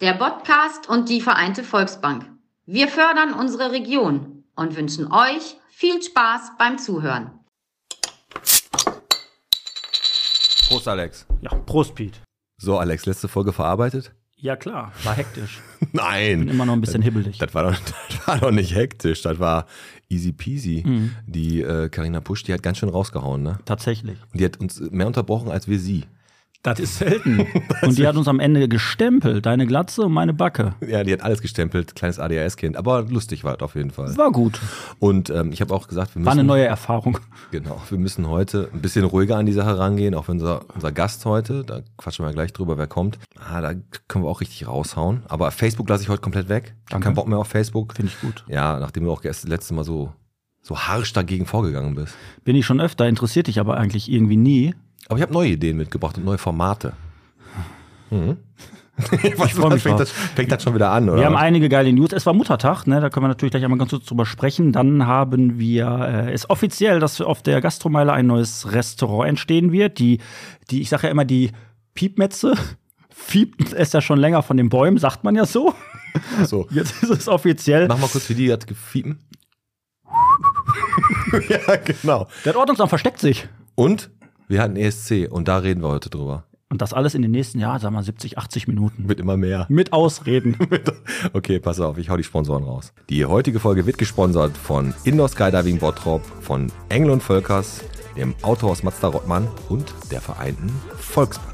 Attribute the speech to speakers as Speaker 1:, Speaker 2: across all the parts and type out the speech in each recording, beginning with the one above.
Speaker 1: der Podcast und die Vereinte Volksbank. Wir fördern unsere Region und wünschen euch viel Spaß beim Zuhören.
Speaker 2: Prost, Alex.
Speaker 3: Ja, Prost, Piet.
Speaker 2: So, Alex, letzte Folge verarbeitet?
Speaker 3: Ja, klar, war hektisch.
Speaker 2: Nein.
Speaker 3: Bin immer noch ein bisschen hibbelig.
Speaker 2: Das war, doch, das war doch nicht hektisch, das war easy peasy. Die äh, Carina Pusch, die hat ganz schön rausgehauen, ne?
Speaker 3: Tatsächlich.
Speaker 2: Die hat uns mehr unterbrochen als wir sie.
Speaker 3: Das ist selten. Und die hat uns am Ende gestempelt. Deine Glatze und meine Backe.
Speaker 2: Ja, die hat alles gestempelt, kleines ADHS-Kind. Aber lustig war das auf jeden Fall.
Speaker 3: War gut.
Speaker 2: Und ähm, ich habe auch gesagt, wir müssen,
Speaker 3: War eine neue Erfahrung.
Speaker 2: genau, wir müssen heute ein bisschen ruhiger an die Sache rangehen, auch wenn unser, unser Gast heute, da quatschen wir gleich drüber, wer kommt. Ah, da können wir auch richtig raushauen. Aber Facebook lasse ich heute komplett weg. Ich habe
Speaker 3: Danke.
Speaker 2: keinen Bock mehr auf Facebook.
Speaker 3: Finde ich gut.
Speaker 2: Ja, nachdem du auch das letzte Mal so, so harsch dagegen vorgegangen bist.
Speaker 3: Bin ich schon öfter, interessiert dich aber eigentlich irgendwie nie.
Speaker 2: Aber ich habe neue Ideen mitgebracht und neue Formate. Mhm. Was,
Speaker 3: freu mich
Speaker 2: fängt,
Speaker 3: drauf.
Speaker 2: das, fängt das schon wieder an, oder?
Speaker 3: Wir haben
Speaker 2: was?
Speaker 3: einige geile News. Es war Muttertag, ne? da können wir natürlich gleich einmal ganz kurz drüber sprechen. Dann haben wir äh, es offiziell, dass auf der Gastromeile ein neues Restaurant entstehen wird. Die, die ich sage ja immer, die Piepmetze. Fiept ist ja schon länger von den Bäumen, sagt man ja so.
Speaker 2: Ach so.
Speaker 3: Jetzt ist es offiziell.
Speaker 2: Mach mal kurz, wie die hat gefiepen. ja, genau.
Speaker 3: Das Ordnungsamt versteckt sich.
Speaker 2: Und wir hatten ESC und da reden wir heute drüber.
Speaker 3: Und das alles in den nächsten, ja, sagen wir mal 70, 80 Minuten.
Speaker 2: Mit immer mehr.
Speaker 3: Mit Ausreden.
Speaker 2: Okay, pass auf, ich hau die Sponsoren raus. Die heutige Folge wird gesponsert von Indoor Skydiving Bottrop, von Engel und Völkers, dem Autor aus Mazda Rottmann und der Vereinten Volksbank.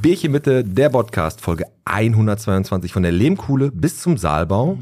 Speaker 2: Bierchen Mitte, der Podcast, Folge 122 von der Lehmkuhle bis zum Saalbau,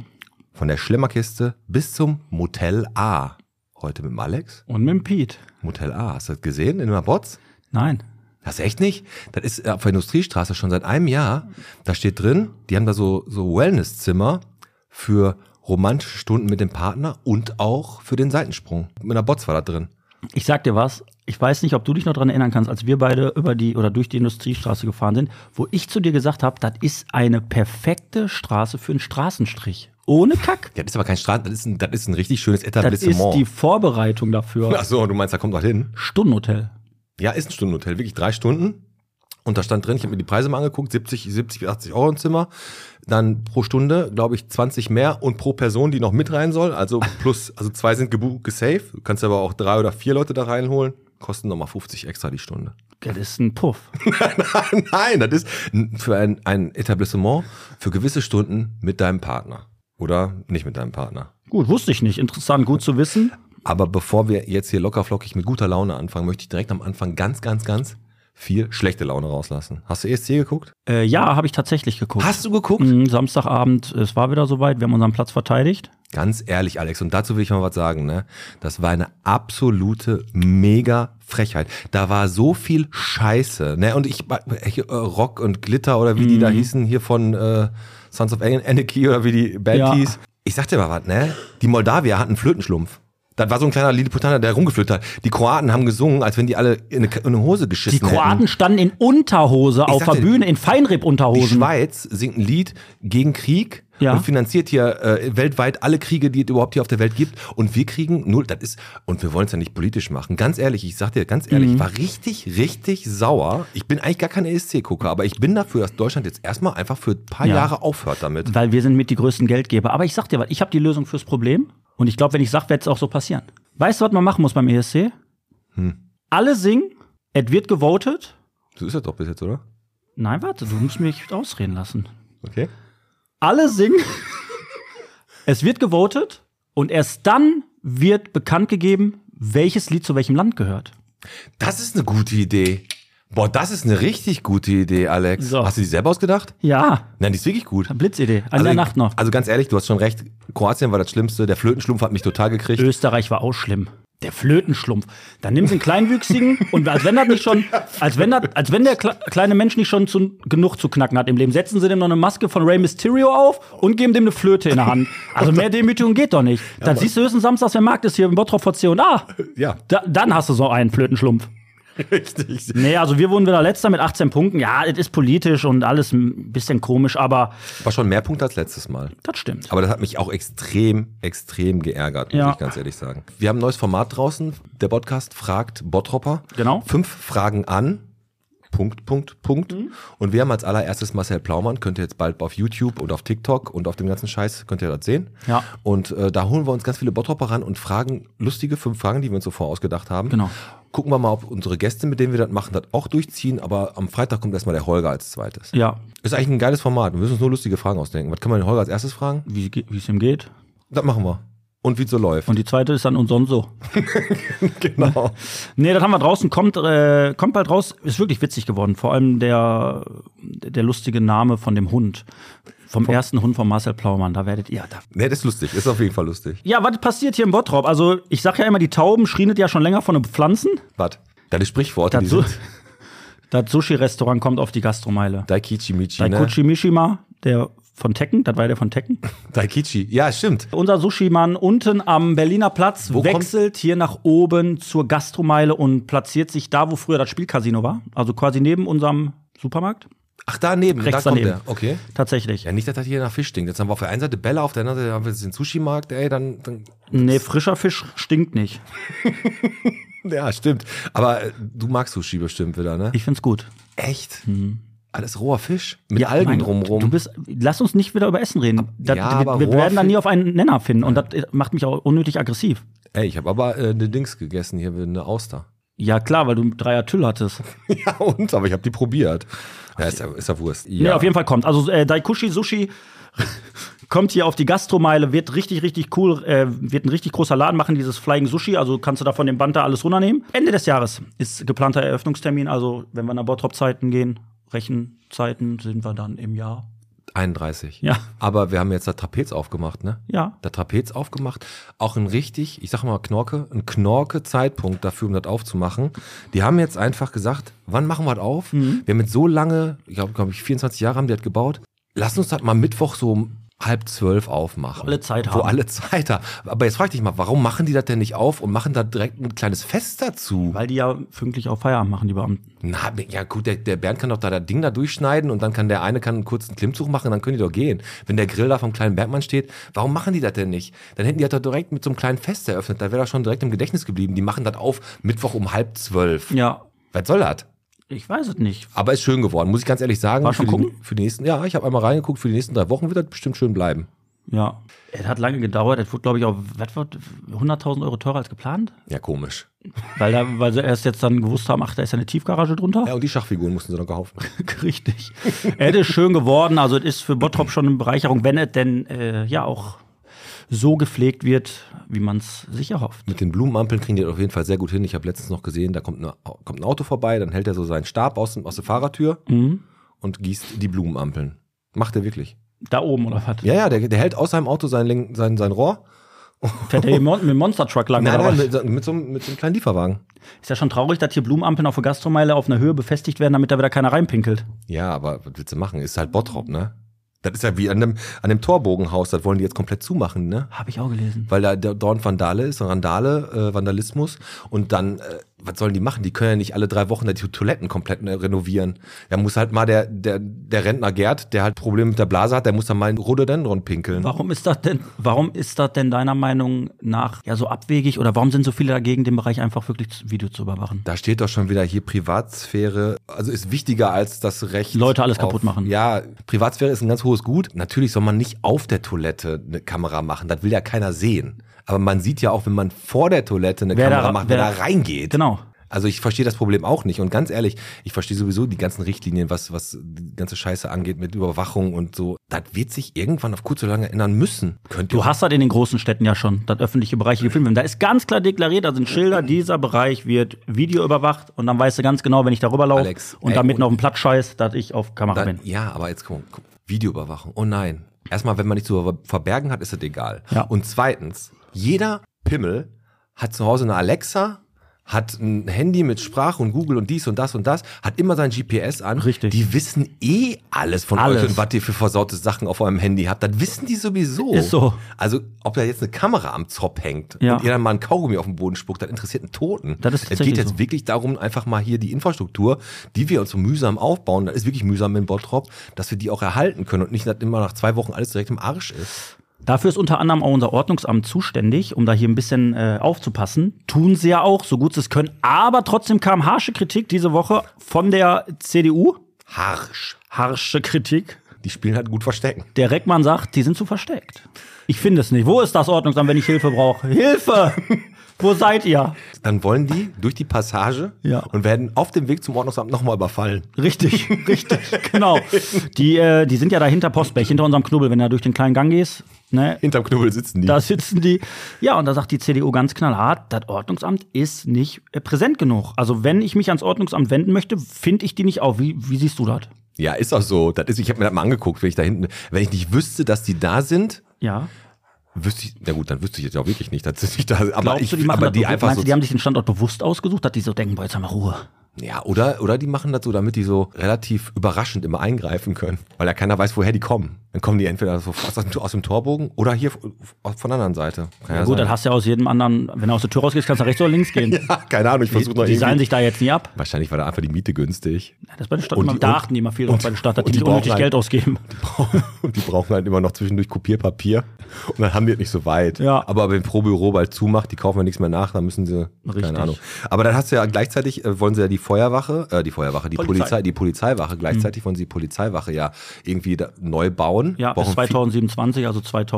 Speaker 2: von der Schlemmerkiste bis zum Motel A. Heute mit dem Alex.
Speaker 3: Und mit dem Piet.
Speaker 2: Motel A, hast du das gesehen in Mabots?
Speaker 3: Nein.
Speaker 2: Das echt nicht? Das ist auf der Industriestraße schon seit einem Jahr. Da steht drin, die haben da so, so Wellnesszimmer für romantische Stunden mit dem Partner und auch für den Seitensprung. Mit einer Bots war da drin.
Speaker 3: Ich sag dir was, ich weiß nicht, ob du dich noch dran erinnern kannst, als wir beide über die oder durch die Industriestraße gefahren sind, wo ich zu dir gesagt habe, das ist eine perfekte Straße für einen Straßenstrich. Ohne Kack.
Speaker 2: Ja, das ist aber kein Strand, das ist ein, das ist ein richtig schönes
Speaker 3: Das ist
Speaker 2: Etablissement.
Speaker 3: die Vorbereitung dafür.
Speaker 2: Ach so, du meinst, da kommt doch hin?
Speaker 3: Stundenhotel.
Speaker 2: Ja, ist ein Stundenhotel, wirklich drei Stunden. Und da stand drin, ich habe mir die Preise mal angeguckt, 70, 70 bis 80 Euro im Zimmer. Dann pro Stunde, glaube ich, 20 mehr und pro Person, die noch mit rein soll. Also plus, also zwei sind gebucht, gesaved. Du kannst aber auch drei oder vier Leute da reinholen. Kosten nochmal 50 extra die Stunde.
Speaker 3: Das ist ein Puff.
Speaker 2: Nein, das ist n- für ein, ein Etablissement für gewisse Stunden mit deinem Partner. Oder nicht mit deinem Partner.
Speaker 3: Gut, wusste ich nicht. Interessant, gut zu wissen.
Speaker 2: Aber bevor wir jetzt hier lockerflockig mit guter Laune anfangen, möchte ich direkt am Anfang ganz, ganz, ganz viel schlechte Laune rauslassen. Hast du ESC geguckt?
Speaker 3: Äh, ja, habe ich tatsächlich geguckt.
Speaker 2: Hast du geguckt?
Speaker 3: Mhm, Samstagabend, es war wieder soweit, wir haben unseren Platz verteidigt.
Speaker 2: Ganz ehrlich, Alex, und dazu will ich mal was sagen, ne? Das war eine absolute mega Frechheit. Da war so viel Scheiße, ne? Und ich, ich äh, Rock und Glitter oder wie die
Speaker 3: Mhm.
Speaker 2: da hießen, hier von äh, Sons of An- Anarchy oder wie die Band
Speaker 3: Ja.
Speaker 2: hieß. Ich sag dir mal was, ne? Die Moldawier hatten Flötenschlumpf. Das war so ein kleiner Lilliputaner, der rumgeflötet hat. Die Kroaten haben gesungen, als wenn die alle in eine, in eine Hose
Speaker 3: Die
Speaker 2: geschissen hätten.
Speaker 3: Kroaten standen in Unterhose auf
Speaker 2: sag dir,
Speaker 3: der Bühne, in
Speaker 2: Die
Speaker 3: Feinripp-Unterhosen.
Speaker 2: Schweiz singt ein Lied gegen Krieg
Speaker 3: Ja.
Speaker 2: und finanziert hier äh, weltweit alle Kriege, die es überhaupt hier auf der Welt gibt. Und wir kriegen null. Das ist, und wir wollen es ja nicht politisch machen. Ganz ehrlich, ich sag dir ganz ehrlich, ich war richtig, richtig sauer. Ich bin eigentlich gar kein ESC-Gucker, aber ich bin dafür, dass Deutschland jetzt erstmal einfach für ein paar
Speaker 3: Ja.
Speaker 2: Jahre aufhört damit.
Speaker 3: Weil wir sind mit die größten Geldgeber. Aber ich sag dir was, ich habe die Lösung fürs Problem. Und ich glaube, wenn ich sag, wird es auch so passieren. Weißt du, was man machen muss beim ESC?
Speaker 2: Hm.
Speaker 3: Alle singen, es wird gewotet.
Speaker 2: So ist das doch bis jetzt, oder?
Speaker 3: Nein, warte, du musst mich ausreden lassen.
Speaker 2: Okay.
Speaker 3: Alle singen, es wird gewotet und erst dann wird bekannt gegeben, welches Lied zu welchem Land gehört.
Speaker 2: Das ist eine gute Idee. Boah, das ist eine richtig gute Idee, Alex.
Speaker 3: So.
Speaker 2: Hast du die selber ausgedacht?
Speaker 3: Ja,
Speaker 2: Nein, die ist wirklich gut.
Speaker 3: Ah, Blitzidee. An der Nacht noch.
Speaker 2: Also ganz ehrlich, du hast schon recht. Kroatien war das Schlimmste. Der Flötenschlumpf hat mich total gekriegt.
Speaker 3: Österreich war auch schlimm. Der Flötenschlumpf. Dann nimmst du einen Kleinwüchsigen und als wenn das nicht schon, als wenn, das, als wenn der Kle kleine Mensch nicht schon zu, genug zu knacken hat im Leben, setzen sie dem noch eine Maske von Rey Mysterio auf und geben dem eine Flöte in der Hand. Also mehr Demütigung geht doch nicht. Dann
Speaker 2: Mann.
Speaker 3: siehst du höchstens samstags, wer Markt ist hier im Bottrop vor C&A.
Speaker 2: Ja.
Speaker 3: Da, dann hast du so einen Flötenschlumpf.
Speaker 2: Richtig.
Speaker 3: Nee, also wir wurden wieder letzter mit 18 Punkten. Ja, es ist politisch und alles ein bisschen komisch, aber
Speaker 2: War schon mehr Punkte als letztes Mal.
Speaker 3: das stimmt.
Speaker 2: Aber das hat mich auch extrem, extrem geärgert,
Speaker 3: Ja.
Speaker 2: muss ich ganz ehrlich sagen. Wir haben ein neues Format draußen. Der Podcast fragt Bottropper.
Speaker 3: Genau.
Speaker 2: Fünf Fragen an. Punkt, Punkt, Punkt.
Speaker 3: Mhm.
Speaker 2: Und wir haben als allererstes Marcel Plaumann. Könnt ihr jetzt bald auf YouTube und auf TikTok und auf dem ganzen Scheiß, könnt ihr das sehen.
Speaker 3: Ja.
Speaker 2: Und äh, da holen wir uns ganz viele Bottropper ran und fragen lustige fünf Fragen, die wir uns so vorausgedacht haben.
Speaker 3: Genau.
Speaker 2: Gucken wir mal, ob unsere Gäste, mit denen wir das machen, das auch durchziehen. Aber am Freitag kommt erstmal der Holger als zweites.
Speaker 3: Ja,
Speaker 2: Ist eigentlich ein geiles Format. Wir müssen uns nur lustige Fragen ausdenken. Was kann man den Holger als erstes fragen?
Speaker 3: wie ge- wie es ihm geht.
Speaker 2: Das machen wir. Und wie so läuft.
Speaker 3: Und die zweite ist dann und sonst so.
Speaker 2: genau.
Speaker 3: Nee, das haben wir draußen. Kommt, äh, kommt bald raus. Ist wirklich witzig geworden. Vor allem der, der lustige Name von dem Hund. Vom ersten Hund von Marcel Plaumann. Da werdet ihr. Da.
Speaker 2: Nee, das ist lustig. Ist auf jeden Fall lustig.
Speaker 3: Ja, was passiert hier im Bottrop? Also, ich sag ja immer, die Tauben schrienet ja schon länger von den Pflanzen.
Speaker 2: Was? Deine Sprichworte, die
Speaker 3: Dazu.
Speaker 2: sind
Speaker 3: Das Sushi-Restaurant kommt auf die Gastromeile.
Speaker 2: Daikichi Michi, ne?
Speaker 3: Daikuchi Mishima, der von Tekken, das war der von Tekken.
Speaker 2: Daikichi. Ja, stimmt.
Speaker 3: Unser Sushi-Mann unten am Berliner Platz
Speaker 2: Wo
Speaker 3: wechselt hier nach oben zur Gastromeile und platziert sich da, wo früher das Spielcasino war. Also quasi neben unserem Supermarkt.
Speaker 2: Ach, daneben.
Speaker 3: Rechts
Speaker 2: da kommt
Speaker 3: daneben.
Speaker 2: er. Okay.
Speaker 3: Tatsächlich.
Speaker 2: Ja, nicht, dass das hier nach Fisch stinkt. Jetzt haben wir auf der einen Seite Bella, auf der anderen Seite haben wir jetzt den Sushi-Markt. Ey, dann, dann.
Speaker 3: Nee, frischer Fisch stinkt nicht.
Speaker 2: Ja, stimmt. Aber äh, du magst Sushi bestimmt wieder, ne?
Speaker 3: Ich find's gut.
Speaker 2: Echt?
Speaker 3: Mhm.
Speaker 2: Alles roher Fisch. Mit Algen
Speaker 3: mein-
Speaker 2: drumrum.
Speaker 3: Du bist, lass uns nicht wieder über Essen reden. Das,
Speaker 2: ja,
Speaker 3: wir-
Speaker 2: aber
Speaker 3: wir
Speaker 2: roher
Speaker 3: werden da
Speaker 2: Fisch-
Speaker 3: nie auf einen Nenner finden und das macht mich auch unnötig aggressiv.
Speaker 2: Ey, ich habe aber äh, eine Dings gegessen hier, eine Auster.
Speaker 3: Ja, klar, weil du Dreier Tüll hattest.
Speaker 2: Ja, und? Aber ich habe die probiert. Ja, ist ja, ist ja Wurst.
Speaker 3: Nee, auf jeden Fall kommt. Also äh, Daikushi Sushi kommt hier auf die Gastromeile, wird richtig, richtig cool, äh, wird ein richtig großer Laden machen, dieses Flying Sushi. Also kannst du da von dem Band da alles runternehmen. Ende des Jahres ist geplanter Eröffnungstermin. Also wenn wir nach Bottrop-Zeiten gehen, Rechenzeiten sind wir dann im Jahr.
Speaker 2: 31.
Speaker 3: Ja,
Speaker 2: Aber wir haben jetzt das Trapez aufgemacht, ne?
Speaker 3: ja.
Speaker 2: Das Trapez aufgemacht. Auch ein richtig, ich sag mal Knorke, ein Knorke-Zeitpunkt dafür, um das aufzumachen. Die haben jetzt einfach gesagt, wann machen wir das auf?
Speaker 3: Mhm.
Speaker 2: Wir haben jetzt so lange, ich glaube, glaub ich, 24 Jahre haben die das gebaut. Lass uns das mal Mittwoch so um halb zwölf aufmachen.
Speaker 3: Wo alle Zeit
Speaker 2: Wo
Speaker 3: haben.
Speaker 2: alle Zeit haben. Aber jetzt frag dich mal, warum machen die das denn nicht auf und machen da direkt ein kleines Fest dazu?
Speaker 3: Weil die ja pünktlich auch Feierabend machen, die Beamten.
Speaker 2: Na, ja gut, der, der Bernd kann doch da das Ding da durchschneiden und dann kann der eine kann einen kurzen Klimmzug machen, dann können die doch gehen. Wenn der Grill da vom kleinen Bergmann steht, warum machen die das denn nicht? Dann hätten die das doch direkt mit so einem kleinen Fest eröffnet, da wäre das schon direkt im Gedächtnis geblieben. Die machen das auf Mittwoch um halb zwölf.
Speaker 3: Ja,
Speaker 2: Was soll das?
Speaker 3: ich weiß es nicht.
Speaker 2: Aber ist schön geworden, muss ich ganz ehrlich sagen.
Speaker 3: War schon
Speaker 2: für, die,
Speaker 3: gucken?
Speaker 2: für die nächsten, ja, ich habe einmal reingeguckt, für die nächsten drei Wochen wird das bestimmt schön bleiben.
Speaker 3: Ja. Es hat lange gedauert. Es wurde, glaube ich, auch was wird 100.000 Euro teurer als geplant.
Speaker 2: Ja, komisch.
Speaker 3: Weil, da, weil sie erst jetzt dann gewusst haben, ach, da ist ja eine Tiefgarage drunter.
Speaker 2: Ja, und die Schachfiguren mussten sie noch kaufen.
Speaker 3: Richtig. Es ist schön geworden. Also es ist für Bottrop schon eine Bereicherung, wenn es denn äh, ja auch so gepflegt wird, wie man es sich erhofft.
Speaker 2: Mit den Blumenampeln kriegen die das auf jeden Fall sehr gut hin. Ich habe letztens noch gesehen, da kommt, eine, kommt ein Auto vorbei, dann hält er so seinen Stab aus, aus der Fahrertür und gießt die Blumenampeln. Macht er wirklich.
Speaker 3: Da oben oder was?
Speaker 2: Ja, ja, der, der hält aus seinem Auto sein, Len- sein, sein Rohr.
Speaker 3: Fährt der hier Mon mit dem Monster Truck lang
Speaker 2: Nein,
Speaker 3: oder
Speaker 2: nein,
Speaker 3: was?
Speaker 2: mit, so- mit, so, einem- mit so einem kleinen Lieferwagen.
Speaker 3: Ist ja schon traurig, dass hier Blumenampeln auf der Gastromeile auf einer Höhe befestigt werden, damit da wieder keiner reinpinkelt.
Speaker 2: Ja, aber was willst du machen? Ist halt Bottrop, ne? Das ist ja wie an dem, an dem Torbogenhaus, das wollen die jetzt komplett zumachen, ne?
Speaker 3: Habe ich auch gelesen.
Speaker 2: Weil da der Dorn Vandale ist, Randale, äh, Vandalismus. Und dann, äh, was sollen die machen? Die können ja nicht alle drei Wochen die Toiletten komplett ne, renovieren. Da muss halt mal der, der, der Rentner Gerd, der halt Probleme mit der Blase hat, der muss dann mal in Rhododendron pinkeln.
Speaker 3: Warum ist das denn, warum ist das denn deiner Meinung nach ja so abwegig oder warum sind so viele dagegen, den Bereich einfach wirklich zu- Video zu überwachen?
Speaker 2: Da steht doch schon wieder hier Privatsphäre, also ist wichtiger als das Recht.
Speaker 3: Leute alles
Speaker 2: auf-
Speaker 3: kaputt machen.
Speaker 2: Ja, Privatsphäre ist ein ganz hohes Gut. Natürlich soll man nicht auf der Toilette eine Kamera machen, das will ja keiner sehen. Aber man sieht ja auch, wenn man vor der Toilette eine
Speaker 3: Wer da-
Speaker 2: Kamera macht, wer,
Speaker 3: wer-
Speaker 2: da reingeht.
Speaker 3: Genau.
Speaker 2: Also ich verstehe das Problem auch nicht. Und ganz ehrlich, ich verstehe sowieso die ganzen Richtlinien, was, was die ganze Scheiße angeht mit Überwachung und so. Das wird sich irgendwann auf kurz oder lang ändern müssen. Könnt ihr
Speaker 3: Du hast das in den großen Städten ja schon, dass öffentliche Bereiche gefilmt werden. Da ist ganz klar deklariert, da sind Schilder, dieser Bereich wird videoüberwacht und dann weißt du ganz genau, wenn ich darüber laufe
Speaker 2: Alex, ey,
Speaker 3: und da mitten
Speaker 2: und-
Speaker 3: auf dem Platz scheiß, dass ich auf Kamera
Speaker 2: Dann,
Speaker 3: bin.
Speaker 2: ja, aber jetzt guck, mal, guck Videoüberwachung. Oh nein. Erstmal, wenn man nichts zu ver- verbergen hat, ist das egal.
Speaker 3: Ja.
Speaker 2: Und zweitens, jeder Pimmel hat zu Hause eine Alexa, hat ein Handy mit Sprache und Google und dies und das und das, hat immer sein GPS an.
Speaker 3: Richtig.
Speaker 2: Die wissen eh alles von
Speaker 3: Alles.
Speaker 2: euch und was ihr für versaute Sachen auf eurem Handy habt. Das wissen die sowieso.
Speaker 3: Ist so.
Speaker 2: Also, ob da jetzt eine Kamera am Zopf hängt
Speaker 3: Ja.
Speaker 2: und ihr dann mal ein Kaugummi auf den Boden spuckt, das interessiert einen Toten.
Speaker 3: Das ist
Speaker 2: es
Speaker 3: tatsächlich
Speaker 2: geht jetzt
Speaker 3: so.
Speaker 2: wirklich darum, einfach mal hier die Infrastruktur, die wir uns so mühsam aufbauen, das ist wirklich mühsam in Bottrop, dass wir die auch erhalten können und nicht, dass immer nach zwei Wochen alles direkt im Arsch ist.
Speaker 3: Dafür ist unter anderem auch unser Ordnungsamt zuständig, um da hier ein bisschen äh, aufzupassen. Tun sie ja auch, so gut sie es können. Aber trotzdem kam harsche Kritik diese Woche von der CDU.
Speaker 2: Harsch.
Speaker 3: Harsche Kritik.
Speaker 2: Die spielen halt gut verstecken.
Speaker 3: Der Reckmann sagt, die sind zu versteckt. Ich finde es nicht. Wo ist das Ordnungsamt, wenn ich Hilfe brauche? Hilfe! Wo seid ihr?
Speaker 2: Dann wollen die durch die Passage
Speaker 3: Ja.
Speaker 2: und werden auf dem Weg zum Ordnungsamt nochmal überfallen.
Speaker 3: Richtig, richtig, genau. Die, äh, die sind ja da hinter Postbech, hinter unserem Knubbel, wenn du da durch den kleinen Gang gehst. Ne?
Speaker 2: Hinterm Knubbel sitzen die.
Speaker 3: Da sitzen die. Ja, und da sagt die CDU ganz knallhart, das Ordnungsamt ist nicht äh, präsent genug. Also wenn ich mich ans Ordnungsamt wenden möchte, finde ich die nicht auf. Wie, wie siehst du das?
Speaker 2: ja, ist auch so. Das ist, ich habe mir das mal angeguckt, wenn ich da hinten, wenn ich nicht wüsste, dass die da sind,
Speaker 3: Ja.
Speaker 2: wüsste ich, na gut, dann wüsste ich jetzt auch wirklich nicht, dass sie nicht da sind. Aber,
Speaker 3: Glaubst
Speaker 2: ich,
Speaker 3: du, die machen
Speaker 2: aber
Speaker 3: das
Speaker 2: die
Speaker 3: bewusst?
Speaker 2: einfach
Speaker 3: Meinst
Speaker 2: so.
Speaker 3: du, die haben sich den Standort bewusst ausgesucht, dass die so denken, boah, jetzt haben wir Ruhe.
Speaker 2: ja, oder, oder die machen das so, damit die so relativ überraschend immer eingreifen können, weil ja keiner weiß, woher die kommen. Dann kommen die entweder so aus, dem- aus dem Torbogen oder hier aus- von der anderen Seite. Kann ja,
Speaker 3: Gut,
Speaker 2: sein.
Speaker 3: dann hast du ja aus jedem anderen, wenn du aus der Tür rausgehst, kannst du rechts oder links gehen.
Speaker 2: Keine Ahnung, ich versuche noch
Speaker 3: die seilen
Speaker 2: irgendwie.
Speaker 3: sich da jetzt nie ab.
Speaker 2: Wahrscheinlich war da einfach die Miete günstig.
Speaker 3: Das ist bei den Stadt
Speaker 2: Und
Speaker 3: immer,
Speaker 2: die-
Speaker 3: da
Speaker 2: und-
Speaker 3: achten die immer viel
Speaker 2: und-
Speaker 3: drauf bei den Stadt, dass
Speaker 2: und
Speaker 3: die
Speaker 2: die
Speaker 3: nicht unnötig
Speaker 2: brauchen
Speaker 3: Geld ausgeben.
Speaker 2: Und die brauchen halt immer noch zwischendurch Kopierpapier. Und dann haben die es nicht so weit.
Speaker 3: Ja.
Speaker 2: Aber wenn Probüro bald zumacht, die kaufen ja nichts mehr nach, dann müssen sie.
Speaker 3: Richtig.
Speaker 2: Keine Ahnung. Aber dann hast du ja gleichzeitig, äh, wollen sie ja die Feuerwache, äh, die Feuerwache, die
Speaker 3: Polizei. Mhm.
Speaker 2: Polizei, die Polizeiwache, gleichzeitig wollen sie die Polizeiwache ja irgendwie da, neu bauen.
Speaker 3: Ja, bis
Speaker 2: brauchen vi-
Speaker 3: 2027, also
Speaker 2: ja, die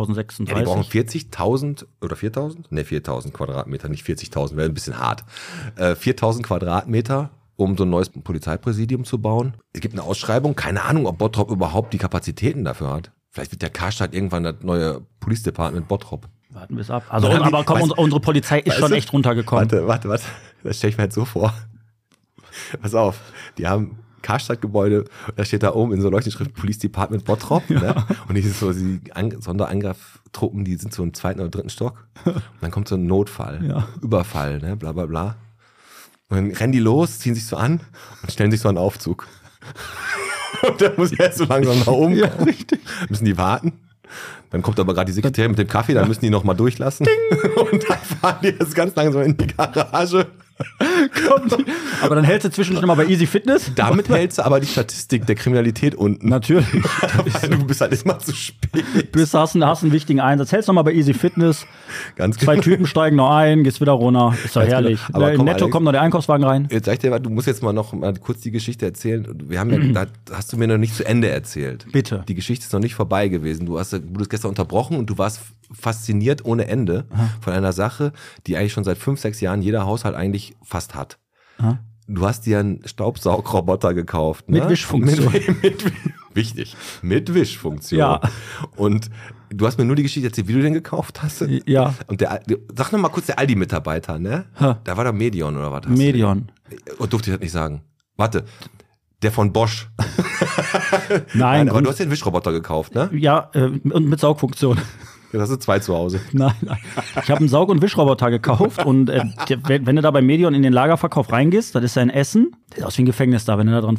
Speaker 2: brauchen
Speaker 3: 2036.
Speaker 2: 40.000 oder 4.000? Ne, 4.000 Quadratmeter, nicht 40.000, wäre ein bisschen hart. Äh, 4.000 Quadratmeter, um so ein neues Polizeipräsidium zu bauen. Es gibt eine Ausschreibung, keine Ahnung, ob Bottrop überhaupt die Kapazitäten dafür hat. Vielleicht wird der Karstadt irgendwann das neue Police Department Bottrop.
Speaker 3: Warten wir es ab. Also,
Speaker 2: Nein,
Speaker 3: aber komm,
Speaker 2: weißt-
Speaker 3: unsere- unsere Polizei ist
Speaker 2: weißt
Speaker 3: schon
Speaker 2: du-
Speaker 3: echt runtergekommen.
Speaker 2: Warte, warte, warte. Das stelle ich mir halt so vor. Pass auf, die haben Karstadt-Gebäude, da steht da oben in so Leuchtenschrift Police Department Bottrop. Ne? Und die, sind so, die An Sonderangreiftruppen, die sind so im zweiten oder dritten Stock. Und dann kommt so ein Notfall,
Speaker 3: Ja.
Speaker 2: Überfall, ne? bla bla bla. Und dann rennen die los, ziehen sich so an und stellen sich so einen Aufzug. und dann muss er erst so langsam nach oben kommen. Müssen die warten. Dann kommt aber gerade die Sekretärin mit dem Kaffee, dann müssen die nochmal durchlassen. Und dann fahren die jetzt ganz langsam in die Garage.
Speaker 3: Aber dann hältst du zwischendurch nochmal bei Easy Fitness.
Speaker 2: Damit hältst du aber die Statistik der Kriminalität unten.
Speaker 3: Natürlich.
Speaker 2: Weil du bist halt immer zu spät.
Speaker 3: Bis hast du hast einen wichtigen Einsatz. Hältst nochmal bei Easy Fitness.
Speaker 2: Ganz
Speaker 3: Zwei
Speaker 2: genau.
Speaker 3: Typen steigen noch ein, gehst wieder runter. Ist doch
Speaker 2: Ganz
Speaker 3: herrlich.
Speaker 2: genau. Aber
Speaker 3: Im
Speaker 2: komm,
Speaker 3: Netto
Speaker 2: Alex.
Speaker 3: kommt noch der Einkaufswagen rein.
Speaker 2: Jetzt sag ich dir, was, du musst jetzt mal noch mal kurz die Geschichte erzählen. Wir haben ja, da hast du mir noch nicht zu Ende erzählt.
Speaker 3: Mhm. Bitte.
Speaker 2: Die Geschichte ist noch nicht vorbei gewesen. Du hast, du wurdest gestern unterbrochen und du warst fasziniert ohne Ende von einer Sache, die eigentlich schon seit fünf, sechs Jahren jeder Haushalt eigentlich fast hat.
Speaker 3: Aha.
Speaker 2: Du hast dir einen Staubsaugroboter gekauft.
Speaker 3: Mit
Speaker 2: ne?
Speaker 3: Wischfunktion.
Speaker 2: Mit, mit, wichtig. Mit Wischfunktion.
Speaker 3: Ja.
Speaker 2: Und du hast mir nur die Geschichte erzählt, wie du den gekauft hast.
Speaker 3: Ja.
Speaker 2: Und der, Al- der- sag noch mal kurz, der Aldi-Mitarbeiter, ne?
Speaker 3: Ha.
Speaker 2: Da war der Medion oder was? hast du?
Speaker 3: Medion.
Speaker 2: Und durfte ich das nicht sagen. Warte. Der von Bosch.
Speaker 3: Nein,
Speaker 2: Aber du
Speaker 3: gut.
Speaker 2: hast den Wischroboter gekauft, ne?
Speaker 3: Ja, äh, und mit Saugfunktion.
Speaker 2: Jetzt hast du zwei zu Hause.
Speaker 3: Nein, nein. Ich habe einen Saug- und Wischroboter gekauft und äh, der- wenn wenn du da bei Medion in den Lagerverkauf reingehst, das ist ja in Essen, der sieht aus wie ein Gefängnis da, wenn du da dran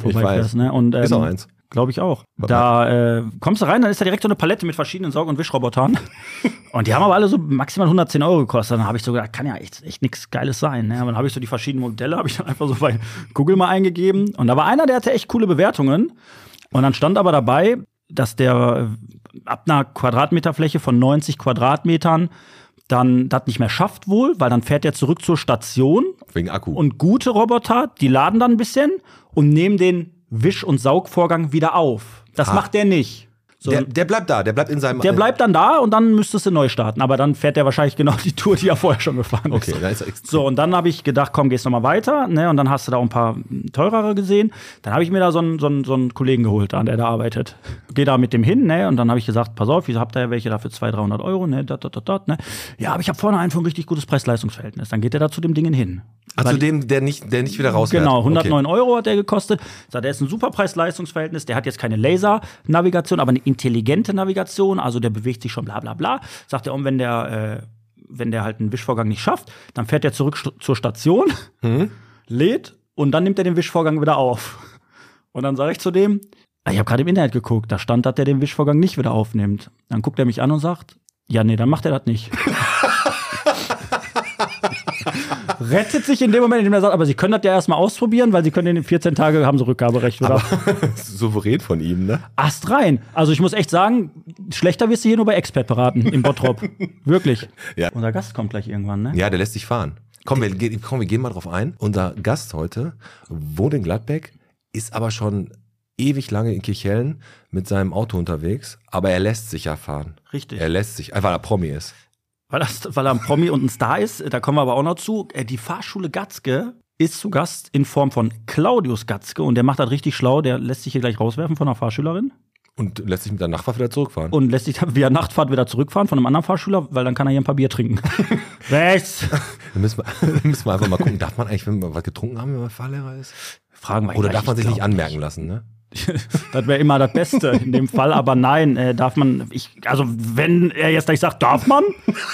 Speaker 2: weiß.
Speaker 3: vorbeifährst. Ne? Und, ähm,
Speaker 2: Ist auch eins.
Speaker 3: Glaube ich auch. Da äh, kommst du rein, dann ist da direkt so eine Palette mit verschiedenen Saug- und Wischrobotern. Und die haben aber alle so maximal 110 Euro gekostet. Dann habe ich so gedacht, kann ja echt, echt nichts Geiles sein. Ne? Aber dann habe ich so die verschiedenen Modelle, habe ich dann einfach so bei Google mal eingegeben. Und da war einer, der hatte echt coole Bewertungen. Und dann stand aber dabei, dass der äh, ab einer Quadratmeterfläche von 90 Quadratmetern dann das nicht mehr schafft wohl, weil dann fährt er zurück zur Station
Speaker 2: Wegen Akku.
Speaker 3: und gute Roboter, die laden dann ein bisschen und nehmen den Wisch- und Saugvorgang wieder auf. Das
Speaker 2: Ah.
Speaker 3: macht der nicht. So,
Speaker 2: der,
Speaker 3: der,
Speaker 2: der bleibt da, der bleibt in seinem
Speaker 3: bleibt dann da und dann müsstest du neu starten. Aber dann fährt der wahrscheinlich genau die Tour, die er vorher schon gefahren
Speaker 2: Okay,
Speaker 3: ist.
Speaker 2: da ist er extrem.
Speaker 3: So, und dann habe ich gedacht, komm, gehst nochmal weiter, ne? Und dann hast du da auch ein paar teurere gesehen. Dann habe ich mir da so einen, so, einen, so einen Kollegen geholt, an der da arbeitet. Geh da mit dem hin, ne? Und dann habe ich gesagt, pass auf, ich hab da ja welche dafür 200, 300 Euro, ne? Dat, dat, dat, dat, ne? Ja, aber ich habe vorne einen für ein richtig gutes Preis-Leistungs-Verhältnis. Dann geht er da zu dem Dingen hin.
Speaker 2: Ah, zu dem, der nicht, der nicht wieder raus
Speaker 3: Genau,
Speaker 2: fährt.
Speaker 3: 109 Euro hat der gekostet. Sagt, der ist ein super Preis-Leistungs-Verhältnis. Der hat jetzt keine Laser-Navigation, aber eine intelligente Navigation. Also um, der bewegt sich schon bla bla bla. Sagt er, und wenn der äh, wenn der halt einen Wischvorgang nicht schafft, dann fährt er zurück st zur Station,
Speaker 2: Hm?
Speaker 3: lädt und dann nimmt er den Wischvorgang wieder auf. Und dann sage ich zu dem, "Ah, ich habe gerade im Internet geguckt, da stand, dass der den Wischvorgang nicht wieder aufnimmt. Dann guckt er mich an und sagt, ja, nee, dann macht er das nicht. Rettet sich in dem Moment, in dem er sagt, aber sie können das ja erstmal ausprobieren, weil sie können in 14 Tage haben sie Rückgaberecht oder
Speaker 2: Souverän von ihm, ne?
Speaker 3: astrein. Also ich muss echt sagen, schlechter wirst du hier nur bei Expert beraten im Bottrop. Wirklich.
Speaker 2: Ja.
Speaker 3: Unser Gast kommt gleich irgendwann, ne?
Speaker 2: Ja, der lässt sich fahren. Komm wir, ge- komm, wir gehen mal drauf ein. Unser Gast heute wohnt in Gladbeck, ist aber schon ewig lange in Kirchhellen mit seinem Auto unterwegs, aber er lässt sich ja fahren.
Speaker 3: Richtig.
Speaker 2: Er lässt sich, einfach weil er Promi ist.
Speaker 3: Weil, das, weil er ein Promi und ein Star ist, da kommen wir aber auch noch zu. Äh, Die Fahrschule Gatzke ist zu Gast in Form von Claudius Gatzke und der macht das richtig schlau. Der lässt sich hier gleich rauswerfen von einer Fahrschülerin
Speaker 2: Und lässt sich mit der Nachbar wieder zurückfahren.
Speaker 3: und lässt sich dann via Nachtfahrt wieder zurückfahren von einem anderen Fahrschüler, weil dann kann er hier ein paar Bier trinken. Rechts.
Speaker 2: Dann müssen wir, dann müssen wir einfach mal gucken, darf man eigentlich, wenn wir was getrunken haben, wenn man Fahrlehrer ist?
Speaker 3: Fragen wir ihn
Speaker 2: Oder
Speaker 3: gleich,
Speaker 2: darf man
Speaker 3: ich
Speaker 2: sich nicht
Speaker 3: glaub.
Speaker 2: anmerken lassen, ne?
Speaker 3: Das wäre immer das Beste in dem Fall, aber nein, äh, darf man. Ich, also, wenn er jetzt gleich sagt, darf man,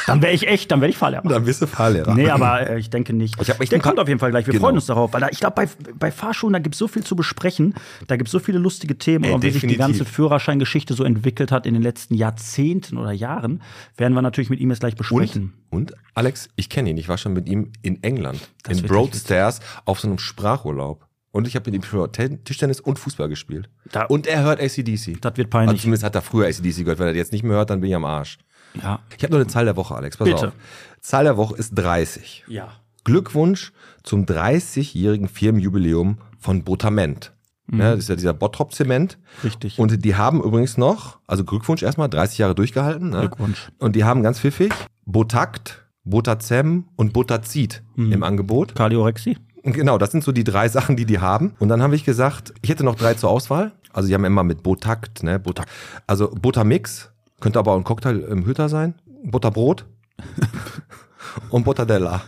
Speaker 3: dann wäre ich echt, dann wäre ich Fahrlehrer.
Speaker 2: Dann bist du Fahrlehrer.
Speaker 3: Nee, aber äh, ich denke nicht.
Speaker 2: Ich hab echt
Speaker 3: Der
Speaker 2: ein paar-
Speaker 3: kommt auf jeden Fall gleich. Wir
Speaker 2: Genau.
Speaker 3: freuen uns darauf, weil da, ich glaube, bei, bei Fahrschulen, da gibt es so viel zu besprechen, da gibt es so viele lustige Themen,
Speaker 2: Ey,
Speaker 3: und wie sich die
Speaker 2: definitiv.
Speaker 3: ganze Führerscheingeschichte so entwickelt hat in den letzten Jahrzehnten oder Jahren, werden wir natürlich mit ihm jetzt gleich
Speaker 2: Und,
Speaker 3: besprechen.
Speaker 2: und Alex, ich kenne ihn, ich war schon mit ihm in England,
Speaker 3: Das
Speaker 2: in
Speaker 3: wird richtig
Speaker 2: Broadstairs, auf so einem Sprachurlaub. Und ich habe mit ihm früher Ten- Tischtennis und Fußball gespielt.
Speaker 3: Da-
Speaker 2: und er hört ACDC.
Speaker 3: Das wird
Speaker 2: Also
Speaker 3: peinlich.
Speaker 2: zumindest hat er früher ACDC gehört. Wenn er das jetzt nicht mehr hört, dann bin ich am Arsch.
Speaker 3: ja.
Speaker 2: Ich habe noch eine Zahl der Woche, Alex. Pass
Speaker 3: Bitte.
Speaker 2: auf. Zahl der Woche ist 30.
Speaker 3: Ja.
Speaker 2: Glückwunsch zum 30-jährigen Firmenjubiläum von Butament.
Speaker 3: Mhm.
Speaker 2: Ja, das ist ja dieser Bottrop-Zement.
Speaker 3: Richtig.
Speaker 2: Und die haben übrigens noch, also Glückwunsch erstmal, 30 Jahre durchgehalten. Ne?
Speaker 3: Glückwunsch.
Speaker 2: Und die haben ganz pfiffig Botakt, Botazem und Botazid im Angebot.
Speaker 3: Kardiorexie?
Speaker 2: Genau, das sind so die drei Sachen, die die haben. Und dann habe ich gesagt, ich hätte noch drei zur Auswahl. Also die haben immer mit Botakt, ne? Bota, also Buttermix, könnte aber auch ein Cocktail im Hüter sein. Butterbrot und Butterdella.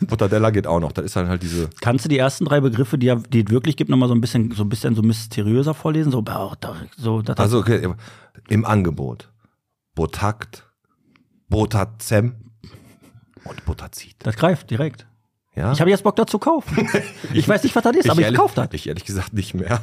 Speaker 2: Butterdella geht auch noch. Das ist dann halt diese
Speaker 3: Kannst du die ersten drei Begriffe, die, ja- die es wirklich gibt, nochmal so ein bisschen so ein bisschen so mysteriöser vorlesen? So, bah, da- so da- da-
Speaker 2: Also okay, im Angebot. Botakt, Botazem und Botazid.
Speaker 3: das greift direkt.
Speaker 2: Ja?
Speaker 3: Ich habe jetzt Bock dazu kaufen. ich weiß nicht, was das ist, aber ich
Speaker 2: ehrlich-
Speaker 3: kaufe das.
Speaker 2: Ich ehrlich gesagt nicht mehr.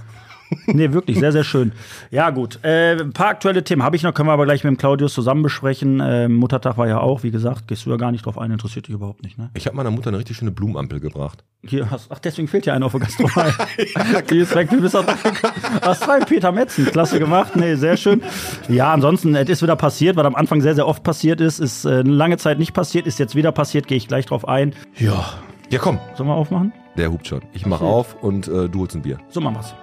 Speaker 3: Nee, wirklich, sehr, sehr schön. Ja, gut. Äh, ein paar aktuelle Themen habe ich noch, können wir aber gleich mit dem Claudius zusammen besprechen. Äh, Muttertag war ja auch, wie gesagt, gehst du ja gar nicht drauf ein, interessiert dich überhaupt nicht, ne?
Speaker 2: Ich habe meiner Mutter eine richtig schöne Blumenampel gebracht.
Speaker 3: Hier hast, ach, deswegen fehlt ja einer auf der Gastronomie. Die ist weg, du bist auch weg. Was rein, Peter Metzen, klasse gemacht. Nee, sehr schön. Ja, ansonsten, es ist wieder passiert, was am Anfang sehr, sehr oft passiert ist, ist äh, eine lange Zeit nicht passiert, ist jetzt wieder passiert, gehe ich gleich drauf ein. Ja.
Speaker 2: Ja, komm.
Speaker 3: Sollen wir aufmachen?
Speaker 2: Der hupt schon. Ich mache auf und äh, du holst ein Bier.
Speaker 3: So machen wir's.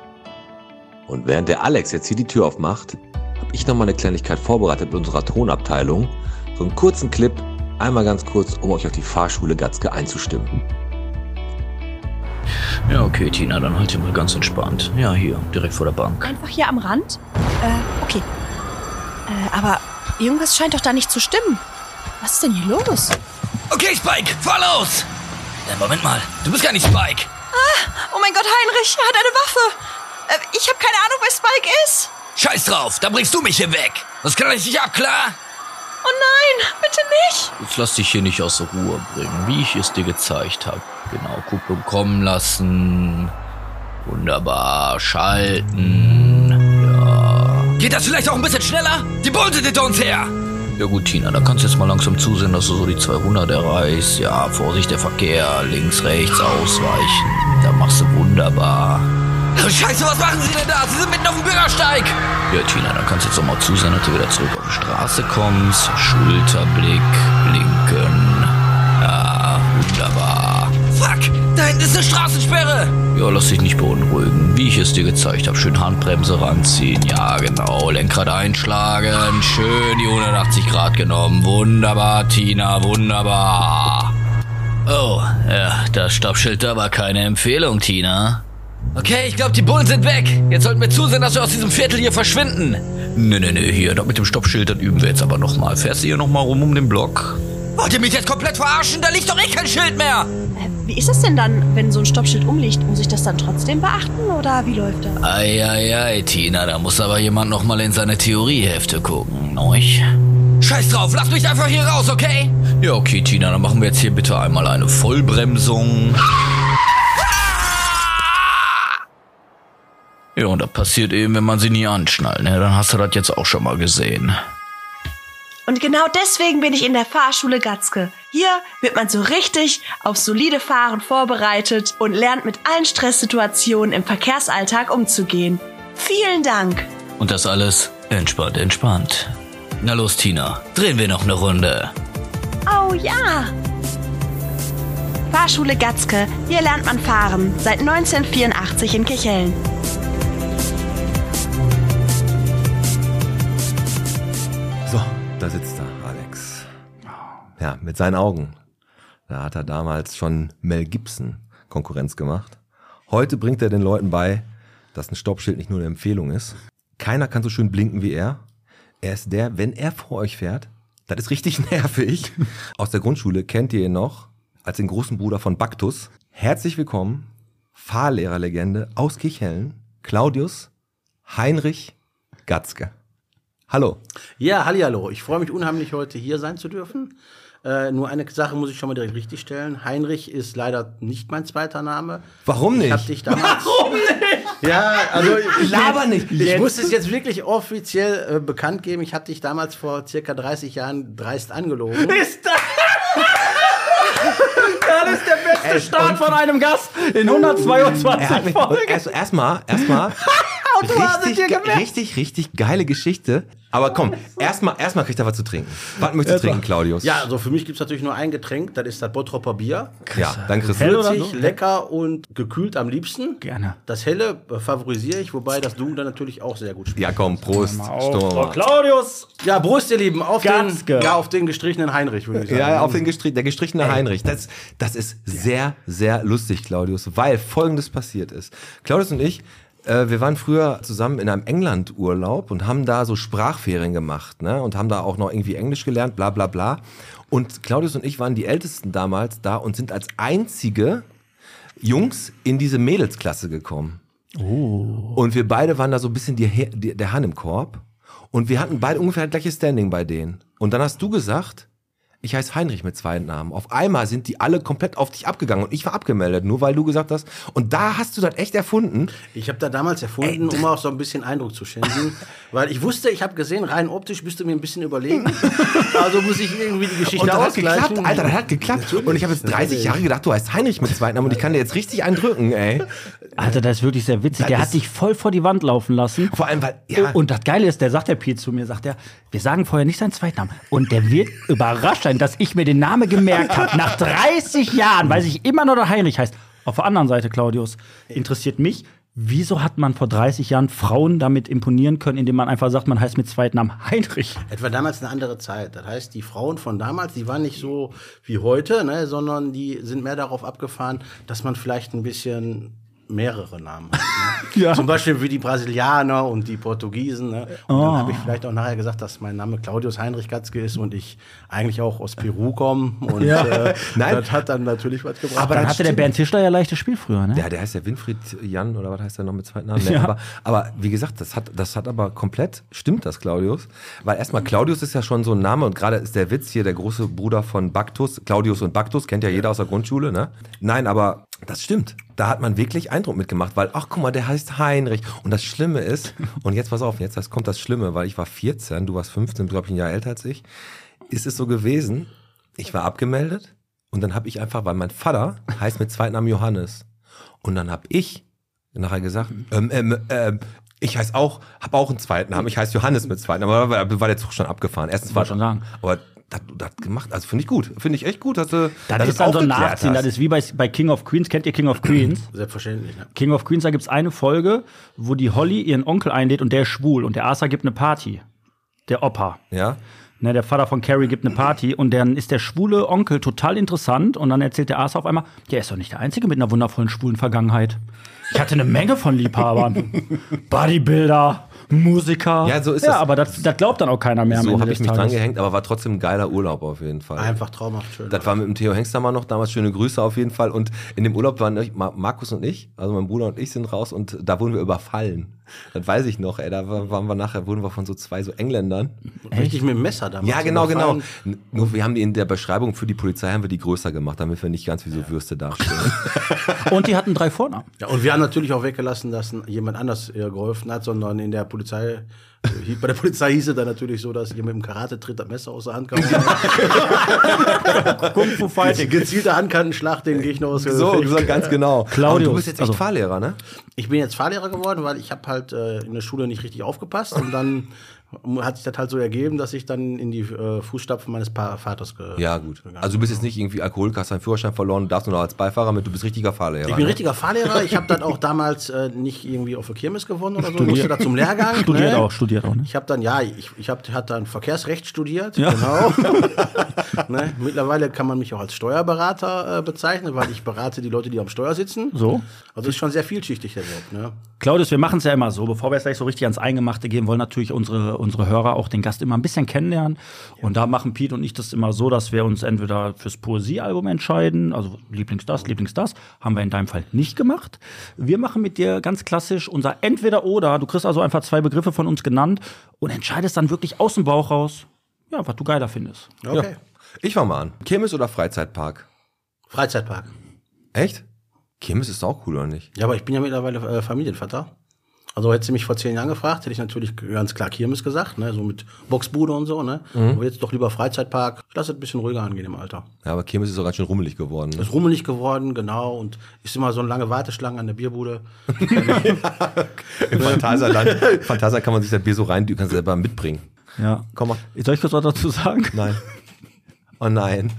Speaker 4: Und während der Alex jetzt hier die Tür aufmacht, habe ich nochmal eine Kleinigkeit vorbereitet mit unserer Tonabteilung. So einen kurzen Clip, einmal ganz kurz, um euch auf die Fahrschule Gatzke einzustimmen.
Speaker 5: Ja, okay, Tina, dann halt hier mal ganz entspannt. Ja, hier, direkt vor der Bank.
Speaker 6: Einfach hier am Rand? Äh, okay. Äh, aber irgendwas scheint doch da nicht zu stimmen. Was ist denn hier los?
Speaker 5: Okay, Spike, fahr los! Äh, Moment mal, du bist gar nicht Spike.
Speaker 6: Oh mein Gott, Heinrich, er hat eine Waffe. Äh, ich habe keine Ahnung, wer Spike ist.
Speaker 5: Scheiß drauf, dann bringst du mich hier weg. Das kann ich nicht ab, klar?
Speaker 6: Oh nein, bitte nicht.
Speaker 5: Jetzt lass dich hier nicht aus der Ruhe bringen, wie ich es dir gezeigt habe. Genau, Kupplung kommen lassen. Wunderbar, schalten. Ja. Geht das vielleicht auch ein bisschen schneller? Die Bullen sind hinter uns her! Ja gut, Tina, da kannst du jetzt mal langsam zusehen, dass du so die 200 erreichst. Ja, Vorsicht, der Verkehr. Links, rechts, ausweichen. Da machst du wunderbar. Scheiße, was machen Sie denn da? Sie sind mitten auf dem Bürgersteig! Ja, Tina, dann kannst du jetzt doch mal zusehen, dass du wieder zurück auf die Straße kommst. Schulterblick, blinken. Ja, wunderbar. Fuck, da hinten ist eine Straßensperre. Ja, lass dich nicht beunruhigen. Wie ich es dir gezeigt habe, schön Handbremse ranziehen. Ja, genau. Lenkrad einschlagen. Schön die 180 Grad genommen. Wunderbar, Tina, wunderbar. Oh, ja, das Stoppschild da war keine Empfehlung, Tina. Okay, ich glaube, die Bullen sind weg. Jetzt sollten wir zusehen, dass wir aus diesem Viertel hier verschwinden. Nee, nee, nee, hier, da mit dem Stoppschild, das üben wir jetzt aber nochmal. Fährst du hier nochmal rum um den Block? Wollt ihr mich jetzt komplett verarschen? Da liegt doch eh kein Schild mehr!
Speaker 6: Äh, wie ist das denn dann, wenn so ein Stoppschild umliegt? Muss ich das dann trotzdem beachten oder wie läuft das?
Speaker 5: Eieiei, Tina, da muss aber jemand nochmal in seine Theoriehefte gucken, neuch? Scheiß drauf, lasst mich einfach hier raus, okay? Ja, okay, Tina, dann machen wir jetzt hier bitte einmal eine Vollbremsung. Ah! Ja, und das passiert eben, wenn man sie nie anschnallt, ne? Dann hast du das jetzt auch schon mal gesehen.
Speaker 6: Und genau deswegen bin ich in der Fahrschule Gatzke. Hier wird man so richtig auf solide Fahren vorbereitet und lernt mit allen Stresssituationen im Verkehrsalltag umzugehen. Vielen Dank.
Speaker 5: Und das alles entspannt, entspannt. Na los, Tina, drehen wir noch eine Runde.
Speaker 6: Oh ja. Fahrschule Gatzke. Hier lernt man fahren. Seit 1984 in Kirchhellen.
Speaker 2: So, da sitzt er, Alex. Ja, mit seinen Augen. Da hat er damals schon Mel Gibson Konkurrenz gemacht. Heute bringt er den Leuten bei, dass ein Stoppschild nicht nur eine Empfehlung ist. Keiner kann so schön blinken wie er. Er ist der, wenn er vor euch fährt, das ist richtig nervig. Aus der Grundschule kennt ihr ihn noch als den großen Bruder von Baktus. Herzlich willkommen, Fahrlehrerlegende aus Kichellen, Claudius Heinrich Gatzke. Hallo.
Speaker 7: Ja, hallihallo. Ich freue mich unheimlich, heute hier sein zu dürfen. Äh, nur eine Sache muss ich schon mal direkt richtigstellen. Heinrich ist leider nicht mein zweiter Name.
Speaker 2: Warum
Speaker 7: Ich hab
Speaker 2: nicht?
Speaker 7: dich damals. Warum nicht? Ja, also ich
Speaker 2: Laber nicht.
Speaker 7: Ich
Speaker 2: Jetzt.
Speaker 7: muss es jetzt wirklich offiziell äh, bekannt geben. Ich hatte dich damals vor circa 30 Jahren dreist angelogen.
Speaker 3: Ist das? das ist der beste Start von einem Gast in 122
Speaker 2: Er hat mich, und erst, erstmal, erstmal. Richtig, ge- richtig, richtig geile Geschichte. Aber komm, erstmal, erstmal kriegt er was zu trinken. Was möchtest du trinken, Claudius?
Speaker 7: Ja, also für mich gibt es natürlich nur ein Getränk. Das ist das Bottroper Bier.
Speaker 2: ja dann kriegst
Speaker 3: Hell
Speaker 2: du.
Speaker 3: oder
Speaker 7: Würzig,
Speaker 3: so?
Speaker 7: lecker und gekühlt am liebsten.
Speaker 3: Gerne.
Speaker 7: Das Helle äh, favorisiere ich, wobei das Dunkle natürlich auch sehr gut schmeckt.
Speaker 2: Ja, komm, Prost. Sturm.
Speaker 3: Claudius!
Speaker 7: Ja, Brust, ihr Lieben, auf den,
Speaker 3: Gatzke.
Speaker 7: ja, auf den gestrichenen Heinrich, würde ich sagen.
Speaker 2: Ja, ja, auf den gestrichen, der gestrichene Heinrich. Das, das ist sehr, sehr lustig, Claudius, weil folgendes passiert ist. Claudius und ich, äh, wir waren früher zusammen in einem England-Urlaub und haben da so Sprachferien gemacht, ne? Und haben da auch noch irgendwie Englisch gelernt, bla bla bla. Und Claudius und ich waren die Ältesten damals da und sind als einzige Jungs in diese Mädelsklasse gekommen. Und wir beide waren da so ein bisschen die, He- die, der Hahn im Korb. Und wir hatten beide ungefähr das gleiche Standing bei denen. Und dann hast du gesagt, ich heiße Heinrich mit zwei Namen. Auf einmal sind die alle komplett auf dich abgegangen und ich war abgemeldet, nur weil du gesagt hast. Und da hast du das echt erfunden.
Speaker 7: Ich habe da damals erfunden, um auch so ein bisschen Eindruck zu schinden, weil ich wusste, ich habe gesehen, rein optisch bist du mir ein bisschen überlegen. also muss ich irgendwie die Geschichte
Speaker 2: Und das hat
Speaker 7: ausgleichen.
Speaker 2: geklappt, Alter, das hat geklappt.
Speaker 7: Natürlich,
Speaker 2: und ich habe jetzt 30
Speaker 7: natürlich.
Speaker 2: Jahre gedacht, du heißt Heinrich mit zwei Namen und ich kann dir jetzt richtig einen drücken, ey.
Speaker 3: Alter, das ist wirklich sehr witzig. der hat dich voll vor die Wand laufen lassen.
Speaker 2: Vor allem, weil, ja.
Speaker 3: Und das Geile ist, der sagt der Piet zu mir, sagt er, wir sagen vorher nicht seinen Zweitnamen. Und der wird überrascht sein, dass ich mir den Namen gemerkt habe. Nach 30 Jahren weiß ich immer noch, dass Heinrich heißt. Auf der anderen Seite, Claudius, interessiert mich, wieso hat man vor 30 Jahren Frauen damit imponieren können, indem man einfach sagt, man heißt mit Zweitnamen Heinrich?
Speaker 7: Etwa damals eine andere Zeit. Das heißt, die Frauen von damals, die waren nicht so wie heute, ne, sondern die sind mehr darauf abgefahren, dass man vielleicht ein bisschen mehrere Namen hat. Ne? Zum Beispiel wie die Brasilianer und die Portugiesen. Ne? Und dann
Speaker 2: Ah.
Speaker 7: habe ich vielleicht auch nachher gesagt, dass mein Name Claudius Heinrich Gatzke ist und ich eigentlich auch aus Peru komme. Und äh,
Speaker 2: Nein.
Speaker 7: das hat dann natürlich was gebracht.
Speaker 3: Aber dann hatte der Bernd Tischler ja leichtes Spiel früher, ne?
Speaker 2: Ja, der heißt ja Winfried Jan oder was heißt er noch mit zweiten Namen? Nee, aber, aber wie gesagt, das hat, das hat aber komplett, stimmt das, Claudius? Weil erstmal, Claudius ist ja schon so ein Name und gerade ist der Witz hier, der große Bruder von Baktus. Claudius und Baktus kennt ja jeder aus der Grundschule, ne? Nein, aber das stimmt. Da hat man wirklich Eindruck mitgemacht, weil, ach guck mal, der heißt Heinrich. Und das Schlimme ist, und jetzt pass auf, jetzt das kommt das Schlimme, weil ich war 14, du warst 15, glaube ich, ein Jahr älter als ich. Ist es so gewesen, ich war abgemeldet und dann habe ich einfach, weil mein Vater heißt mit zweiten Namen Johannes. Und dann habe ich nachher gesagt, ähm, ähm, ähm, ich heiße auch, habe auch einen zweiten Namen. Ich heiße Johannes mit zweiten Namen. Aber da war der Zug schon abgefahren. Erstens war
Speaker 3: Wollte schon sagen.
Speaker 2: Aber das, das gemacht, also finde ich gut. Finde ich echt gut, dass du
Speaker 3: Das,
Speaker 2: dass du
Speaker 3: ist dann so ein
Speaker 2: aufgeklärt
Speaker 3: Nachziehen.
Speaker 2: hast.
Speaker 3: Das ist wie bei, bei King of Queens. Kennt ihr King of Queens?
Speaker 7: Selbstverständlich. Ne?
Speaker 3: King of Queens, da gibt's eine Folge, wo die Holly ihren Onkel einlädt und der ist schwul und der Arthur gibt eine Party. Der Opa.
Speaker 2: Ja.
Speaker 3: Ne, der Vater von Carrie gibt eine Party und dann ist der schwule Onkel total interessant und dann erzählt der Arthur auf einmal, der ist doch nicht der Einzige mit einer wundervollen schwulen Vergangenheit. Ich hatte eine Menge von Liebhabern. Bodybuilder, Musiker.
Speaker 2: Ja, so ist
Speaker 3: ja,
Speaker 2: das.
Speaker 3: aber das, das glaubt dann auch keiner mehr am
Speaker 2: So
Speaker 3: Ende
Speaker 2: habe ich
Speaker 3: des
Speaker 2: mich dran
Speaker 3: Tages.
Speaker 2: gehängt, aber war trotzdem ein geiler Urlaub auf jeden Fall.
Speaker 7: Einfach traumhaft schön.
Speaker 2: Das war mit dem Theo Hengstermann noch damals. Schöne Grüße auf jeden Fall. Und in dem Urlaub waren ich, Ma- Markus und ich, also mein Bruder und ich, sind raus und da wurden wir überfallen. Das weiß ich noch, ey. Da wa- waren wir nachher, wurden wir von so zwei so Engländern.
Speaker 7: Richtig mit dem Messer damals.
Speaker 2: Ja, genau, genau.
Speaker 7: überfallen.
Speaker 2: N- Nur wir haben die in der Beschreibung für die Polizei haben wir die größer gemacht, damit wir nicht ganz wie so Würste dastehen.
Speaker 3: Und die hatten drei Vornamen.
Speaker 7: Ja, und wir haben natürlich auch weggelassen, dass jemand anders ihr geholfen hat, sondern in der Polizei, äh, bei der Polizei hieß es dann natürlich so, dass ihr mit dem Karate-Tritt das Messer aus der Hand kam.
Speaker 3: Kung Fu Fighting.
Speaker 7: Gezielter Handkantenschlag den Gegner aus
Speaker 2: so, so, ganz genau.
Speaker 3: Claudius,
Speaker 2: Aber du bist jetzt echt
Speaker 3: also-
Speaker 2: Fahrlehrer, ne?
Speaker 7: Ich bin jetzt Fahrlehrer geworden, weil ich habe halt äh, in der Schule nicht richtig aufgepasst und dann hat sich das halt so ergeben, dass ich dann in die äh, Fußstapfen meines pa Vaters ge
Speaker 2: Ja, gut. Also du bist jetzt nicht irgendwie Alkoholiker, hast deinen Führerschein verloren, darfst nur noch als Beifahrer mit, du bist richtiger Fahrlehrer.
Speaker 7: Ich bin
Speaker 2: ne?
Speaker 7: richtiger Fahrlehrer. Ich habe dann auch damals äh, nicht irgendwie auf der Kirmes gewonnen oder so. Musste da zum Lehrgang.
Speaker 3: Studiert
Speaker 7: ne?
Speaker 3: auch, studiert auch, ne?
Speaker 7: Ich habe dann, ja, ich, ich habe hat dann Verkehrsrecht studiert. Genau. ne? Mittlerweile kann man mich auch als Steuerberater äh, bezeichnen, weil ich berate die Leute, die am Steuer sitzen.
Speaker 3: So.
Speaker 7: Also ist schon sehr vielschichtig der Job. Ne?
Speaker 3: Claudius, wir machen es ja immer so. Bevor wir jetzt gleich so richtig ans Eingemachte gehen, wollen natürlich unsere, unsere Hörer auch den Gast immer ein bisschen kennenlernen. Und da machen Pete und ich das immer so, dass wir uns entweder fürs Poesiealbum entscheiden, also Lieblings das, Lieblings das, haben wir in deinem Fall nicht gemacht. Wir machen mit dir ganz klassisch unser Entweder-Oder. Du kriegst also einfach zwei Begriffe von uns genannt und entscheidest dann wirklich aus dem Bauch raus, ja, was du geiler findest.
Speaker 7: Okay.
Speaker 2: Ich fange mal an. Kirmes oder Freizeitpark?
Speaker 7: Freizeitpark.
Speaker 2: Echt? Kirmes ist auch cool, oder nicht?
Speaker 7: Ja, aber ich bin ja mittlerweile äh, Familienvater. Also hättest du mich vor zehn Jahren gefragt, hätte ich natürlich ganz klar Kirmes gesagt, ne? so mit Boxbude und so. Ne?
Speaker 3: Mhm.
Speaker 7: Aber jetzt doch lieber Freizeitpark. Lass es ein bisschen ruhiger angehen im Alter.
Speaker 2: Ja, aber Kirmes ist auch ganz schön rummelig geworden. Ne?
Speaker 7: Ist rummelig geworden, genau. Und ist immer so eine lange Warteschlange an der Bierbude.
Speaker 2: Im Phantasialand. Phantasialand kann man sich das Bier so rein, du kannst es selber mitbringen.
Speaker 3: Ja.
Speaker 2: Komm mal.
Speaker 3: Soll ich kurz was dazu sagen?
Speaker 2: Nein. Oh nein.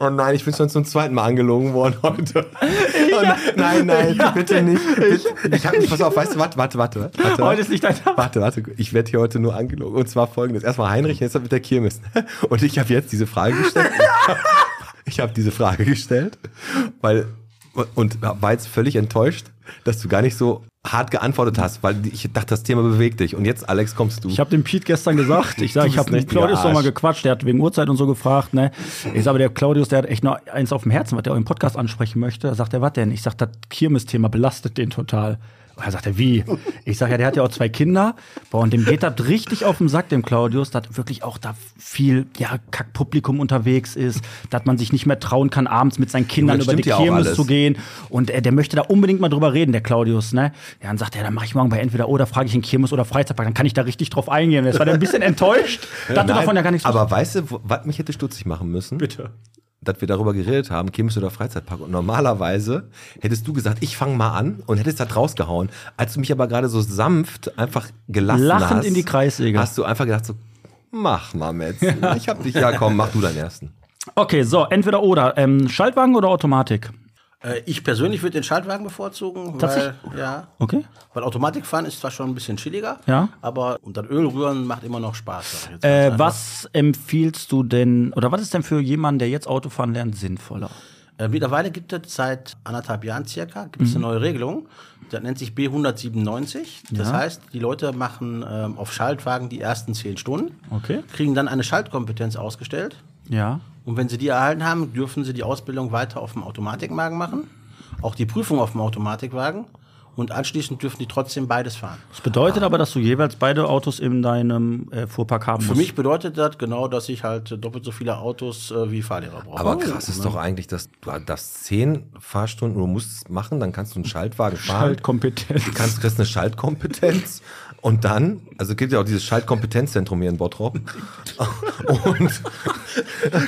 Speaker 2: Oh nein, ich bin schon zum zweiten Mal angelogen worden heute. Oh nein, nein, bitte nicht. Bitte. Ich hab, pass auf, weißt du, warte, warte, warte. warte
Speaker 3: Heute ist nicht dein Tag.
Speaker 2: Warte, warte, ich werde hier heute nur angelogen. Und zwar folgendes. Erstmal Heinrich, jetzt mit der Kirmes. Und ich habe jetzt diese Frage gestellt. Ich habe diese Frage gestellt, weil und war jetzt völlig enttäuscht, dass du gar nicht so hart geantwortet hast, weil ich dachte, das Thema bewegt dich. Und jetzt, Alex, kommst du.
Speaker 3: Ich habe dem Pete gestern gesagt, ich sage,
Speaker 2: Du
Speaker 3: ich
Speaker 2: bist
Speaker 3: habe mit
Speaker 2: ein richtiger
Speaker 3: Claudius
Speaker 2: Arsch.
Speaker 3: nochmal gequatscht, der hat wegen Uhrzeit und so gefragt, ne? Ich sage, aber der Claudius, der hat echt noch eins auf dem Herzen, was der auch im Podcast ansprechen möchte. Da sagt er, was denn? Ich sage, das Kirmes-Thema belastet den total. Und er sagt er, wie? Ich sage, ja, der hat ja auch zwei Kinder. Boah, und dem geht das richtig auf den Sack, dem Claudius, dass wirklich auch da viel, ja, Kackpublikum unterwegs ist, dass man sich nicht mehr trauen kann, abends mit seinen Kindern
Speaker 2: das
Speaker 3: über die
Speaker 2: stimmt ja auch
Speaker 3: Kirmes
Speaker 2: alles.
Speaker 3: zu gehen gehen. Und äh, der möchte da unbedingt mal drüber reden, der Claudius, ne? Ja, dann sagt er, dann mache ich morgen bei entweder oder frage ich den Kirmes oder Freizeitpark, dann kann ich da richtig drauf eingehen. Das war der ein bisschen enttäuscht. Dachte
Speaker 2: Äh, Nein,
Speaker 3: davon ja gar nichts.
Speaker 2: Aber weißt du, wo- was mich hätte stutzig machen müssen? Bitte. Dass wir darüber geredet haben, Kirmes oder Freizeitpark. Und normalerweise hättest du gesagt, ich fange mal an und hättest das rausgehauen. Als du mich aber gerade so sanft einfach gelassen
Speaker 3: Lachend
Speaker 2: hast.
Speaker 3: in die Kreissäge.
Speaker 2: Hast du einfach gedacht so, mach mal, Metz. Ich hab dich, ja komm, mach du deinen ersten.
Speaker 3: okay, so, entweder oder. Ähm, Schaltwagen oder Automatik?
Speaker 7: Äh, ich persönlich würde den Schaltwagen bevorzugen, weil,
Speaker 3: Tatsächlich?
Speaker 7: ja,
Speaker 3: Okay.
Speaker 7: weil Automatikfahren ist zwar schon ein bisschen chilliger,
Speaker 3: Ja.
Speaker 7: aber und dann Öl rühren macht immer noch Spaß. sag ich jetzt ganz
Speaker 3: Äh,
Speaker 7: einfach.
Speaker 3: was empfiehlst du denn, oder was ist denn für jemanden, der jetzt Autofahren lernt, sinnvoller?
Speaker 7: Äh, mittlerweile gibt es seit anderthalb Jahren circa gibt es
Speaker 2: Mhm.
Speaker 7: eine neue Regelung. Das nennt sich B197. Das heißt, die Leute machen ähm, auf Schaltwagen die ersten zehn Stunden,
Speaker 3: Okay.
Speaker 7: kriegen dann eine Schaltkompetenz ausgestellt.
Speaker 3: Ja.
Speaker 7: Und wenn sie die erhalten haben, dürfen sie die Ausbildung weiter auf dem Automatikwagen machen, auch die Prüfung auf dem Automatikwagen. Und anschließend dürfen die trotzdem beides fahren.
Speaker 3: Das bedeutet aber, dass du jeweils beide Autos in deinem äh, Fuhrpark haben
Speaker 7: Für
Speaker 3: musst.
Speaker 7: mich bedeutet das genau, dass ich halt äh, doppelt so viele Autos äh, wie Fahrlehrer
Speaker 3: Oh,
Speaker 7: brauche.
Speaker 2: Aber krass ist doch eigentlich, dass du darfst zehn Fahrstunden, du musst es machen, dann kannst du einen Schaltwagen fahren.
Speaker 3: Schaltkompetenz.
Speaker 2: Du kannst, kriegst eine Schaltkompetenz und dann, also es gibt ja auch dieses Schaltkompetenzzentrum hier in Bottrop. Und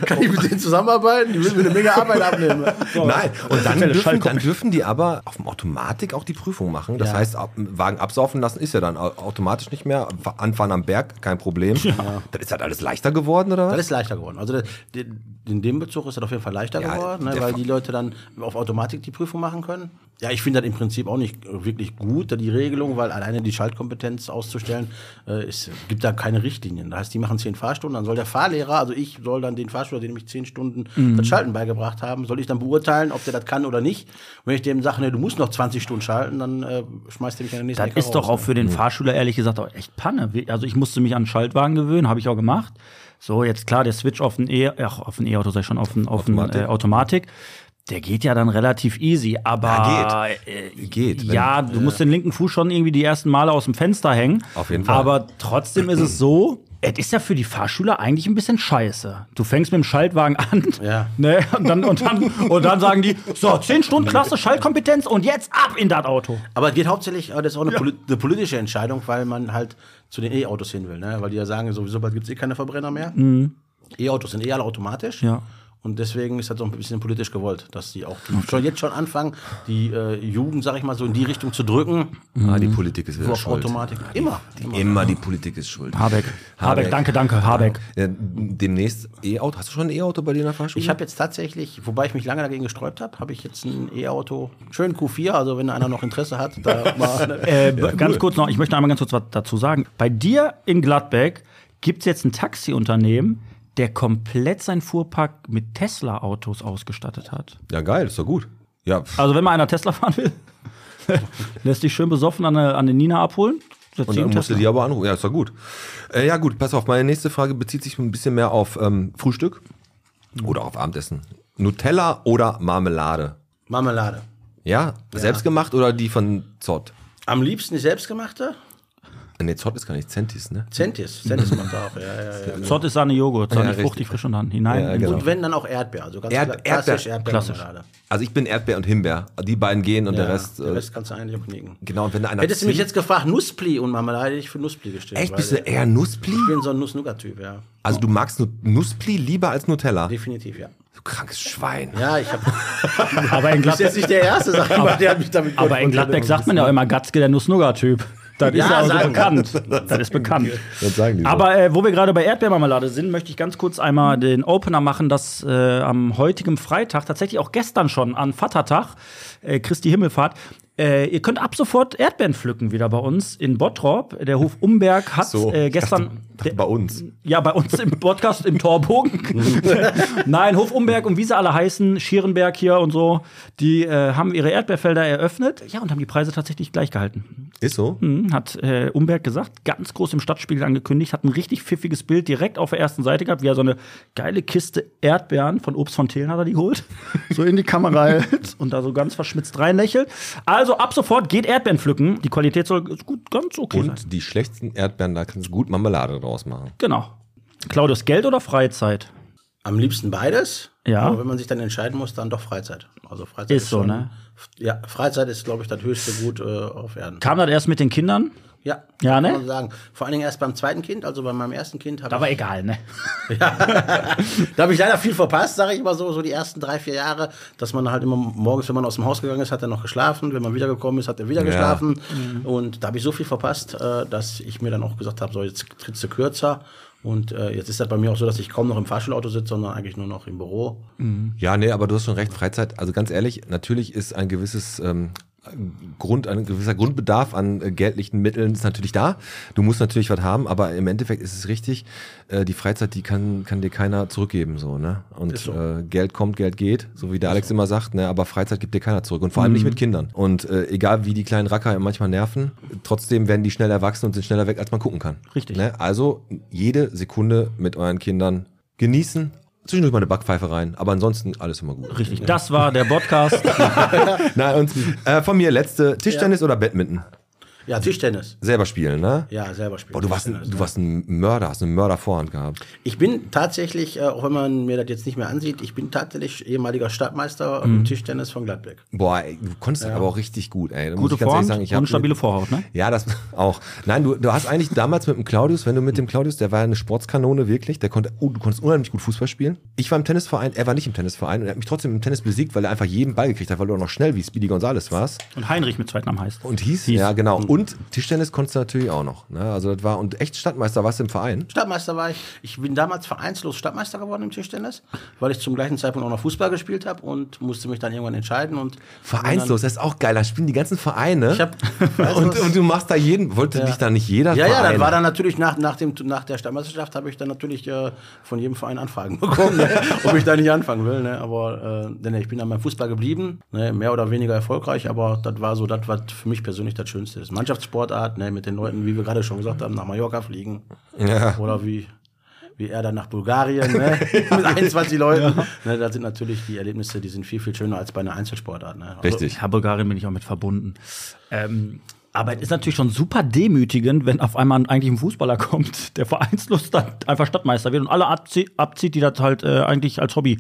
Speaker 7: kann ich mit denen zusammenarbeiten? Die würden mir eine Menge Arbeit abnehmen.
Speaker 2: Nein, und dann
Speaker 3: Offizielle
Speaker 2: dürfen, dann
Speaker 3: Schaltkompetenz.
Speaker 2: dürfen die aber auf dem Automatik auch die Prüfung machen. Das heißt, ab, Wagen absaufen lassen ist ja dann au- automatisch nicht mehr. Anfahren am Berg, kein Problem. Dann ist halt alles leichter geworden, oder
Speaker 7: Das
Speaker 2: was?
Speaker 7: ist leichter geworden. Also das- den- in dem Bezug ist das auf jeden Fall leichter
Speaker 2: Ja,
Speaker 7: geworden, ne,
Speaker 2: der
Speaker 7: weil
Speaker 2: Fa-
Speaker 7: die Leute dann auf Automatik die Prüfung machen können. Ja, ich finde das im Prinzip auch nicht äh, wirklich gut, die Regelung, weil alleine die Schaltkompetenz auszustellen, äh, es gibt da keine Richtlinien. Das heißt, die machen zehn Fahrstunden, dann soll der Fahrlehrer, also ich soll dann den Fahrschüler, dem ich zehn Stunden
Speaker 3: Mhm.
Speaker 7: das Schalten beigebracht haben, soll ich dann beurteilen, ob der das kann oder nicht. Und wenn ich dem sage, ne, du musst noch 20 Stunden schalten, dann äh, schmeißt er mich an den nächsten
Speaker 3: Das
Speaker 7: Ecke
Speaker 3: ist doch auch
Speaker 7: raus,
Speaker 3: für den Fahrschüler ehrlich gesagt auch echt Panne. Wie- Also ich musste mich an den Schaltwagen gewöhnen, habe ich auch gemacht. So, jetzt klar, der Switch auf den E, ach, auf den E-Auto sei schon auf den, auf den
Speaker 2: Automatik.
Speaker 3: Automatik. Äh, Automatik. Der geht ja dann relativ easy, aber
Speaker 2: Ja,
Speaker 3: äh,
Speaker 2: Geht, wenn-
Speaker 3: ja, du musst den linken Fuß schon irgendwie die ersten Male aus dem Fenster hängen.
Speaker 2: Auf jeden Fall.
Speaker 3: Aber trotzdem ist es so, es ist ja für die Fahrschüler eigentlich ein bisschen scheiße. Du fängst mit dem Schaltwagen an,
Speaker 7: Ja.
Speaker 3: ne, und, dann, und, dann, und dann sagen die, so, 10 Stunden Klasse Schaltkompetenz und jetzt ab in das Auto.
Speaker 7: Aber es geht hauptsächlich, aber das ist auch eine, poli eine politische Entscheidung, weil man halt zu den E-Autos hin will, ne? Weil die ja sagen, sowieso bald gibt es eh keine Verbrenner mehr. E-Autos sind eh alle automatisch.
Speaker 3: Ja.
Speaker 7: Und deswegen ist das so ein bisschen politisch gewollt, dass die auch schon jetzt schon anfangen, die äh, Jugend, sag ich mal, so in die Richtung zu drücken.
Speaker 2: Ah,
Speaker 3: Mhm.
Speaker 2: die Politik ist wieder
Speaker 7: Auf
Speaker 2: schuld.
Speaker 7: Automatik. Immer. Immer.
Speaker 2: Immer die Politik ist schuld.
Speaker 3: Habeck. Habeck, danke, danke, Habeck.
Speaker 2: Ja, demnächst E-Auto. Hast du schon ein E-Auto bei dir in der Fahrschule?
Speaker 7: Ich habe jetzt tatsächlich, wobei ich mich lange dagegen gesträubt habe, habe ich jetzt ein E-Auto, schön Q4, also wenn einer noch Interesse hat, da mal
Speaker 3: Äh, b- Ganz kurz noch, ich möchte einmal ganz kurz was dazu sagen. Bei dir in Gladbeck gibt es jetzt ein Taxiunternehmen, der komplett seinen Fuhrpark mit Tesla-Autos ausgestattet hat.
Speaker 2: Ja, geil, ist doch gut. Ja, pff.
Speaker 3: Also wenn mal einer Tesla fahren will, lässt dich schön besoffen an eine, an eine Nina abholen. setzt
Speaker 2: und
Speaker 3: dich in
Speaker 2: dann
Speaker 3: den
Speaker 2: musst du
Speaker 3: Tesla.
Speaker 2: die aber anrufen. Ja, ist doch gut. Äh, ja, gut, pass auf. Meine nächste Frage bezieht sich ein bisschen mehr auf ähm, Frühstück oder auf Abendessen. Nutella oder Marmelade?
Speaker 7: Marmelade.
Speaker 2: Ja, selbstgemacht oder die von Zott?
Speaker 7: Am liebsten die selbstgemachte?
Speaker 2: Nee, Zott ist gar nicht Centis, ne?
Speaker 7: Zentis. Zentis macht er auch, ja, ja, ja.
Speaker 3: Zott ist seine Joghurt, seine
Speaker 2: Ja, richtig.
Speaker 3: fruchtig frisch und dann hinein.
Speaker 2: Ja,
Speaker 3: in
Speaker 2: genau.
Speaker 7: Und wenn dann auch Erdbeer, also ganz
Speaker 2: Erd-
Speaker 7: kla- klassisch
Speaker 2: Erdbeer.
Speaker 7: Erdbeermarmelade.
Speaker 2: Also ich bin Erdbeer und Himbeer. Die beiden gehen und der
Speaker 7: Ja,
Speaker 2: Rest.
Speaker 7: der
Speaker 2: Äh,
Speaker 7: Rest kannst du eigentlich auch knicken.
Speaker 2: genau, und wenn einer.
Speaker 7: Hättest du mich
Speaker 2: Zwie-
Speaker 7: jetzt gefragt, Nusspli und Marmelade, hätte ich für Nusspli gestimmt.
Speaker 2: Echt?
Speaker 7: weil
Speaker 2: Bist du eher Nusspli?
Speaker 7: Ich bin so ein Nuss-Nougat-Typ, ja.
Speaker 2: Also du magst Nu- Nusspli lieber als Nutella? Du
Speaker 7: Definitiv, ja.
Speaker 2: krankes Schwein.
Speaker 7: Ja, ich habe.
Speaker 3: Tesla. Aber in
Speaker 7: Das ist jetzt
Speaker 3: Gladbeck,
Speaker 7: nicht der erste, sag ich mal, der hat mich damit
Speaker 3: aber in Gladbeck sagt man ja auch immer Gatzke, der Nuss-Nougat-Typ. Das ist
Speaker 7: Ja,
Speaker 3: ja auch so
Speaker 7: sagen-
Speaker 3: bekannt. Das ist bekannt.
Speaker 2: Das sagen die so.
Speaker 3: Aber äh, wo wir gerade bei Erdbeermarmelade sind, möchte ich ganz kurz einmal den Opener machen, dass äh, am heutigen Freitag, tatsächlich auch gestern schon an Vatertag, äh, Christi Himmelfahrt, äh, ihr könnt ab sofort Erdbeeren pflücken wieder bei uns in Bottrop. Der Hof Umberg hat
Speaker 2: So,
Speaker 3: äh,
Speaker 2: ich dachte-
Speaker 3: gestern. der-
Speaker 2: Bei uns.
Speaker 3: ja, bei uns im Podcast im Torbogen. Nein, Hof Umberg und wie sie alle heißen, Schierenberg hier und so, die äh, haben ihre Erdbeerfelder eröffnet. Ja, und haben die Preise tatsächlich gleich gehalten.
Speaker 2: Ist so?
Speaker 3: Mhm, hat äh, Umberg gesagt, ganz groß im Stadtspiegel angekündigt, hat ein richtig pfiffiges Bild direkt auf der ersten Seite gehabt, wie er so eine geile Kiste Erdbeeren von Obst von Thelen hat er die geholt, so in die Kamera
Speaker 2: halt.
Speaker 3: hält und da so ganz verschmitzt reinlächelt. Also ab sofort geht Erdbeeren pflücken. Die Qualität soll gut, ganz okay sein.
Speaker 2: Und die schlechtesten Erdbeeren, da kannst du gut Marmelade draus machen.
Speaker 3: Genau. Claudius, Geld oder Freizeit?
Speaker 7: Am liebsten beides.
Speaker 3: Ja.
Speaker 7: Aber wenn man sich dann entscheiden muss, dann doch Freizeit. Also Freizeit
Speaker 3: Ist so,
Speaker 7: schon-
Speaker 3: ne?
Speaker 7: Ja, Freizeit ist, glaube ich, das höchste Gut äh, auf Erden.
Speaker 3: Kam das erst mit den Kindern?
Speaker 7: Ja.
Speaker 3: Ja,
Speaker 7: kann
Speaker 3: ne?
Speaker 7: man sagen. Vor allen Dingen erst beim zweiten Kind, also bei meinem ersten Kind habe
Speaker 3: Da war egal, ne?
Speaker 7: Da habe ich leider viel verpasst, sage ich mal so, so die ersten drei, vier Jahre, dass man halt immer morgens, wenn man aus dem Haus gegangen ist, hat er noch geschlafen, wenn man wiedergekommen ist, hat er wieder
Speaker 2: Ja.
Speaker 7: geschlafen. Und da habe ich so viel verpasst, äh, dass ich mir dann auch gesagt habe, so jetzt trittst du kürzer. Und äh, jetzt ist das bei mir auch so, dass ich kaum noch im Fahrschulauto sitze, sondern eigentlich nur noch im Büro.
Speaker 2: Ja, nee, aber du hast schon recht, Freizeit. Also ganz ehrlich, natürlich ist ein gewisses ähm, Grund, ein gewisser Grundbedarf an äh, geldlichen Mitteln ist natürlich da. Du musst natürlich was haben, aber im Endeffekt ist es richtig, äh, die Freizeit, die kann, kann dir keiner zurückgeben, so, ne? Und äh, Geld kommt, Geld geht, so wie der Alex immer sagt, ne? Aber Freizeit gibt dir keiner zurück und vor allem nicht mit Kindern. Und äh, egal wie die kleinen Racker manchmal nerven, trotzdem werden die schnell erwachsen und sind schneller weg, als man gucken kann.
Speaker 3: Richtig.
Speaker 2: Ne? Also jede Sekunde mit euren Kindern genießen. Zwischendurch mal eine Backpfeife rein, aber ansonsten alles immer gut.
Speaker 3: Richtig. Das war der Podcast.
Speaker 2: Nein, und äh, von mir letzte, Tischtennis oder Badminton?
Speaker 7: Ja, Tischtennis.
Speaker 2: Selber spielen, ne?
Speaker 7: Ja, selber spielen.
Speaker 2: Boah, du warst, ein,
Speaker 7: Tischtennis,
Speaker 2: du
Speaker 7: ne?
Speaker 2: warst ein Mörder, hast eine Mördervorhand gehabt.
Speaker 7: Ich bin tatsächlich, äh, auch wenn man mir das jetzt nicht mehr ansieht, ich bin tatsächlich ehemaliger Stadtmeister
Speaker 2: Mhm.
Speaker 7: im Tischtennis von Gladbeck.
Speaker 2: Boah, ey, du konntest das aber auch richtig gut, ey. Da muss
Speaker 3: Gute
Speaker 2: ich ganz ehrlich
Speaker 3: Form
Speaker 2: sagen, ich hab-
Speaker 3: und stabile Vorhaut, ne?
Speaker 2: Ja, das auch. Nein, du, du hast eigentlich damals mit dem Claudius, wenn du mit dem Claudius, der war ja eine Sportskanone wirklich, der konnte, oh, du konntest unheimlich gut Fußball spielen. Ich war im Tennisverein, er war nicht im Tennisverein und er hat mich trotzdem im Tennis besiegt, weil er einfach jeden Ball gekriegt hat, weil du auch noch schnell wie Speedy Gonzales warst.
Speaker 3: Und Heinrich mit zweiten Namen heißt.
Speaker 2: Und hieß, ja genau. Und Tischtennis konntest du natürlich auch noch. Ne? Also das war, und echt Stadtmeister warst du im Verein.
Speaker 7: Stadtmeister war ich. Ich bin damals vereinslos Stadtmeister geworden im Tischtennis, weil ich zum gleichen Zeitpunkt auch noch Fußball gespielt habe und musste mich dann irgendwann entscheiden. Und
Speaker 2: Vereinslos, das ist auch geil. Da spielen die ganzen Vereine.
Speaker 7: Ich hab-
Speaker 2: und, und du machst da jeden. Wollte dich da nicht jeder
Speaker 7: Ja, ja,
Speaker 2: Verein?
Speaker 7: dann war dann natürlich nach, nach, dem, nach der Stadtmeisterschaft habe ich dann natürlich äh, von jedem Verein Anfragen bekommen, ne? ob ich da nicht anfangen will. Ne? Aber äh, denn ich bin dann beim Fußball geblieben, ne? mehr oder weniger erfolgreich, aber das war so das, was für mich persönlich das Schönste ist. Mannschaftssportart, ne? mit den Leuten, wie wir gerade schon gesagt haben, nach Mallorca fliegen. Oder wie, wie er dann nach Bulgarien ne? mit 21 Leuten. Ne, da sind natürlich die Erlebnisse, die sind viel, viel schöner als bei einer Einzelsportart. Ne? Also,
Speaker 4: Richtig.
Speaker 3: Ja, Bulgarien bin ich auch mit verbunden. Ähm, aber es ist natürlich schon super demütigend, wenn auf einmal eigentlich ein Fußballer kommt, der vereinslos dann einfach Stadtmeister wird und alle abzie abzieht, die das halt äh, eigentlich als Hobby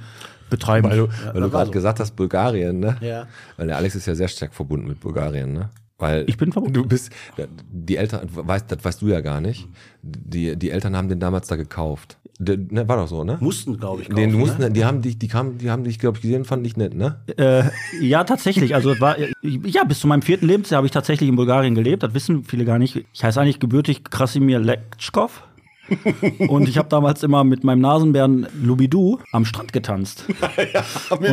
Speaker 3: betreiben.
Speaker 2: Weil du, weil du
Speaker 7: war
Speaker 2: gerade
Speaker 7: so.
Speaker 2: gesagt hast, Bulgarien, ne?
Speaker 7: Ja.
Speaker 2: Weil der Alex ist ja sehr stark verbunden mit Bulgarien, ne? Weil
Speaker 3: Ich bin verbunden.
Speaker 2: Du bist, die Eltern, weißt, das weißt du ja gar nicht. Die, die Eltern haben den damals da gekauft. Der, ne, war doch so, ne?
Speaker 7: mussten, glaube ich,
Speaker 2: den, du musst,
Speaker 7: ne?
Speaker 2: ne? Die haben dich, die kamen, die haben dich, glaube ich, gesehen, fanden dich nett, ne?
Speaker 3: ja, tatsächlich. Also es war ja bis zu meinem vierten Lebensjahr habe ich tatsächlich in Bulgarien gelebt. Das wissen viele gar nicht. Ich heiße eigentlich gebürtig Krasimir Lekchkov. und ich habe damals immer mit meinem Nasenbären Lubidu am Strand getanzt.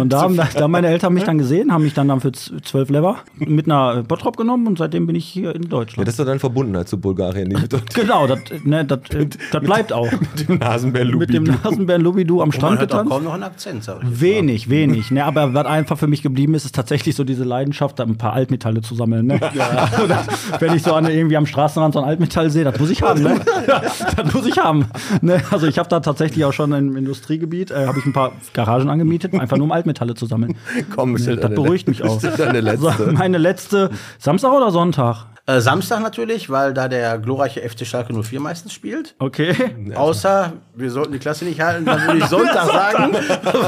Speaker 3: und da haben, da haben meine Eltern mich dann gesehen, haben mich dann, dann für z- zwölf Lever mit einer Bottrop genommen und seitdem bin ich hier in
Speaker 2: Ja,
Speaker 3: Deutschland.
Speaker 2: das ist doch dann Verbundenheit zu Bulgarien, die mit dort
Speaker 3: genau, das ne, das, äh, das bleibt auch.
Speaker 2: dem Nasenbär
Speaker 3: Mit dem Nasenbären Lubidu am
Speaker 7: Man
Speaker 3: Strand
Speaker 7: hört auch
Speaker 3: getanzt.
Speaker 7: kaum noch einen Akzent, sag ich. jetzt mal.
Speaker 3: Wenig, wenig. Ne, aber was einfach für mich geblieben ist, ist tatsächlich so diese Leidenschaft, da ein paar Altmetalle zu sammeln. Ne? Also das, wenn ich so an, irgendwie am Straßenrand so ein Altmetall sehe, das muss ich haben. Ne? das muss ich haben. Ne? Also ich habe da tatsächlich auch schon im Industriegebiet, äh, habe ich ein paar Garagen angemietet, einfach nur um Altmetalle zu sammeln.
Speaker 2: Komm, ist
Speaker 3: ne,
Speaker 2: das
Speaker 3: das
Speaker 2: deine
Speaker 3: beruhigt mich auch.
Speaker 2: Ist das deine letzte?
Speaker 3: So, meine letzte Samstag oder Sonntag?
Speaker 7: Äh, Samstag natürlich, weil da der glorreiche FC Schalke 04 meistens spielt.
Speaker 2: Ne.
Speaker 3: Okay.
Speaker 7: Außer wir sollten die Klasse nicht halten, dann würde ich also- Sonntag sagen,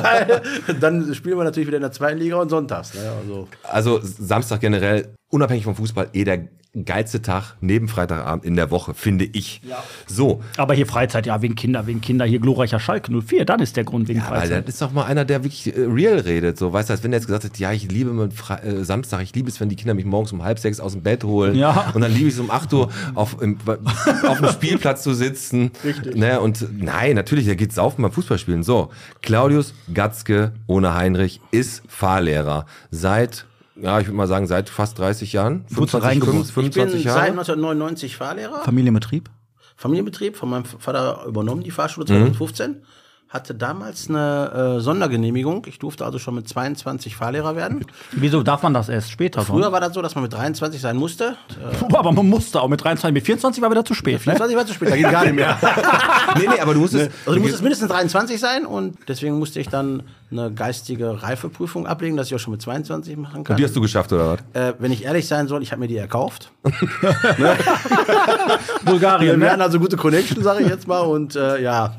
Speaker 7: weil dann spielen wir natürlich wieder in der zweiten Liga und sonntags. Ne? Also,
Speaker 2: Also Samstag generell, unabhängig vom Fußball, eh der geilste Tag neben Freitagabend in der Woche, finde ich. Ja. So,
Speaker 3: Aber hier Freizeit, ja, wegen Kinder, wegen Kinder, hier glorreicher Schalke 04, dann ist der Grund wegen
Speaker 2: Weil
Speaker 3: Freizeit.
Speaker 2: dann ist doch mal einer, der wirklich äh, real redet. So, weißt du, als wenn der jetzt gesagt hat, ja, ich liebe mein Fre äh, Samstag, ich liebe es, wenn die Kinder mich morgens um halb sechs aus dem Bett holen.
Speaker 3: Ja.
Speaker 2: Und dann liebe ich es um 8 Uhr auf, im, auf dem Spielplatz zu sitzen. Richtig. Ne, und nein, natürlich, da geht's saufen beim Fußballspielen. So, Claudius Gatzke ohne Heinrich ist Fahrlehrer. Seit, ja, ich würde mal sagen, seit fast 30 Jahren.
Speaker 3: Wurdest du reingebucht?
Speaker 2: 25
Speaker 7: ich bin seit
Speaker 2: Jahre.
Speaker 7: 1999 Fahrlehrer.
Speaker 3: Familienbetrieb?
Speaker 7: Familienbetrieb, von meinem Vater übernommen, die Fahrschule 2015. Hatte damals eine äh, Sondergenehmigung. Ich durfte also schon mit 22 Fahrlehrer werden.
Speaker 3: Wieso darf man das erst später? sonst?
Speaker 7: Früher war das so, dass man mit 23 sein musste. Äh,
Speaker 3: Puh, aber man musste auch mit 23, mit 24 war wieder zu spät. Ne?
Speaker 7: 24 war zu spät, da ging gar nicht mehr.
Speaker 2: Nee, nee, aber du musst es.
Speaker 7: Also du musstest mindestens 23 sein und deswegen musste ich dann eine geistige Reifeprüfung ablegen, dass ich auch schon mit 22 machen kann.
Speaker 2: die hast du geschafft, oder was?
Speaker 7: äh, wenn ich ehrlich sein soll, ich habe mir die erkauft. Wir
Speaker 3: Bulgarien,
Speaker 7: werden
Speaker 3: ne?
Speaker 7: also gute Connection, sage ich jetzt mal. Und äh, ja,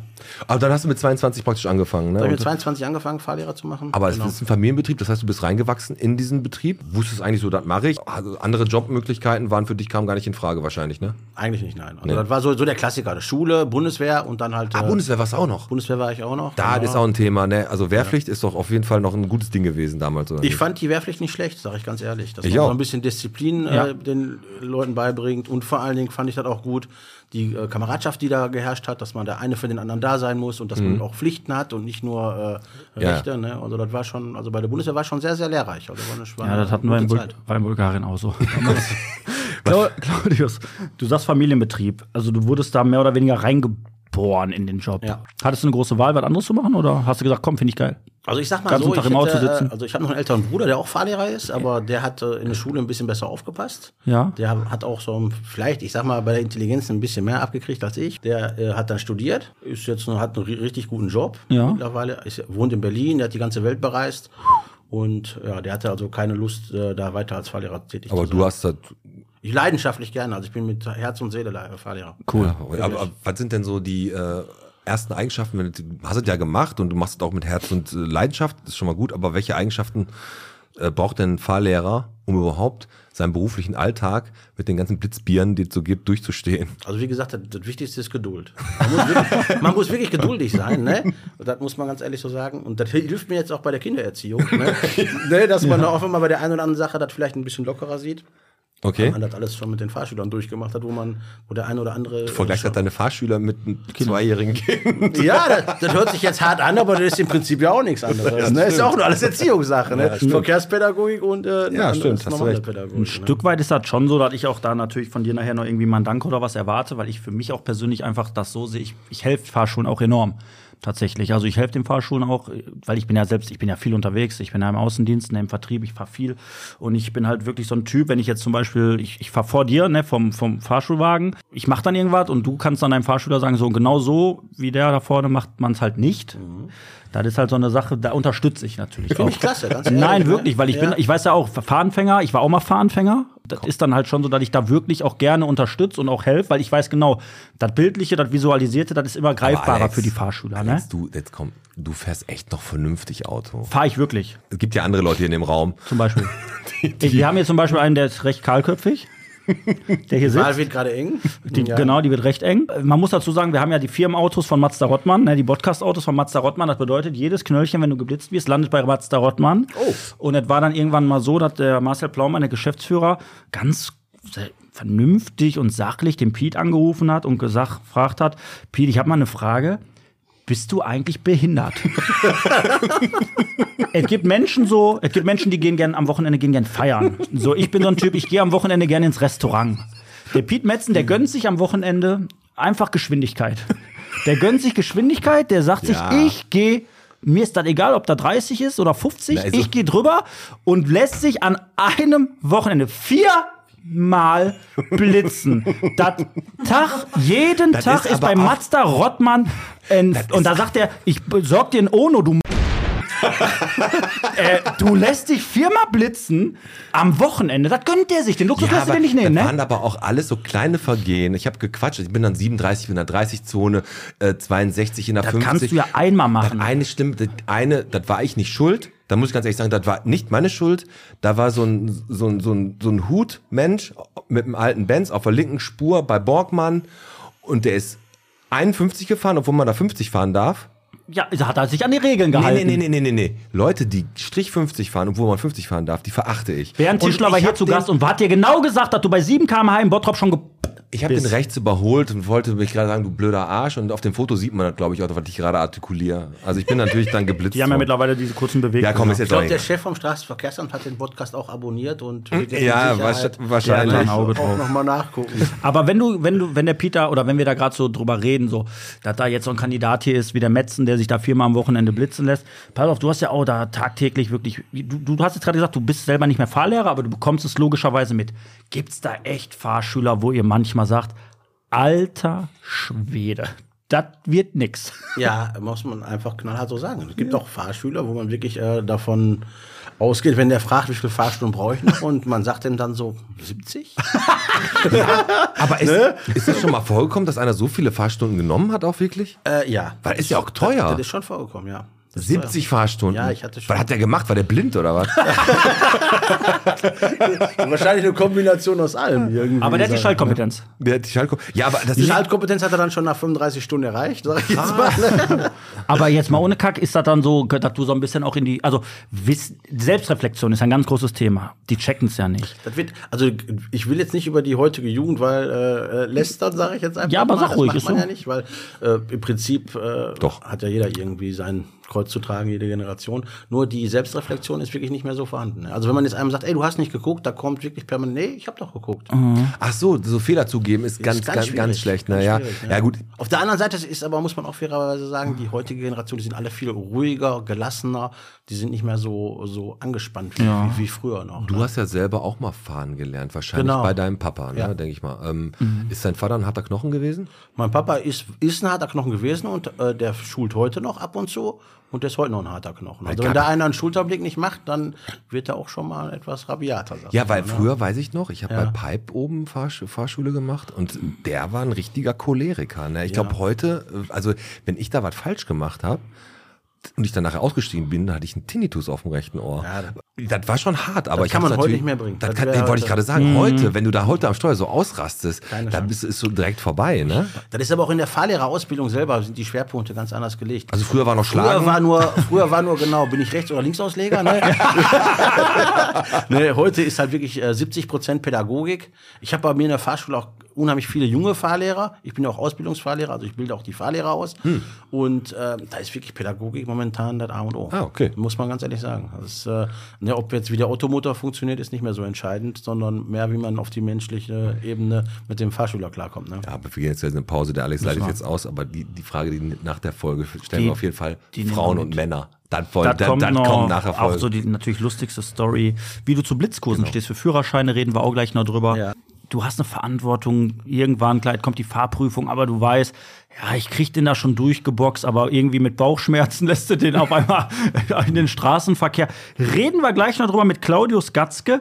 Speaker 2: Aber dann hast du mit 22 praktisch angefangen, ne?
Speaker 7: da habe ich
Speaker 2: Und-
Speaker 7: mit 22 angefangen, Fahrlehrer zu machen. Genau.
Speaker 2: Aber es ist ein Familienbetrieb, das heißt, du bist reingewachsen in diesen Betrieb. Wusstest eigentlich so, das mache ich. Also andere Jobmöglichkeiten waren für dich, kamen gar nicht in Frage wahrscheinlich, ne?
Speaker 7: Eigentlich nicht, nein. Also das war so, so der Klassiker. Das Schule, Bundeswehr und dann halt.
Speaker 2: Ah,
Speaker 7: äh,
Speaker 2: Bundeswehr war es auch noch.
Speaker 7: Bundeswehr war ich auch noch.
Speaker 2: Da
Speaker 7: genau.
Speaker 2: ist auch ein Thema, ne? Also Wehrpflicht ist doch auf jeden Fall noch ein gutes Ding gewesen damals, oder?
Speaker 7: Ich
Speaker 2: nicht?
Speaker 7: fand die Wehrpflicht nicht schlecht, sage ich ganz ehrlich. Dass
Speaker 2: Ich
Speaker 7: man
Speaker 2: auch.
Speaker 7: so ein bisschen Disziplin
Speaker 3: Ja.
Speaker 7: äh, den Leuten beibringt. Und vor allen Dingen fand ich das auch gut, die äh, Kameradschaft, die da geherrscht hat, dass man der eine für den anderen da sein muss und dass man auch Pflichten hat und nicht nur äh,
Speaker 2: Mhm. Ja.
Speaker 7: Rechte. Ne? Also das war schon, also bei der Bundeswehr war schon sehr, sehr lehrreich. Also war eine, war
Speaker 3: Ja,
Speaker 7: eine
Speaker 3: das hatten wir
Speaker 7: gute
Speaker 3: in, Bul
Speaker 7: Zeit.
Speaker 3: war in Bulgarien auch so. damals. Clau- Claudius, du sagst Familienbetrieb. Also du wurdest da mehr oder weniger reingeboren in den Job.
Speaker 7: Ja.
Speaker 3: Hattest du eine große Wahl, was anderes zu machen? Oder hast du gesagt, komm, finde ich geil?
Speaker 7: Also ich sag mal
Speaker 3: Ganzen
Speaker 7: so,
Speaker 3: Tag
Speaker 7: ich
Speaker 3: im Auto
Speaker 7: hätte, äh,
Speaker 3: sitzen.
Speaker 7: also ich habe noch einen älteren Bruder, der auch Fahrlehrer ist, aber der hat äh, in der Schule ein bisschen besser aufgepasst.
Speaker 3: Ja.
Speaker 7: Der hat auch so ein- vielleicht, ich sag mal, bei der Intelligenz ein bisschen mehr abgekriegt als ich. Der äh, hat dann studiert, ist jetzt noch, hat einen ri- richtig guten Job.
Speaker 3: Ja.
Speaker 7: Mittlerweile ist, wohnt in Berlin, der hat die ganze Welt bereist und ja, der hatte also keine Lust, äh, da weiter als Fahrlehrer tätig
Speaker 2: aber
Speaker 7: zu sein.
Speaker 2: du hast das.
Speaker 7: ich leidenschaftlich gerne, also ich bin mit Herz und Seele Le- Fahrlehrer.
Speaker 2: Cool. Ja, aber, aber was sind denn so die äh, ersten Eigenschaften? Wenn du hast es ja gemacht und du machst es auch mit Herz und äh, Leidenschaft, ist schon mal gut, aber welche Eigenschaften äh, braucht denn ein Fahrlehrer, um überhaupt seinen beruflichen Alltag mit den ganzen Blitzbieren, die es so gibt, durchzustehen?
Speaker 7: Also wie gesagt, das, das Wichtigste ist Geduld. Man muss wirklich, man muss wirklich geduldig sein, ne? Das muss man ganz ehrlich so sagen. Und das hilft mir jetzt auch bei der Kindererziehung, ne? ne dass man auch immer bei der einen oder anderen Sache das vielleicht ein bisschen lockerer sieht.
Speaker 2: Okay.
Speaker 7: Man das alles schon mit den Fahrschülern durchgemacht hat, wo man, wo der eine oder andere.
Speaker 2: Vergleichst halt deine Fahrschüler mit einem zweijährigen Kind.
Speaker 7: Ja, das, das hört sich jetzt hart an, aber das ist im Prinzip ja auch nichts anderes. Ne? Ist auch nur alles Erziehungssache, ne? Verkehrspädagogik und äh,
Speaker 2: Ja, stimmt, hast du recht.
Speaker 7: Pädagogik. Ein
Speaker 3: Ein Stück weit ist das schon so, dass ich auch da natürlich von dir nachher noch irgendwie mal einen Dank oder was erwarte, weil ich für mich auch persönlich einfach das so sehe. Ich, ich helfe Fahrschulen auch enorm. tatsächlich. Also ich helfe den Fahrschulen auch, weil ich bin ja selbst, ich bin ja viel unterwegs, ich bin ja im Außendienst, ne, im Vertrieb, ich fahre viel und ich bin halt wirklich so ein Typ, wenn ich jetzt zum Beispiel, ich, ich fahre vor dir, ne, vom, vom Fahrschulwagen, ich mache dann irgendwas und du kannst dann deinem Fahrschüler sagen, so und genau so wie der da vorne macht man es halt nicht. Das ist halt so eine Sache, da unterstütze ich natürlich
Speaker 7: Mhm. Finde
Speaker 3: auch.
Speaker 7: ich klasse, ganz ehrlich,
Speaker 3: Nein,
Speaker 7: ne?
Speaker 3: wirklich, weil ich bin,
Speaker 7: Ja.
Speaker 3: ich weiß ja auch, Fahranfänger, ich war auch mal Fahranfänger. Das ist dann halt schon so, dass ich da wirklich auch gerne unterstütze und auch helfe, weil ich weiß genau, das Bildliche, das Visualisierte, das ist immer greifbarer
Speaker 2: Alex,
Speaker 3: für die Fahrschüler. Ne?
Speaker 2: Alex, du, jetzt komm, du fährst echt noch vernünftig Auto.
Speaker 3: Fahre ich wirklich,
Speaker 2: Es gibt ja andere Leute hier in dem Raum.
Speaker 3: zum Beispiel. Ich- Wir haben hier zum Beispiel einen, der ist recht kahlköpfig. Der hier
Speaker 7: Wahl
Speaker 3: sitzt.
Speaker 7: wird gerade eng.
Speaker 3: Die,
Speaker 7: Ja.
Speaker 3: Genau, die wird recht eng. Man muss dazu sagen, wir haben ja die Firmenautos von Mazda Rottmann, ne, die Podcast-Autos von Mazda Rottmann. Das bedeutet, jedes Knöllchen, wenn du geblitzt wirst, landet bei Mazda Rottmann. Oh. Und es war dann irgendwann mal so, dass der Marcel Plaumann, der Geschäftsführer, ganz se- vernünftig und sachlich den Piet angerufen hat und gesagt, gefragt hat, Piet, ich habe mal eine Frage. Bist du eigentlich behindert? es gibt Menschen so, es gibt Menschen, die gehen gern am Wochenende gehen gern feiern. So, ich bin so ein Typ, ich gehe am Wochenende gerne ins Restaurant. Der Piet Metzen, der gönnt sich am Wochenende einfach Geschwindigkeit. Der gönnt sich Geschwindigkeit, der sagt
Speaker 2: Ja.
Speaker 3: sich, ich gehe mir ist das egal, ob da 30 ist oder 50,
Speaker 2: Na, also-
Speaker 3: ich gehe drüber und lässt sich an einem Wochenende viermal blitzen. das Tag, jeden
Speaker 2: Das
Speaker 3: Tag
Speaker 2: ist
Speaker 3: ist,
Speaker 2: aber
Speaker 3: bei
Speaker 2: auch-
Speaker 3: Mazda Rottmann ein, und da sagt er, ich besorg dir ein Ono, du äh, du lässt dich viermal blitzen am Wochenende. Das gönnt der sich. Den Luxus lässt du dir nicht nehmen,
Speaker 2: das waren
Speaker 3: ne?
Speaker 2: aber auch alles so kleine Vergehen. Ich habe gequatscht. Ich bin dann 37, bin dann 30 Zone, äh, 62 in der
Speaker 3: Das
Speaker 2: 50.
Speaker 3: kannst du ja einmal machen.
Speaker 2: Das eine Stimme, das eine, das war ich nicht schuld. Da muss ich ganz ehrlich sagen, das war nicht meine Schuld. Da war so ein, so ein, so ein, so ein Hutmensch mit einem alten Benz auf der linken Spur bei Borgmann und der ist 51 gefahren, obwohl man da 50 fahren darf.
Speaker 3: Ja, da hat er sich an die Regeln gehalten.
Speaker 2: Nee, nee, nee, nee, nee, nee. Leute, die Strich 50 fahren, obwohl man 50 fahren darf, die verachte ich.
Speaker 3: Bernd
Speaker 2: Und
Speaker 3: Tischler
Speaker 2: ich
Speaker 3: war hier
Speaker 2: hab
Speaker 3: zu
Speaker 2: den-
Speaker 3: Gast und hat dir genau gesagt, dass du bei 7 km/h im Bottrop schon ge
Speaker 2: Ich habe den rechts überholt und wollte mich gerade sagen, du blöder Arsch. Und auf dem Foto sieht man das, glaube ich, auch, was ich gerade artikuliere. Also ich bin natürlich dann geblitzt.
Speaker 3: Die haben ja
Speaker 2: worden.
Speaker 3: mittlerweile diese kurzen Bewegungen.
Speaker 2: Ja, komm, ist
Speaker 7: Ich
Speaker 2: jetzt auch
Speaker 7: glaube, der
Speaker 2: egal.
Speaker 7: Chef vom Straßenverkehrsamt hat den Podcast auch abonniert und wird jetzt
Speaker 2: Hm? Ja,
Speaker 7: mit Sicherheit
Speaker 2: wahrsch- wahrscheinlich.
Speaker 3: Der hat ein Auge
Speaker 7: auch
Speaker 3: drauf.
Speaker 7: nochmal nachgucken.
Speaker 3: Aber wenn du, wenn du, wenn der Peter oder wenn wir da gerade so drüber reden, so, dass da jetzt so ein Kandidat hier ist wie der Metzen, der sich da viermal am Wochenende blitzen lässt, pass auf, du hast ja auch da tagtäglich wirklich, du, du hast jetzt gerade gesagt, du bist selber nicht mehr Fahrlehrer, aber du bekommst es logischerweise mit. Gibt's da echt Fahrschüler, wo ihr manchmal sagt, alter Schwede, das wird nix.
Speaker 7: Ja, muss man einfach knallhart so sagen. Es gibt auch Fahrschüler, wo man wirklich äh, davon ausgeht, wenn der fragt, wie viele Fahrstunden brauche ich noch und man sagt ihm dann so 70?
Speaker 2: Aber ist, ist das schon mal vorgekommen, dass einer so viele Fahrstunden genommen hat, auch wirklich?
Speaker 7: äh, ja.
Speaker 2: Weil ist ja auch
Speaker 7: Das,
Speaker 2: teuer.
Speaker 7: das ist schon vorgekommen, ja. Das ist
Speaker 2: 70 Fahrstunden.
Speaker 7: Ja, ich hatte schon-
Speaker 2: Was hat der gemacht? War der blind oder was?
Speaker 7: teuer. Wahrscheinlich eine Kombination aus allem. Irgendwie
Speaker 3: Aber der hat halt die
Speaker 7: sagen. ne?
Speaker 3: Schaltkompetenz.
Speaker 2: der hat die Schalko ja, aber das
Speaker 7: Die
Speaker 2: ist
Speaker 7: Schaltkompetenz hat er dann schon nach 35 Stunden erreicht, sag ich jetzt mal.
Speaker 3: Aber jetzt mal ohne Kack, ist das dann so, dass du so ein bisschen auch in die, also Wiss, Selbstreflexion ist ein ganz großes Thema. Die checken's ja nicht.
Speaker 7: Das wird, also ich will jetzt nicht über die heutige Jugend, weil äh, äh, lästern, sage ich jetzt einfach
Speaker 3: Ja, aber
Speaker 7: mal.
Speaker 3: sag ruhig,
Speaker 7: das
Speaker 3: ist
Speaker 7: macht man
Speaker 3: so.
Speaker 7: ja nicht, weil äh, im Prinzip äh,
Speaker 2: Doch.
Speaker 7: hat ja jeder irgendwie sein Kreuz zu tragen, jede Generation. Nur die Selbstreflexion ist wirklich nicht mehr so vorhanden. ne? Also wenn man jetzt einem sagt, ey, du hast nicht geguckt, da kommt wirklich permanent, nee, ich habe doch geguckt.
Speaker 2: Ach so, so Fehler zugeben ist ganz,
Speaker 7: Ist
Speaker 2: ganz, ganz,
Speaker 7: schwierig,
Speaker 2: schlecht.
Speaker 7: ganz
Speaker 2: Naja,
Speaker 7: schwierig, ne?
Speaker 2: ja. ja gut,
Speaker 7: Auf der anderen Seite ist aber, muss man auch fairerweise sagen, die heutige Generation, die sind alle viel ruhiger, gelassener, die sind nicht mehr so, so angespannt wie, wie, wie früher noch.
Speaker 2: Du hast ja selber auch mal fahren gelernt, wahrscheinlich
Speaker 7: Genau.
Speaker 2: bei deinem Papa, ne,
Speaker 7: Ja. Mhm.
Speaker 2: denke ich mal. Ähm, Ist dein Vater ein harter Knochen gewesen?
Speaker 7: Mein Papa ist, ist ein harter Knochen gewesen und äh, der schult heute noch ab und zu und der ist heute noch ein harter Knochen. Also wenn da einer einen Schulterblick nicht macht, dann wird er auch schon mal etwas rabiater. sag ich
Speaker 2: Ja, weil
Speaker 7: mal, ne?
Speaker 2: früher weiß ich noch, ich habe bei Pipe oben Fahrsch Fahrschule gemacht und der war ein richtiger Choleriker. Ne? Ich glaube heute, äh, also wenn ich da was falsch gemacht habe und ich dann nachher ausgestiegen bin, dann hatte ich einen Tinnitus auf dem rechten Ohr. das war schon hart, aber
Speaker 7: Das
Speaker 2: ich
Speaker 7: kann
Speaker 2: hab's
Speaker 7: man heute
Speaker 2: natürlich-
Speaker 7: nicht mehr bringen.
Speaker 2: Das
Speaker 7: Das
Speaker 2: kann,
Speaker 7: wär
Speaker 2: den wollte ich
Speaker 7: heute- Mhm.
Speaker 2: gerade sagen. Heute, wenn du da heute am Steuer so ausrastest,
Speaker 7: Keine
Speaker 2: dann bist, ist so direkt vorbei. Ne?
Speaker 7: Das ist aber auch in der Fahrlehrerausbildung selber sind die Schwerpunkte ganz anders gelegt.
Speaker 2: Also früher war noch Schlagen.
Speaker 7: Früher war nur, früher war nur genau, bin ich Rechts- oder Linksausleger? Ne? nee, heute ist halt wirklich äh, 70 Prozent Pädagogik. Ich habe bei mir in der Fahrschule auch unheimlich viele junge Fahrlehrer. Ich bin ja auch Ausbildungsfahrlehrer, also ich bilde auch die Fahrlehrer aus.
Speaker 2: Hm.
Speaker 7: Und äh, da ist wirklich Pädagogik momentan das A und O.
Speaker 2: Ah, okay.
Speaker 7: Muss man ganz ehrlich sagen. Das ist, äh, ne, ob jetzt wie der Automotor funktioniert, ist nicht mehr so entscheidend, sondern mehr, wie man auf die menschliche Ebene mit dem Fahrschüler klarkommt. Ne?
Speaker 2: Ja, aber wir gehen jetzt in eine Pause. Der Alex leitet jetzt aus, aber die, die Frage, die nach der Folge stellen
Speaker 3: Die-
Speaker 2: wir auf jeden Fall:
Speaker 3: die nehmen
Speaker 2: Frauen
Speaker 3: wir
Speaker 2: und
Speaker 3: mit.
Speaker 2: Männer. Dann, voll, dann, dann
Speaker 3: noch
Speaker 2: kommen nachher
Speaker 3: auch
Speaker 2: Folgen. Genau.
Speaker 3: so die natürlich lustigste Story, wie du zu Blitzkursen stehst. Für Führerscheine reden wir auch gleich noch drüber.
Speaker 7: Ja.
Speaker 3: Du hast eine Verantwortung, irgendwann gleich kommt die Fahrprüfung, aber du weißt, ja, ich krieg den da schon durchgeboxt, aber irgendwie mit Bauchschmerzen lässt du den auf einmal in den Straßenverkehr. Reden wir gleich noch drüber mit Claudius Gatzke.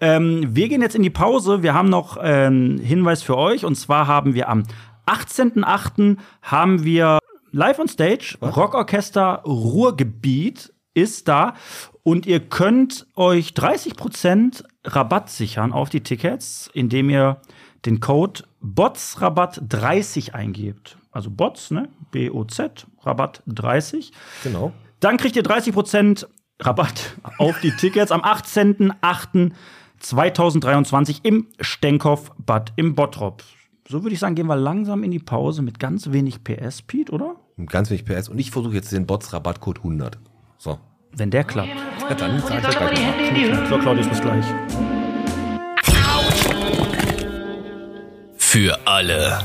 Speaker 3: Ähm, wir gehen jetzt in die Pause. Wir haben noch äh, einen Hinweis für euch und zwar haben wir am 18.08. haben wir Live on Stage, Rockorchester Ruhrgebiet ist da und ihr könnt euch 30% Rabatt sichern auf die Tickets, indem ihr den Code BOTSRABATT30 eingebt. Also BOTS, ne? B-O-Z, Rabatt 30.
Speaker 2: genau.
Speaker 3: Dann kriegt ihr 30% Rabatt auf die Tickets am 18.08.2023 im Stenkhoff Bad im Bottrop. So würde ich sagen, gehen wir langsam in die Pause mit ganz wenig PS, Pete, oder?
Speaker 2: Ganz wenig PS. Und ich versuche jetzt den Bots-Rabattcode 100. So.
Speaker 3: Wenn der klappt.
Speaker 2: Ja, dann sag ich das gleich mal.
Speaker 3: So, Claudius, bis gleich.
Speaker 5: Für alle,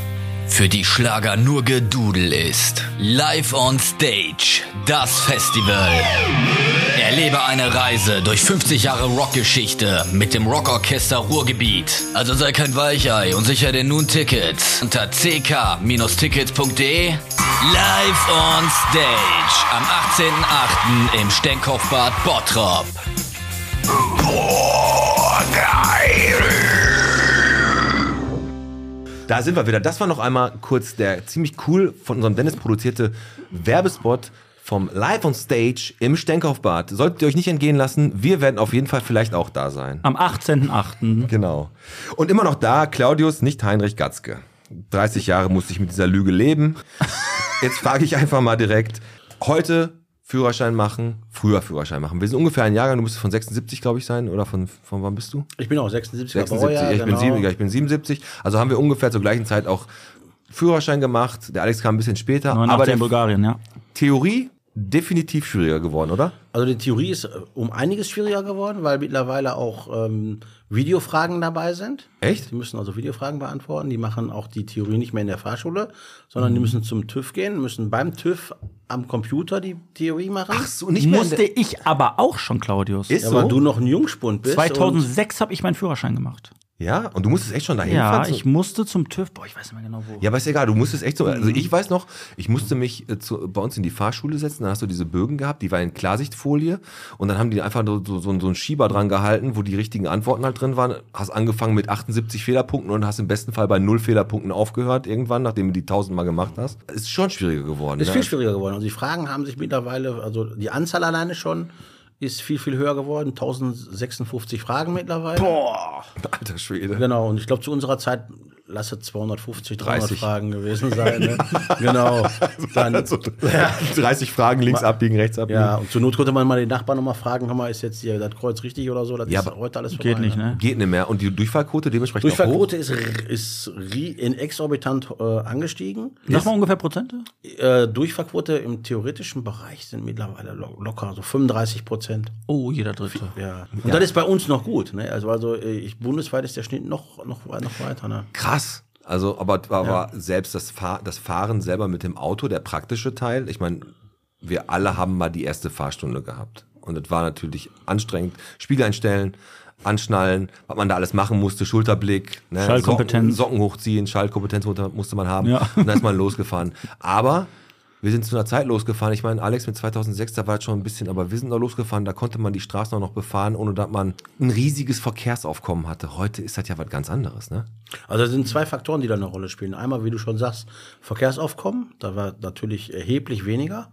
Speaker 5: für die Schlager nur Gedudel ist. Live on Stage, das Festival. Erlebe eine Reise durch 50 Jahre Rockgeschichte mit dem Rockorchester Ruhrgebiet. Also sei kein Weichei und sicher dir nun Tickets unter ck-tickets.de. e. Live on Stage am 18.08. im Stenkopfbad Bottrop.
Speaker 2: Da sind wir wieder. Das war noch einmal kurz der ziemlich cool von unserem Dennis produzierte Werbespot vom Live on Stage im Stenkaufbad. Solltet ihr euch nicht entgehen lassen, wir werden auf jeden Fall vielleicht auch da sein.
Speaker 3: Am 18.08.
Speaker 2: Genau. Und immer noch da, Claudius, nicht Heinrich Gatzke. 30 Jahre musste ich mit dieser Lüge leben. Jetzt frage ich einfach mal direkt. Heute Führerschein machen, früher Führerschein machen. Wir sind ungefähr ein Jahrgang, du musst von 76, glaube ich, sein, oder von, von wann bist du?
Speaker 7: Ich bin auch 76er
Speaker 2: 76,
Speaker 7: Baujahr.
Speaker 2: ich, bin
Speaker 7: genau.
Speaker 2: sieben, ja, ich bin 77. Also haben wir ungefähr zur gleichen Zeit auch Führerschein gemacht. Der Alex kam ein bisschen später. Aber
Speaker 3: 89
Speaker 2: der
Speaker 3: in Bulgarien, ja.
Speaker 2: Theorie definitiv schwieriger geworden, oder?
Speaker 7: Also die Theorie ist äh, um einiges schwieriger geworden, weil mittlerweile auch ähm, Videofragen dabei sind.
Speaker 2: Echt?
Speaker 7: Die müssen also Videofragen beantworten. Die machen auch die Theorie nicht mehr in der Fahrschule, sondern
Speaker 2: Mhm.
Speaker 7: die müssen zum TÜV gehen, müssen beim TÜV am Computer die Theorie machen. Ach
Speaker 2: So, nicht in
Speaker 3: Musste
Speaker 2: der-
Speaker 3: ich aber auch schon, Claudius.
Speaker 2: Ist
Speaker 7: ja, weil
Speaker 2: so?
Speaker 7: du noch ein Jungspund bist. und
Speaker 3: 2006 habe ich meinen Führerschein gemacht.
Speaker 2: Ja, und du musstest echt schon dahin fahren?
Speaker 3: Ja,
Speaker 2: So-
Speaker 3: ich musste zum TÜV. Boah, ich weiß nicht mehr genau wo.
Speaker 2: Ja, aber ist egal, du musstest echt so. Also
Speaker 7: Mhm.
Speaker 2: ich weiß noch, ich musste mich äh, zu, bei uns in die Fahrschule setzen, da hast du diese Bögen gehabt, die waren in Klarsichtfolie und dann haben die einfach so, so, so einen Schieber dran gehalten, wo die richtigen Antworten halt drin waren. Hast angefangen mit 78 Fehlerpunkten und hast im besten Fall bei null Fehlerpunkten aufgehört, irgendwann, nachdem du die 1000 Mal gemacht hast. Ist schon schwieriger geworden.
Speaker 7: ist
Speaker 2: ne?
Speaker 7: viel schwieriger geworden. Also die Fragen haben sich mittlerweile, also die Anzahl alleine schon ist viel, viel höher geworden. 1056 Fragen mittlerweile.
Speaker 2: Alter Schwede.
Speaker 7: Genau, und ich glaube, zu unserer Zeit lasse 250, 300
Speaker 2: 30.
Speaker 7: Fragen gewesen sein. Ne? genau. Dann,
Speaker 2: Also, 30 Fragen links abbiegen, rechts abbiegen.
Speaker 7: ja, und zur Not konnte man mal den Nachbarn nochmal fragen, hör mal, ist jetzt hier das Kreuz richtig oder so? Das
Speaker 2: Ja,
Speaker 7: ist
Speaker 2: aber
Speaker 7: heute alles
Speaker 3: Geht
Speaker 7: vorbei,
Speaker 3: nicht, ne?
Speaker 2: Geht nicht mehr. Und die Durchfallquote dementsprechend auch hoch.
Speaker 7: Durchfallquote ist, r- ist ri- in exorbitant äh, angestiegen.
Speaker 3: Sag mal ungefähr Prozente.
Speaker 7: Äh, Durchfallquote im theoretischen Bereich sind mittlerweile lo locker, so 35 Prozent.
Speaker 3: Oh, jeder Dritte.
Speaker 7: Ja. Und das ist bei uns noch gut. Ne? Also, also äh, ich, bundesweit ist der Schnitt noch, noch, noch weiter. Ne?
Speaker 2: Krass. Also, aber, aber selbst das, Fahr das Fahren selber mit dem Auto, der praktische Teil, ich meine, wir alle haben mal die erste Fahrstunde gehabt. Und das war natürlich anstrengend. Spiegel einstellen, anschnallen, was man da alles machen musste, Schulterblick, ne?
Speaker 3: Schaltkompetenz.
Speaker 2: Socken, Socken hochziehen, Schaltkompetenz munter- musste man haben.
Speaker 3: Ja.
Speaker 2: Und dann ist man losgefahren. Aber wir sind zu einer Zeit losgefahren. Ich meine, Alex mit 2006, da war es schon ein bisschen, aber wir sind da losgefahren, da konnte man die Straßen auch noch befahren, ohne dass man ein riesiges Verkehrsaufkommen hatte. Heute ist das ja was ganz anderes, ne?
Speaker 7: Also es sind zwei Faktoren, die da eine Rolle spielen. Einmal, wie du schon sagst, Verkehrsaufkommen, da war natürlich erheblich weniger.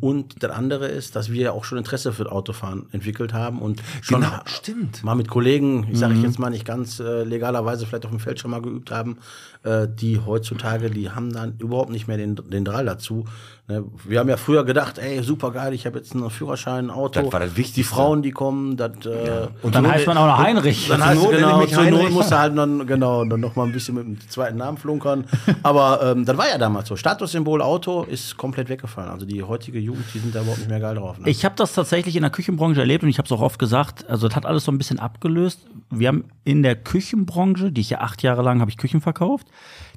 Speaker 7: Und das andere ist, dass wir ja auch schon Interesse für Autofahren entwickelt haben und schon
Speaker 2: Genau, stimmt.
Speaker 7: mal mit Kollegen, ich sage ich jetzt mal nicht ganz äh, legalerweise, vielleicht auf dem Feld schon mal geübt haben, äh, die heutzutage, die haben dann überhaupt nicht mehr den, den Drall dazu, Ne? Wir haben ja früher gedacht, ey, super geil, ich habe jetzt einen Führerschein, ein Auto.
Speaker 2: Das war das
Speaker 7: Die
Speaker 2: Wichtigste.
Speaker 7: Frauen, die kommen, das. Äh,
Speaker 3: Und dann heißt man auch noch Heinrich.
Speaker 7: Dann
Speaker 2: Zur
Speaker 7: heißt
Speaker 2: Not
Speaker 7: genau,
Speaker 2: nenne ich mich
Speaker 7: zur Not
Speaker 2: Heinrich.
Speaker 7: musst du halt dann, genau, dann noch mal ein bisschen mit dem zweiten Namen flunkern. Aber ähm, das war ja damals so. Statussymbol Auto ist komplett weggefallen. Also die heutige Jugend, die sind da überhaupt nicht mehr geil drauf. Ne?
Speaker 3: Ich habe das tatsächlich in der Küchenbranche erlebt und ich habe es auch oft gesagt, also das hat alles so ein bisschen abgelöst. Wir haben in der Küchenbranche, die ich ja acht Jahre lang habe ich Küchen verkauft,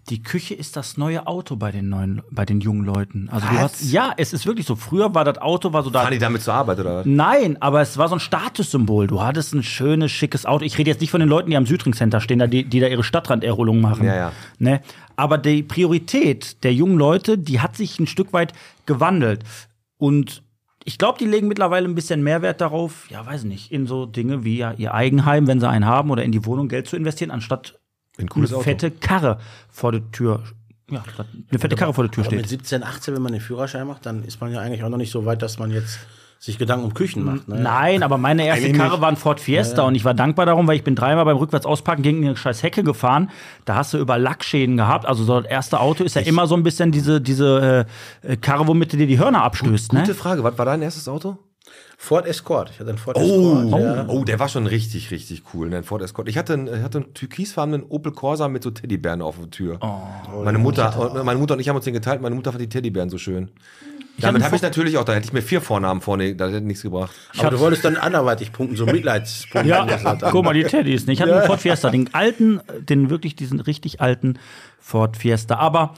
Speaker 3: die Küche ist das neue Auto bei den neuen, bei den jungen Leuten. Also du
Speaker 2: Was?
Speaker 3: hast, ja, es ist wirklich so. Früher war das Auto war so da.
Speaker 2: Fahren die damit zur Arbeit oder was?
Speaker 3: Nein, aber es war so ein Statussymbol. Du hattest ein schönes, schickes Auto. Ich rede jetzt nicht von den Leuten, die am Südring Center stehen, da die, die da ihre Stadtranderholung machen.
Speaker 2: Ja, ja.
Speaker 3: Ne? Aber die Priorität der jungen Leute, die hat sich ein Stück weit gewandelt. Und ich glaube, die legen mittlerweile ein bisschen Mehrwert darauf, ja, weiß nicht, in so Dinge wie ja, ihr Eigenheim, wenn sie einen haben, oder in die Wohnung Geld zu investieren, anstatt
Speaker 2: Ein cooles
Speaker 3: eine
Speaker 2: Auto.
Speaker 3: fette Karre vor der Tür. Ja, statt eine fette Karre vor der Tür
Speaker 7: Aber mit
Speaker 3: steht.
Speaker 7: 17, 18, wenn man den Führerschein macht, dann ist man ja eigentlich auch noch nicht so weit, dass man jetzt sich Gedanken um Küchen macht. Ne?
Speaker 3: Nein, aber meine erste
Speaker 7: Eigentlich
Speaker 3: Karre
Speaker 7: nicht.
Speaker 3: war ein Ford Fiesta und ich war dankbar darum, weil ich bin dreimal beim Rückwärtsauspacken gegen eine scheiß Hecke gefahren. Da hast du über Lackschäden gehabt. Also so das erste Auto ist ja immer so ein bisschen diese, diese äh, äh, Karre, womit du dir die Hörner abstößt.
Speaker 2: Gute
Speaker 3: Ne?
Speaker 2: Frage, was war dein erstes Auto?
Speaker 7: Ford Escort. Ich hatte einen Ford
Speaker 2: Oh,
Speaker 7: Escort. Ja.
Speaker 2: oh, der war schon richtig, richtig cool. ne, Ein Ford Escort. Ich hatte einen, ich hatte einen türkisfarbenen Opel Corsa mit so Teddybären auf der Tür. Meine, Mutter, und, meine Mutter und ich haben uns den geteilt. Meine Mutter fand die Teddybären so schön. Damit
Speaker 3: hab
Speaker 2: habe ich
Speaker 3: einen
Speaker 2: natürlich auch, da hätte ich mir vier Vornamen vorne, da hätte nichts gebracht.
Speaker 7: Aber du wolltest dann anderweitig punkten, so Mitleidspunkte.
Speaker 3: Ja,
Speaker 7: Das hat-
Speaker 3: guck mal, die Teddys. ne? Ich hatte einen Ford Fiesta, den alten, äh, den wirklich, diesen richtig alten Ford Fiesta. Aber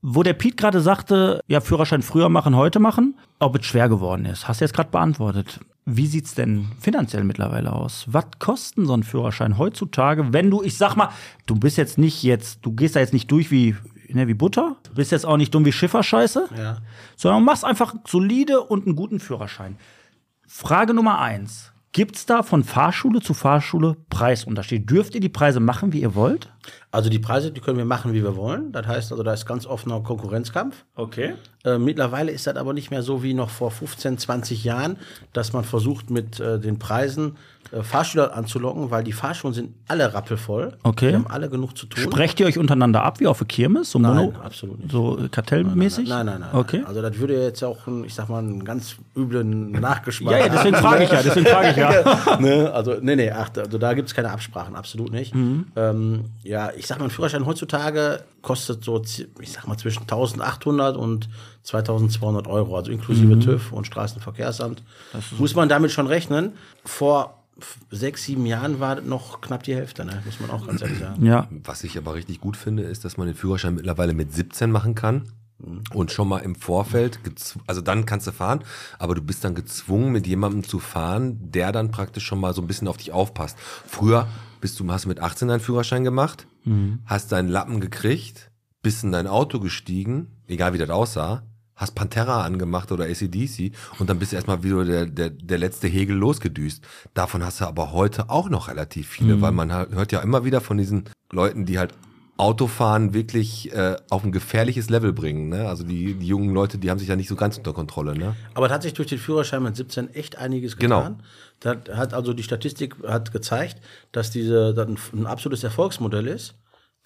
Speaker 3: wo der Pete gerade sagte, ja, Führerschein früher machen, heute machen, ob es schwer geworden ist, hast du jetzt gerade beantwortet. Wie sieht's denn finanziell mittlerweile aus? Was kosten so ein Führerschein heutzutage, wenn du, ich sag mal, du bist jetzt nicht jetzt, du gehst da jetzt nicht durch wie, ne, wie Butter, du bist jetzt auch nicht dumm wie Schifferscheiße,
Speaker 7: Ja.
Speaker 3: sondern du machst einfach solide und einen guten Führerschein. Frage Nummer eins. Gibt es da von Fahrschule zu Fahrschule Preisunterschied? Dürft ihr die Preise machen, wie ihr wollt?
Speaker 7: Also die Preise, die können wir machen, wie wir wollen. Das heißt, also da ist ganz offener Konkurrenzkampf.
Speaker 3: Okay.
Speaker 7: Äh, mittlerweile ist das aber nicht mehr so wie noch vor 15, 20 Jahren, dass man versucht, mit äh, den Preisen äh, Fahrschüler anzulocken, weil die Fahrschulen sind alle rappelvoll.
Speaker 3: Okay.
Speaker 7: Die haben alle genug zu tun.
Speaker 3: Brecht ihr euch untereinander ab, wie auf der Kirmes? So
Speaker 7: Nein,
Speaker 3: Mono-
Speaker 7: absolut nicht.
Speaker 3: So äh, kartellmäßig?
Speaker 7: Nein, nein, nein.
Speaker 3: Okay.
Speaker 7: Also das würde jetzt auch, einen, ich sag mal, einen ganz üblen Nachgeschmack
Speaker 3: ja, ja, deswegen frage ich ja, deswegen frage ich ja.
Speaker 7: ne? Also, nee, nee, ach, also da gibt es keine Absprachen, absolut nicht.
Speaker 3: Mhm.
Speaker 7: Ähm, ja, ich sag mal, ein Führerschein heutzutage kostet so, zi- ich sag mal, zwischen 1800 und 2200 Euro, also
Speaker 3: Mhm.
Speaker 7: inklusive TÜV und Straßenverkehrsamt. Muss man damit schon rechnen. Vor f- sechs, sieben Jahren war das noch knapp die Hälfte, ne? muss man auch ganz ehrlich sagen.
Speaker 3: Ja,
Speaker 2: Was ich aber richtig gut finde, ist, dass man den Führerschein mittlerweile mit 17 machen kann. Und schon mal im Vorfeld, gezw- also dann kannst du fahren, aber du bist dann gezwungen, mit jemandem zu fahren, der dann praktisch schon mal so ein bisschen auf dich aufpasst. Früher bist du, hast du mit 18 deinen Führerschein gemacht,
Speaker 3: mhm.
Speaker 2: hast deinen Lappen gekriegt, bist in dein Auto gestiegen, egal wie das aussah, hast Pantera angemacht oder ACDC und dann bist du erstmal wieder der, der, der letzte Hegel losgedüst. Davon hast du aber heute auch noch relativ viele, weil man halt, hört ja immer wieder von diesen Leuten, die halt Autofahren wirklich äh, auf ein gefährliches Level bringen. Ne? Also die, die jungen Leute, die haben sich ja nicht so ganz unter Kontrolle. Ne?
Speaker 7: Aber da hat sich durch den Führerschein mit 17 echt einiges
Speaker 2: Genau.
Speaker 7: getan. Genau. Da hat also die Statistik hat gezeigt, dass diese das ein, ein absolutes Erfolgsmodell ist.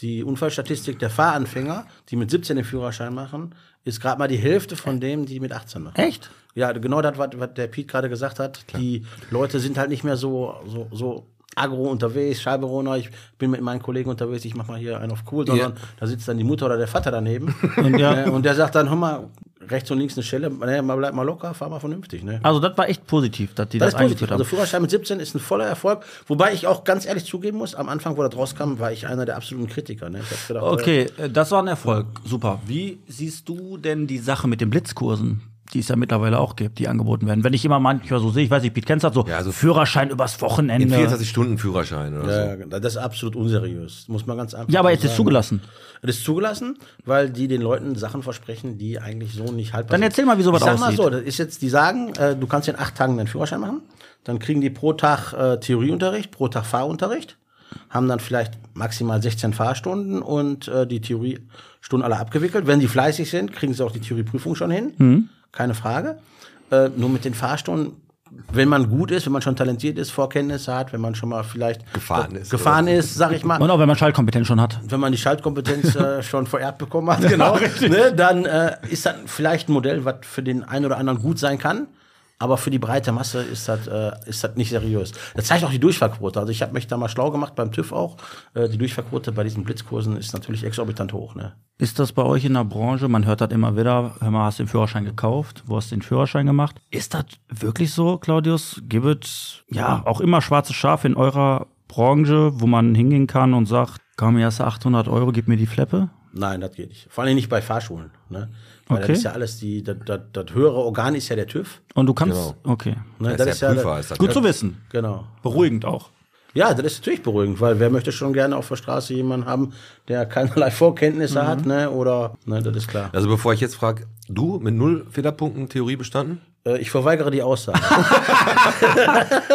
Speaker 7: Die Unfallstatistik der Fahranfänger, die mit 17 den Führerschein machen, ist gerade mal die Hälfte von dem, die mit 18 machen.
Speaker 3: Echt?
Speaker 7: Ja, genau das, was, was der Pete gerade gesagt hat. Die Leute sind halt nicht mehr so, so, so agro unterwegs, Scheiberoner, ich bin mit meinen Kollegen unterwegs, ich mach mal hier einen auf cool, sondern da sitzt dann die Mutter oder der Vater daneben. und,
Speaker 3: ja.
Speaker 7: und der sagt dann, hör mal, rechts und links eine Schelle, ne, mal bleib mal locker, fahr mal vernünftig. Ne?
Speaker 3: also das war echt positiv, dass die
Speaker 7: Das
Speaker 3: das,
Speaker 7: ist
Speaker 3: eingeführt
Speaker 7: positiv.
Speaker 3: haben.
Speaker 7: Also Führerschein mit 17 ist ein voller Erfolg. Wobei ich auch ganz ehrlich zugeben muss, am Anfang, wo das rauskam, war ich einer der absoluten Kritiker. Ne? Ich hab gedacht,
Speaker 3: okay, äh, das war ein Erfolg. Super. Wie siehst du denn die Sache mit den Blitzkursen? Die es ja mittlerweile auch gibt, die angeboten werden. Wenn ich immer manchmal so sehe, ich weiß nicht, Pete kennst das so,
Speaker 2: Ja, also-
Speaker 3: Führerschein übers Wochenende.
Speaker 2: In 24 Stunden Führerschein oder so.
Speaker 7: äh, das ist absolut unseriös. Muss man ganz einfach
Speaker 3: ja, aber
Speaker 7: so
Speaker 3: jetzt ist
Speaker 7: sagen.
Speaker 3: zugelassen.
Speaker 7: Das ist zugelassen, weil die den Leuten Sachen versprechen, die eigentlich so nicht haltbar
Speaker 3: Dann
Speaker 7: sind.
Speaker 3: erzähl mal, wie sowas
Speaker 7: ich sag mal
Speaker 3: aussieht.
Speaker 7: so, das ist jetzt, die sagen, äh, du kannst in acht Tagen deinen Führerschein machen, dann kriegen die pro Tag äh, Theorieunterricht, pro Tag Fahrunterricht, haben dann vielleicht maximal 16 Fahrstunden und äh, die Theoriestunden alle abgewickelt. Wenn die
Speaker 3: Mhm.
Speaker 7: fleißig sind, kriegen sie auch die Theorieprüfung schon hin, keine Frage. Äh, nur mit den Fahrstunden wenn man gut ist, wenn man schon talentiert ist, Vorkenntnisse hat, wenn man schon mal vielleicht äh,
Speaker 2: Gefahren ist,
Speaker 7: gefahren ist sag ich mal,
Speaker 3: Und auch wenn man Schaltkompetenz schon hat.
Speaker 7: wenn man die Schaltkompetenz äh, schon vererbt bekommen hat, genau, ne, dann äh, ist das vielleicht ein Modell, was für den einen oder anderen gut sein kann. Aber für die breite Masse ist das, äh, ist das nicht seriös. Das zeigt auch die Durchfallquote. Also ich habe mich da mal schlau gemacht beim TÜV auch. Äh, die Durchfallquote bei diesen Blitzkursen ist natürlich exorbitant hoch. Ne?
Speaker 3: Ist das bei euch in der Branche? Man hört das immer wieder. Hör mal, hast du den Führerschein gekauft? Wo hast du den Führerschein gemacht? Ist das wirklich so, Claudius? Gibt es ja auch immer schwarze Schafe in eurer Branche, wo man hingehen kann und sagt, komm, hier hast du 800 Euro, gib mir die Fleppe?
Speaker 7: Nein, das geht nicht. Vor allem nicht bei Fahrschulen. Ne? Weil
Speaker 3: Okay.
Speaker 7: das ist ja alles, die, das, das, das höhere Organ ist ja der TÜV.
Speaker 3: Und du kannst, okay.
Speaker 7: Ne?
Speaker 2: Das ist der Prüfer,
Speaker 7: das-
Speaker 2: ist das.
Speaker 3: Gut zu wissen.
Speaker 7: Genau.
Speaker 3: Beruhigend auch.
Speaker 7: Ja, das ist natürlich beruhigend, weil wer möchte schon gerne auf der Straße jemanden haben, der keinerlei Vorkenntnisse hat, ne? Oder, ne, das ist klar.
Speaker 2: Also bevor ich jetzt frage, du mit null Fehlerpunkten Theorie bestanden?
Speaker 7: Äh, ich verweigere die Aussage.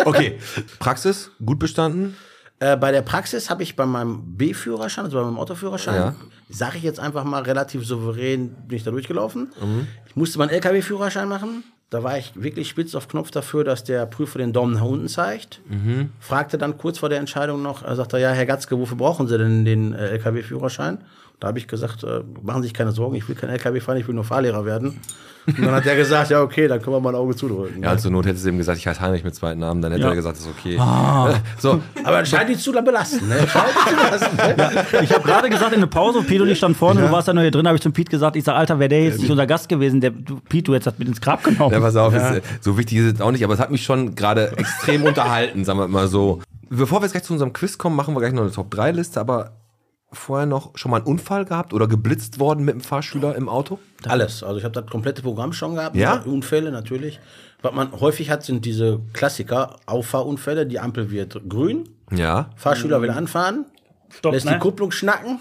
Speaker 2: Okay. Praxis, gut bestanden?
Speaker 7: äh, bei der Praxis habe ich bei meinem B-Führerschein, also bei meinem Autoführerschein,
Speaker 2: Ja.
Speaker 7: sage ich jetzt einfach mal relativ souverän, bin ich da durchgelaufen.
Speaker 2: Mhm.
Speaker 7: Ich musste meinen LKW-Führerschein machen. Da war ich wirklich spitz auf Knopf dafür, dass der Prüfer den Daumen nach unten zeigt.
Speaker 2: Mhm.
Speaker 7: Fragte dann kurz vor der Entscheidung noch, äh, sagte er, ja, Herr Gatzke, wofür brauchen Sie denn den äh, LKW-Führerschein? Da habe ich gesagt, äh, machen Sie sich keine Sorgen, ich will kein LKW fahren, ich will nur Fahrlehrer werden. Und dann hat er gesagt, ja, okay, dann können wir mal ein Auge zudrücken.
Speaker 2: Ja, also zur Not hättest du ihm gesagt, ich heiße Heinrich mit zweiten Namen, dann hätte
Speaker 3: Ja.
Speaker 2: er gesagt, das ist okay. So,
Speaker 7: Aber entscheidend nicht zu belassen. Ne? Scheint nicht zu belasten. Ne?
Speaker 3: Ich habe gerade gesagt, in der Pause, Pete und ich standen vorne, du warst ja noch hier drin, habe ich zum Pete gesagt, ich sag, Alter, wäre der jetzt nicht unser Gast gewesen, der, du, Pete, du hättest das mit ins Grab genommen.
Speaker 2: ja, pass auf, ist, äh, so wichtig ist es auch nicht, aber es hat mich schon gerade extrem unterhalten, sagen wir mal so. Bevor wir jetzt gleich zu unserem Quiz kommen, machen wir gleich noch eine Top-3-Liste, aber vorher noch schon mal einen Unfall gehabt oder geblitzt worden mit dem Fahrschüler im Auto?
Speaker 7: Alles. Also ich habe das komplette Programm schon gehabt.
Speaker 2: Ja?
Speaker 7: Unfälle natürlich. Was man häufig hat, sind diese Klassiker, Auffahrunfälle. Die Ampel wird grün,
Speaker 2: Ja.
Speaker 7: Fahrschüler will anfahren,
Speaker 3: Mhm. Stopp,
Speaker 7: lässt
Speaker 3: ne?
Speaker 7: die Kupplung schnacken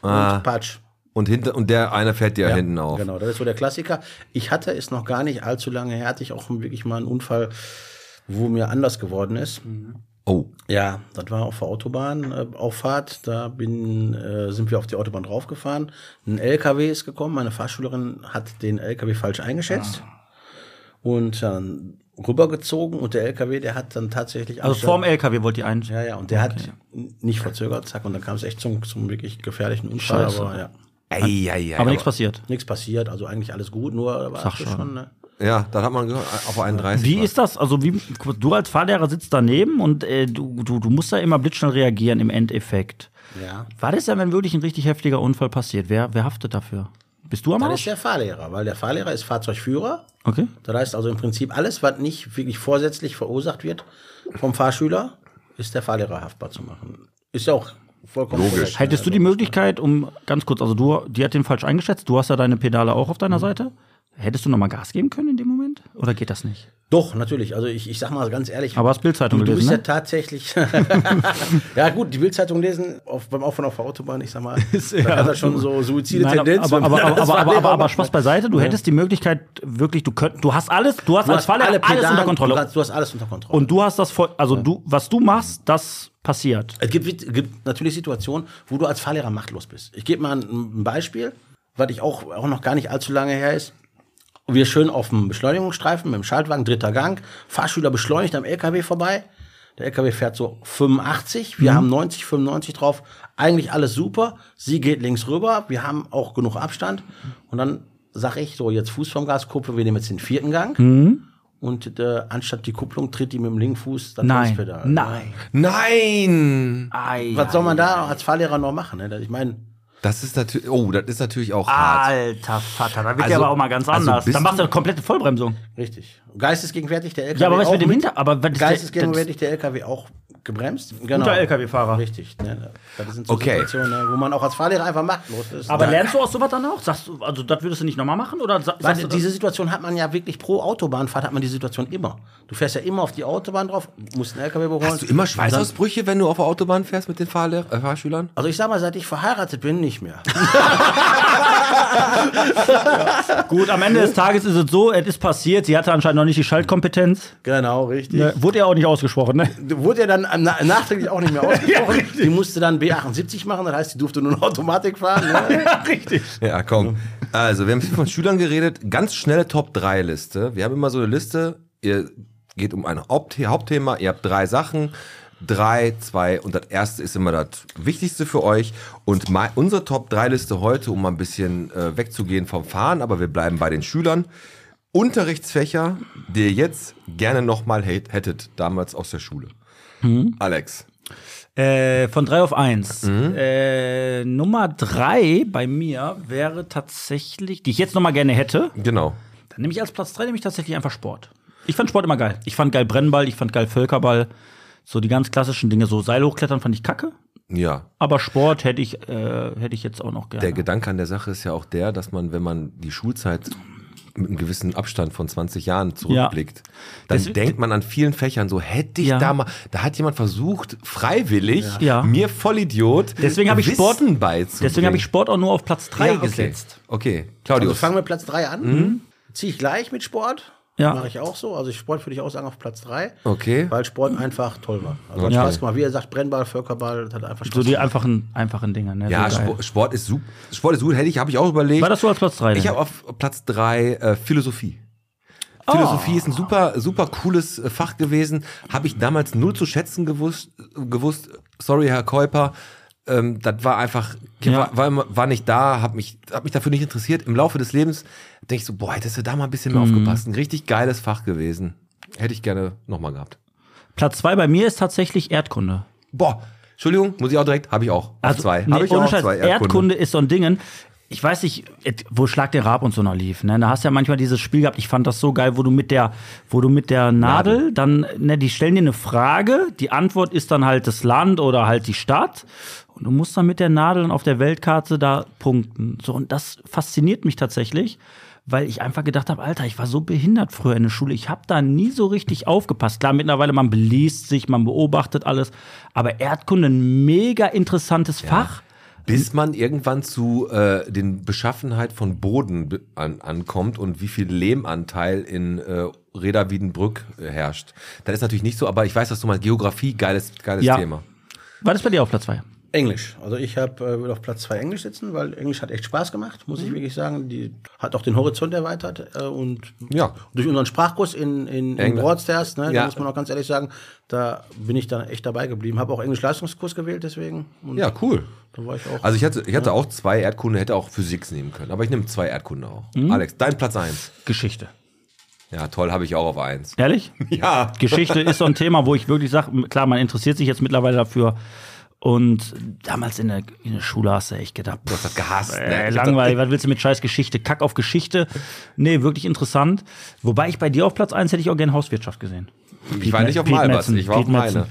Speaker 7: und patsch.
Speaker 2: Und, hinter, und der einer fährt dir hinten Ah, auf.
Speaker 7: Genau, das ist so der Klassiker. Ich hatte es noch gar nicht allzu lange her, hatte ich auch wirklich mal einen Unfall, wo mir anders geworden ist.
Speaker 2: Oh,
Speaker 7: Ja, das war auf der Autobahn, äh, Auffahrt. Da bin, äh, sind wir auf die Autobahn draufgefahren. Ein LKW ist gekommen. Meine Fahrschülerin hat den LKW falsch eingeschätzt
Speaker 3: Ah.
Speaker 7: und dann rübergezogen. Und der LKW, der hat dann tatsächlich
Speaker 3: Also vorm LKW wollt ihr ein.
Speaker 7: ja, ja, und der hat n- nicht verzögert, zack, und dann kam es echt zum, zum wirklich gefährlichen Unfall.
Speaker 3: Scheiße.
Speaker 7: Aber ja,
Speaker 2: ei, ei, ei,
Speaker 3: aber nichts passiert.
Speaker 7: nichts passiert, also eigentlich alles gut, nur aber
Speaker 3: Sag schon.
Speaker 7: ne?
Speaker 2: Ja, das hat man gehört, auf 31.
Speaker 3: Wie
Speaker 2: war.
Speaker 3: ist das? Also, wie, du als Fahrlehrer sitzt daneben und äh, du, du, du musst da immer blitzschnell reagieren im Endeffekt.
Speaker 7: Ja.
Speaker 3: War das ja, wenn wirklich ein richtig heftiger Unfall passiert? Wer, wer haftet dafür? Bist du am
Speaker 7: Dann ist
Speaker 3: Arsch?
Speaker 7: der Fahrlehrer, weil der Fahrlehrer ist Fahrzeugführer.
Speaker 3: Okay.
Speaker 7: Das heißt also im Prinzip alles, was nicht wirklich vorsätzlich verursacht wird vom Fahrschüler, ist der Fahrlehrer haftbar zu machen. Ist ja auch vollkommen logisch.
Speaker 3: Hättest du die Möglichkeit, um ganz kurz, also du, die hat den falsch eingeschätzt, du hast ja deine Pedale auch auf
Speaker 7: Mhm.
Speaker 3: deiner Seite. Hättest du nochmal Gas geben können in dem Moment? Oder geht das nicht?
Speaker 7: Doch, natürlich. Also ich, ich sag mal ganz ehrlich.
Speaker 3: Aber hast Bildzeitung
Speaker 7: du, du
Speaker 3: gelesen,
Speaker 7: bist ja
Speaker 3: ne?
Speaker 7: tatsächlich. ja gut, die Bildzeitung lesen auf, beim Auffahren auf der Autobahn, ich sag mal, ist, da hat er schon so suizide
Speaker 3: Nein,
Speaker 7: Tendenz.
Speaker 3: aber, aber,
Speaker 7: wenn man
Speaker 3: aber,
Speaker 7: das
Speaker 3: aber, aber, aber,
Speaker 7: Fahrlehrer
Speaker 3: aber
Speaker 7: macht.
Speaker 3: Spaß beiseite, du hättest die Möglichkeit, wirklich, du könnt, du hast alles, du hast
Speaker 7: Du
Speaker 3: als
Speaker 7: hast
Speaker 3: Fahrlehrer
Speaker 7: alle
Speaker 3: alles
Speaker 7: Pedalen,
Speaker 3: unter Kontrolle.
Speaker 7: Du hast, du hast alles unter Kontrolle.
Speaker 3: und du hast das voll, also du, was du machst, das passiert.
Speaker 7: Es gibt, es gibt natürlich Situationen, wo du als Fahrlehrer machtlos bist. Ich gebe mal ein, ein Beispiel, was ich auch, auch noch gar nicht allzu lange her ist. Wir schön auf dem Beschleunigungsstreifen mit dem Schaltwagen, dritter Gang. Fahrschüler beschleunigt am LKW vorbei. Der LKW fährt so 85,
Speaker 3: Mhm.
Speaker 7: wir haben 90, 95 drauf. Eigentlich alles super. Sie geht links rüber, wir haben auch genug Abstand. Und dann sage ich so, jetzt Fuß vom Gaskuppe, wir nehmen jetzt den vierten Gang.
Speaker 3: Mhm.
Speaker 7: Und äh, anstatt die Kupplung tritt die mit dem linken Fuß dann
Speaker 3: Nein.
Speaker 7: Pedal.
Speaker 3: Nein.
Speaker 2: Nein!
Speaker 7: Was soll man da als Fahrlehrer noch machen? Ne? Ich meine,
Speaker 2: Das ist natürlich, oh, das ist natürlich auch
Speaker 3: Ah,
Speaker 2: hart.
Speaker 3: Alter Vater, da wird
Speaker 2: Also-
Speaker 3: der aber auch mal ganz
Speaker 2: also
Speaker 3: anders.
Speaker 2: bist
Speaker 3: dann machst du
Speaker 2: du-
Speaker 3: eine komplette Vollbremsung.
Speaker 7: richtig. Geistesgegenwärtig der LKW.
Speaker 3: Ja, aber was
Speaker 7: auch
Speaker 3: mit dem
Speaker 7: mit-
Speaker 3: Hinter? Aber was ist der-
Speaker 7: Geistesgegenwärtig der LKW auch gebremst. Genau.
Speaker 3: Guter LKW-Fahrer.
Speaker 7: Richtig. Ne? Das sind so
Speaker 2: Okay.
Speaker 7: Situationen, ne, wo man auch als Fahrlehrer einfach machtlos ist.
Speaker 3: Aber
Speaker 7: Ja.
Speaker 3: lernst du aus sowas dann auch? Sagst du, also das würdest du nicht nochmal machen? Oder sa-
Speaker 7: Weil
Speaker 3: sagst du das?
Speaker 7: diese Situation hat man ja wirklich pro Autobahnfahrt hat man die Situation immer. Du fährst ja immer auf die Autobahn drauf, musst einen LKW überholen.
Speaker 2: Hast du immer Schweißausbrüche, wenn du auf der Autobahn fährst mit den Fahrlehr äh, Fahrschülern?
Speaker 7: Also ich sag mal, seit ich verheiratet bin, nicht mehr.
Speaker 3: Gut, am Ende des Tages ist es so, es ist passiert, sie hatte anscheinend noch nicht die Schaltkompetenz.
Speaker 7: genau, richtig.
Speaker 3: Ne, wurde ja auch nicht ausgesprochen, ne?
Speaker 7: wurde ja dann am na nachträglich auch nicht mehr ausgesprochen. die musste dann B78 machen, das heißt, die durfte nur noch Automatik fahren. Ne?
Speaker 2: Ja, komm. Also, wir haben viel von Schülern geredet. Ganz schnelle Top-3-Liste. Wir haben immer so eine Liste. Ihr geht um ein Hauptth- Hauptthema. Ihr habt drei Sachen. Drei, zwei und das erste ist immer das Wichtigste für euch. Und mei- unsere Top-3-Liste heute, um mal ein bisschen äh, wegzugehen vom Fahren, aber wir bleiben bei den Schülern. Unterrichtsfächer, die ihr jetzt gerne nochmal hättet, damals aus der Schule. Alex.
Speaker 3: Äh, von drei auf eins.
Speaker 7: Mhm.
Speaker 3: Äh, Nummer drei bei mir wäre tatsächlich, die ich jetzt noch mal gerne hätte,
Speaker 2: Genau.
Speaker 3: dann nehme ich als Platz drei nämlich tatsächlich einfach Sport. Ich fand Sport immer geil. Ich fand geil Brennball, ich fand geil Völkerball. So die ganz klassischen Dinge. So Seil hochklettern fand ich kacke.
Speaker 2: Ja.
Speaker 3: Aber Sport hätte ich, äh, hätte ich jetzt auch noch
Speaker 2: Der
Speaker 3: gerne.
Speaker 2: Gedanke an der Sache ist ja auch der, dass man, wenn man die Schulzeit mit einem gewissen Abstand von 20 Jahren zurückblickt, dann
Speaker 3: Das-
Speaker 2: denkt man an vielen Fächern so, hätte ich
Speaker 3: Ja.
Speaker 2: da mal, da hat jemand versucht, freiwillig,
Speaker 3: Ja.
Speaker 2: mir Vollidiot,
Speaker 3: Deswegen habe ich
Speaker 2: Wissen
Speaker 3: Sport-
Speaker 2: beizubringen.
Speaker 3: Deswegen habe ich Sport auch nur auf Platz
Speaker 2: Ja,
Speaker 3: drei
Speaker 2: okay.
Speaker 3: gesetzt.
Speaker 2: Okay,
Speaker 7: Also
Speaker 2: Claudius.
Speaker 7: fangen wir Platz 3 an.
Speaker 2: Mhm.
Speaker 7: Ziehe ich gleich mit Sport.
Speaker 3: Ja.
Speaker 7: Mache ich auch so. Also Sport würde ich auch sagen auf Platz 3.
Speaker 2: Okay.
Speaker 7: Weil Sport einfach toll war. Also
Speaker 2: Okay.
Speaker 7: hat Spaß gemacht. Wie er sagt, Brennball, Völkerball, das hat einfach Spaß
Speaker 3: So die
Speaker 7: gemacht.
Speaker 3: einfachen, einfachen Dinge. Ne?
Speaker 2: ja,
Speaker 3: so geil.
Speaker 2: Sport, Sport ist super. Sport ist gut, hätte ich, habe ich auch überlegt.
Speaker 3: War das so als Platz drei?
Speaker 2: Ich
Speaker 3: denn?
Speaker 2: habe auf Platz drei äh, Philosophie.
Speaker 3: Oh.
Speaker 2: Philosophie ist ein super, super cooles äh, Fach gewesen. Habe ich damals null zu schätzen gewusst. gewusst. Sorry, Herr Käuper. Ähm, das war einfach,
Speaker 3: Ja.
Speaker 2: war, war, immer- war nicht da, habe mich, hab mich dafür nicht interessiert. Im Laufe des Lebens denke ich so, boah, hättest du da mal ein bisschen mehr
Speaker 3: Mhm.
Speaker 2: aufgepasst. Ein richtig geiles Fach gewesen. Hätte ich gerne nochmal gehabt.
Speaker 3: Platz zwei bei mir ist tatsächlich Erdkunde.
Speaker 2: Boah, Entschuldigung, muss ich auch direkt, habe ich auch. Auf zwei.
Speaker 3: Also, Nee,
Speaker 2: habe ich
Speaker 3: ohne
Speaker 2: auch auf
Speaker 3: Scheiß,
Speaker 2: zwei.
Speaker 3: Erdkunde. ist so ein Dingen. Ich weiß nicht, et- wo Schlag der Rab und so noch lief. Ne? Da hast du ja manchmal dieses Spiel gehabt, ich fand das so geil, wo du mit der, wo du mit der Nadel, dann, ne, die stellen dir eine Frage, die Antwort ist dann halt das Land oder halt die Stadt. Und du musst dann mit der Nadel dann auf der Weltkarte da punkten. So, und das fasziniert mich tatsächlich, weil ich einfach gedacht habe, Alter, ich war so behindert früher in der Schule. Ich habe da nie so richtig aufgepasst. Klar, mittlerweile, man beliest sich, man beobachtet alles. Aber Erdkunde, ein mega interessantes Fach.
Speaker 2: Bis man irgendwann zu äh, den Beschaffenheit von Boden be- an, ankommt und wie viel Lehmanteil in äh, Reda Wiedenbrück äh, herrscht. Das ist natürlich nicht so, aber ich weiß, dass du mal Geografie, geiles, geiles
Speaker 3: Ja.
Speaker 2: Thema.
Speaker 3: War das bei dir auf Platz 2?
Speaker 7: Englisch. Also ich habe äh, will auf Platz 2 Englisch sitzen, weil Englisch hat echt Spaß gemacht, muss ich
Speaker 2: Mhm.
Speaker 7: wirklich sagen. Die hat auch den Horizont erweitert äh, und
Speaker 2: Ja.
Speaker 7: durch unseren Sprachkurs in, in, in
Speaker 2: Engl-
Speaker 7: Broadstairs,
Speaker 2: Ja.
Speaker 7: ne, da muss man auch ganz ehrlich sagen, da bin ich dann echt dabei geblieben. Habe auch Englisch-Leistungskurs gewählt deswegen. Und
Speaker 2: Ja, cool.
Speaker 7: Da war ich auch.
Speaker 2: Also ich hatte, ich hatte auch zwei Erdkunde, hätte auch Physik nehmen können, aber ich nehme zwei Erdkunde auch.
Speaker 3: Mhm.
Speaker 2: Alex, dein Platz eins.
Speaker 3: Geschichte.
Speaker 2: Ja, toll, habe ich auch auf eins.
Speaker 3: Ehrlich?
Speaker 2: Ja.
Speaker 3: Geschichte ist so ein Thema, wo ich wirklich sage, klar, man interessiert sich jetzt mittlerweile dafür. Und damals in der, in der Schule hast du echt gedacht, pff,
Speaker 2: Du hast das gehasst. Ne?
Speaker 3: äh,
Speaker 2: Ich hab das-
Speaker 3: langweilig, was willst du mit scheiß Geschichte? Kack auf Geschichte. Nee, wirklich interessant. Wobei ich bei dir auf Platz 1 hätte ich auch gerne Hauswirtschaft gesehen.
Speaker 2: Ich war nicht auf Malbas, ich war auf meine.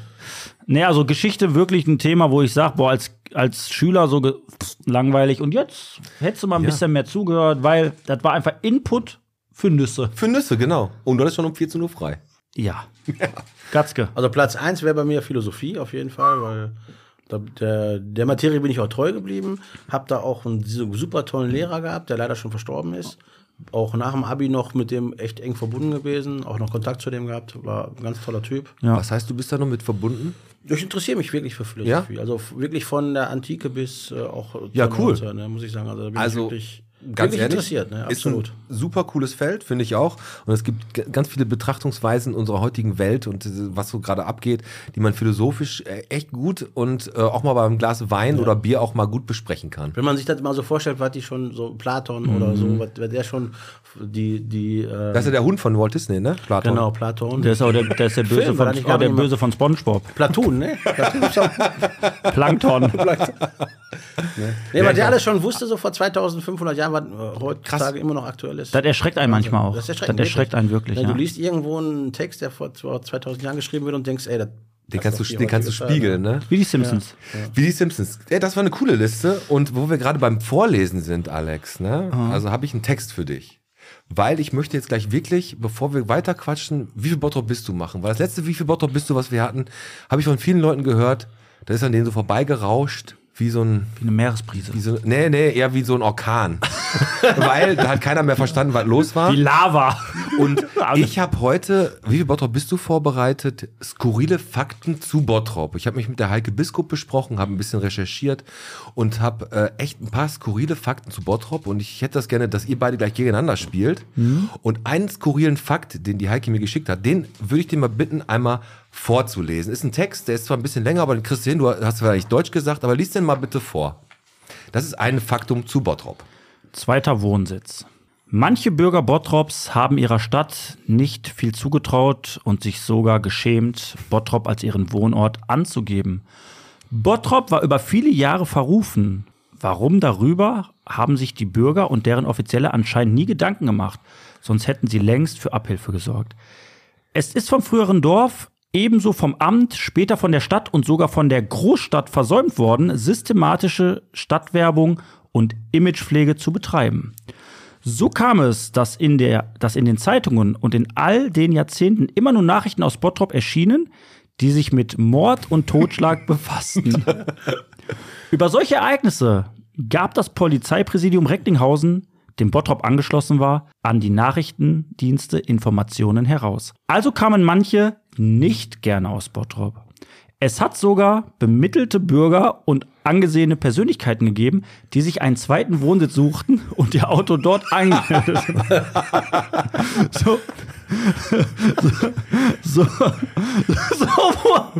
Speaker 3: Nee, also Geschichte wirklich ein Thema, wo ich sage, boah, als, als Schüler so ge- pff, langweilig. Und jetzt hättest du mal ein bisschen mehr zugehört, weil das war einfach Input für Nüsse.
Speaker 2: Für Nüsse, genau. Und du hattest schon um 14 Uhr frei.
Speaker 3: Ja. Gatzke.
Speaker 7: Also Platz 1 wäre bei mir Philosophie auf jeden Fall, weil da, der, der Materie bin ich auch treu geblieben. Hab da auch einen so super tollen Lehrer gehabt, der leider schon verstorben ist. Auch nach dem Abi noch mit dem echt eng verbunden gewesen, auch noch Kontakt zu dem gehabt, war ein ganz toller Typ.
Speaker 3: Ja.
Speaker 2: Was heißt, du bist da noch mit verbunden?
Speaker 7: Ich interessiere mich wirklich für Philosophie, also f- wirklich von der Antike bis äh, auch zur
Speaker 2: Ja, cool.
Speaker 7: Neuzeit, ne, muss ich sagen, also da bin
Speaker 2: Also,
Speaker 7: ich wirklich,
Speaker 2: ganz
Speaker 7: wirklich
Speaker 2: ehrlich,
Speaker 7: interessiert, ne?
Speaker 2: ist ein
Speaker 7: absolut.
Speaker 2: super cooles Feld, finde ich auch. Und es gibt g- ganz viele Betrachtungsweisen unserer heutigen Welt und diese- was so gerade abgeht, die man philosophisch äh, echt gut und äh, auch mal beim Glas Wein oder Bier auch mal gut besprechen kann.
Speaker 7: Wenn man sich das mal so vorstellt, was die schon so Platon oder so, was was der schon die die äh,
Speaker 2: Mhm. Das ist ja der Hund von Walt Disney, ne? Platon.
Speaker 7: genau Platon,
Speaker 3: Der ist auch der, der, ist der, böse,
Speaker 7: Film, war
Speaker 3: von,
Speaker 7: da nicht gar
Speaker 3: oh, der
Speaker 7: nicht mal-
Speaker 3: böse von Spongebob.
Speaker 7: Platoon, ne? Platoon ist auch
Speaker 3: Plankton.
Speaker 7: Nee, aber der alles schon wusste, so vor 2500 Jahren, was äh, heutzutage immer noch aktuell ist.
Speaker 3: Das erschreckt einen manchmal auch.
Speaker 7: Das erschreckt,
Speaker 3: das erschreckt einen wirklich.
Speaker 7: Ne,
Speaker 3: Ja.
Speaker 7: Du liest irgendwo einen Text, der vor vor 2000 Jahren geschrieben wird und denkst, ey, das
Speaker 2: Den
Speaker 7: das
Speaker 2: kannst du,
Speaker 7: ist doch
Speaker 2: den
Speaker 7: die
Speaker 2: kannst du
Speaker 7: heutige Zeit,
Speaker 2: spiegeln, ne?
Speaker 3: Wie die Simpsons.
Speaker 2: Wie die Simpsons. Ey, das war eine coole Liste. Und wo wir gerade beim Vorlesen sind, Alex, ne? Also habe ich einen Text für dich. Weil ich möchte jetzt gleich wirklich, bevor wir weiter quatschen, wie viel Bottrop bist du machen? Weil das letzte, wie viel Bottrop bist du, was wir hatten, habe ich von vielen Leuten gehört. Das ist an denen so vorbeigerauscht. wie so ein
Speaker 3: Wie eine Meeresbrise.
Speaker 2: wie so, nee, nee, eher wie so ein Orkan. Weil da hat keiner mehr verstanden, was los war.
Speaker 3: Wie Lava.
Speaker 2: Und
Speaker 3: Alle.
Speaker 2: ich habe heute, wie viel Bottrop bist du vorbereitet? Skurrile Fakten zu Bottrop. Ich habe mich mit der Heike Biskup besprochen, habe ein bisschen recherchiert und habe äh, echt ein paar skurrile Fakten zu Bottrop. Und ich hätte das gerne, dass ihr beide gleich gegeneinander spielt. Und einen skurrilen Fakt, den die Heike mir geschickt hat, den würde ich dir mal bitten, einmal vorzulesen. Ist ein Text, der ist zwar ein bisschen länger, aber den kriegst du hin. Du hast vielleicht Deutsch gesagt, aber lies den mal bitte vor. Das ist ein Faktum zu Bottrop.
Speaker 3: Zweiter Wohnsitz. Manche Bürger Bottrops haben ihrer Stadt nicht viel zugetraut und sich sogar geschämt, Bottrop als ihren Wohnort anzugeben. Bottrop war über viele Jahre verrufen. Warum darüber haben sich die Bürger und deren Offizielle anscheinend nie Gedanken gemacht, sonst hätten sie längst für Abhilfe gesorgt. Es ist vom früheren Dorf, ebenso vom Amt, später von der Stadt und sogar von der Großstadt versäumt worden, systematische Stadtwerbung und Imagepflege zu betreiben. So kam es, dass in, der, dass in den Zeitungen und in all den Jahrzehnten immer nur Nachrichten aus Bottrop erschienen, die sich mit Mord und Totschlag befassten. Über solche Ereignisse gab das Polizeipräsidium Recklinghausen, dem Bottrop angeschlossen war, an die Nachrichtendienste Informationen heraus. Also kamen manche nicht gerne aus Bottrop. Es hat sogar bemittelte Bürger und angesehene Persönlichkeiten gegeben, die sich einen zweiten Wohnsitz suchten und ihr Auto dort angemeldet haben. so, so, so, so,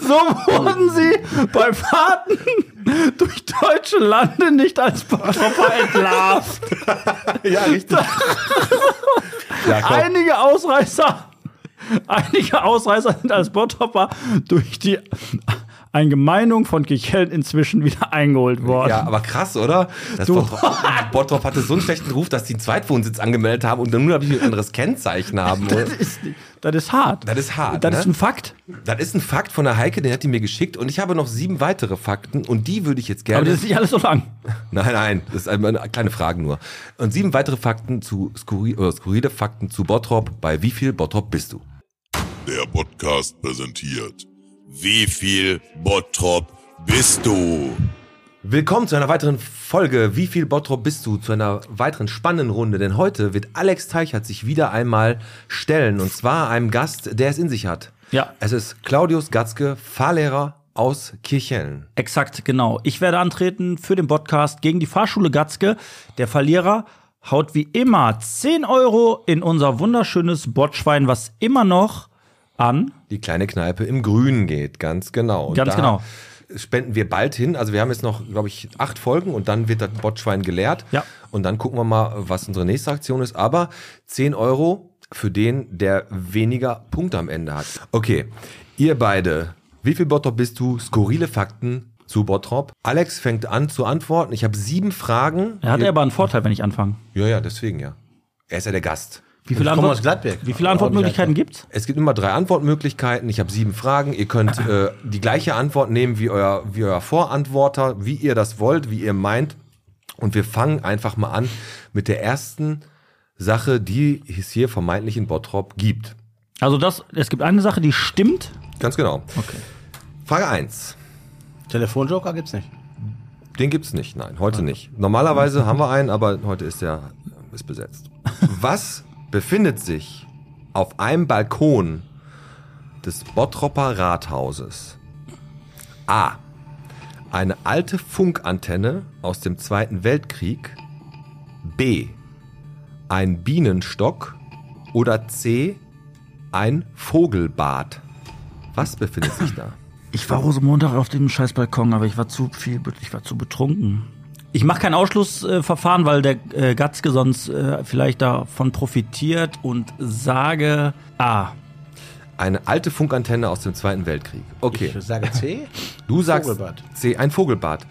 Speaker 3: so wurden sie bei Fahrten durch deutsche Lande nicht als Bottroper entlarvt.
Speaker 2: Ja, richtig. ja, komm.
Speaker 3: Einige Ausreißer, einige Ausreißer sind als Bottropper durch die Eingemeindung von Kichellen inzwischen wieder eingeholt worden.
Speaker 2: Ja, aber krass, oder? Das Bottrop, Bottrop hatte so einen schlechten Ruf, dass die einen Zweitwohnsitz angemeldet haben und nun habe ich ein anderes Kennzeichen haben. oder?
Speaker 3: Das, ist, das ist hart.
Speaker 2: Das ist hart,
Speaker 3: Das
Speaker 2: ne?
Speaker 3: ist ein Fakt.
Speaker 2: Das ist ein Fakt von der Heike, den hat die mir geschickt und ich habe noch sieben weitere Fakten und die würde ich jetzt
Speaker 3: Aber
Speaker 2: gerne.
Speaker 3: das ist nicht alles so lang.
Speaker 2: nein, nein, das ist eine kleine Frage nur. Und sieben weitere Fakten zu skurri oder skurrile Fakten zu Bottrop. Bei wie viel Bottrop bist du?
Speaker 8: Der Podcast präsentiert. Wie viel Bottrop bist du?
Speaker 2: Willkommen zu einer weiteren Folge. Wie viel Bottrop bist du? Zu einer weiteren spannenden Runde. Denn heute wird Alex Teichert sich wieder einmal stellen. Und zwar einem Gast, der es in sich hat.
Speaker 3: Ja.
Speaker 2: Es ist Claudius Gatzke, Fahrlehrer aus Kirchhellen.
Speaker 3: Exakt, genau. Ich werde antreten für den Podcast gegen die Fahrschule Gatzke. Der Verlierer haut wie immer 10 Euro in unser wunderschönes Botschwein, was immer noch an.
Speaker 2: Die kleine Kneipe im Grünen geht, ganz genau. Und
Speaker 3: Ganz
Speaker 2: da
Speaker 3: genau.
Speaker 2: Spenden wir bald hin. Also wir haben jetzt noch, glaube ich, acht Folgen und dann wird das Botschwein geleert.
Speaker 3: Ja.
Speaker 2: Und dann gucken wir mal, was unsere nächste Aktion ist. Aber 10 Euro für den, der weniger Punkte am Ende hat. Okay, ihr beide, wie viel Bottrop bist du? Skurrile Fakten zu Bottrop. Alex fängt an zu antworten. Ich habe sieben Fragen.
Speaker 3: Er hat
Speaker 2: Ihr-
Speaker 3: aber einen Vorteil, wenn ich anfange.
Speaker 2: Ja, ja, deswegen ja. Er ist ja der Gast.
Speaker 3: Wie viele,
Speaker 7: Ich komme
Speaker 3: Antwort-
Speaker 7: aus Gladbeck. Oh,
Speaker 3: wie viele
Speaker 7: Auch nicht
Speaker 3: Antwortmöglichkeiten gibt's?
Speaker 2: Es gibt immer drei Antwortmöglichkeiten. Ich habe sieben Fragen. Ihr könnt äh, die gleiche Antwort nehmen wie euer, wie euer Vorantworter, wie ihr das wollt, wie ihr meint. Und wir fangen einfach mal an mit der ersten Sache, die es hier vermeintlich in Bottrop gibt.
Speaker 3: Also das, es gibt eine Sache, die stimmt.
Speaker 2: Ganz genau. Frage eins.
Speaker 7: Telefonjoker gibt's nicht.
Speaker 2: Den gibt's nicht. Nein, heute nicht. Normalerweise haben wir einen, aber heute ist der ist besetzt. Was befindet sich auf einem Balkon des Bottropper Rathauses? A. Eine alte Funkantenne aus dem Zweiten Weltkrieg. B. Ein Bienenstock. Oder C. Ein Vogelbad. Was befindet sich da?
Speaker 3: Ich war Rosenmontag auf dem scheiß Balkon, aber ich war zu viel, ich war zu betrunken. Ich mache kein Ausschlussverfahren, weil der äh, Gatzke sonst äh, vielleicht davon profitiert und sage ah, A.
Speaker 2: Eine alte Funkantenne aus dem Zweiten Weltkrieg. Okay.
Speaker 7: Ich sage C.
Speaker 2: Du sagst
Speaker 7: Vogelbad.
Speaker 2: C, ein Vogelbad.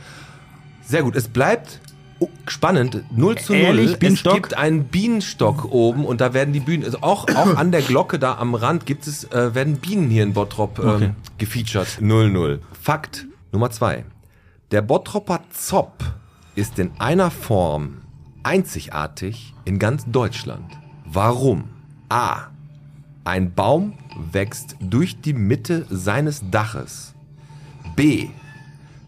Speaker 2: Sehr gut, es bleibt oh, spannend. 0 zu 0.
Speaker 3: Ehrlich, Bienenstock?
Speaker 2: Es gibt einen Bienenstock oben und da werden die Bienen, also auch, auch an der Glocke da am Rand gibt es, äh, werden Bienen hier in Bottrop ähm,
Speaker 3: Okay.
Speaker 2: gefeatured. 0 0. Fakt Nummer 2. Der Bottropper Zopp ist in einer Form einzigartig in ganz Deutschland. Warum? A. Ein Baum wächst durch die Mitte seines Daches. B.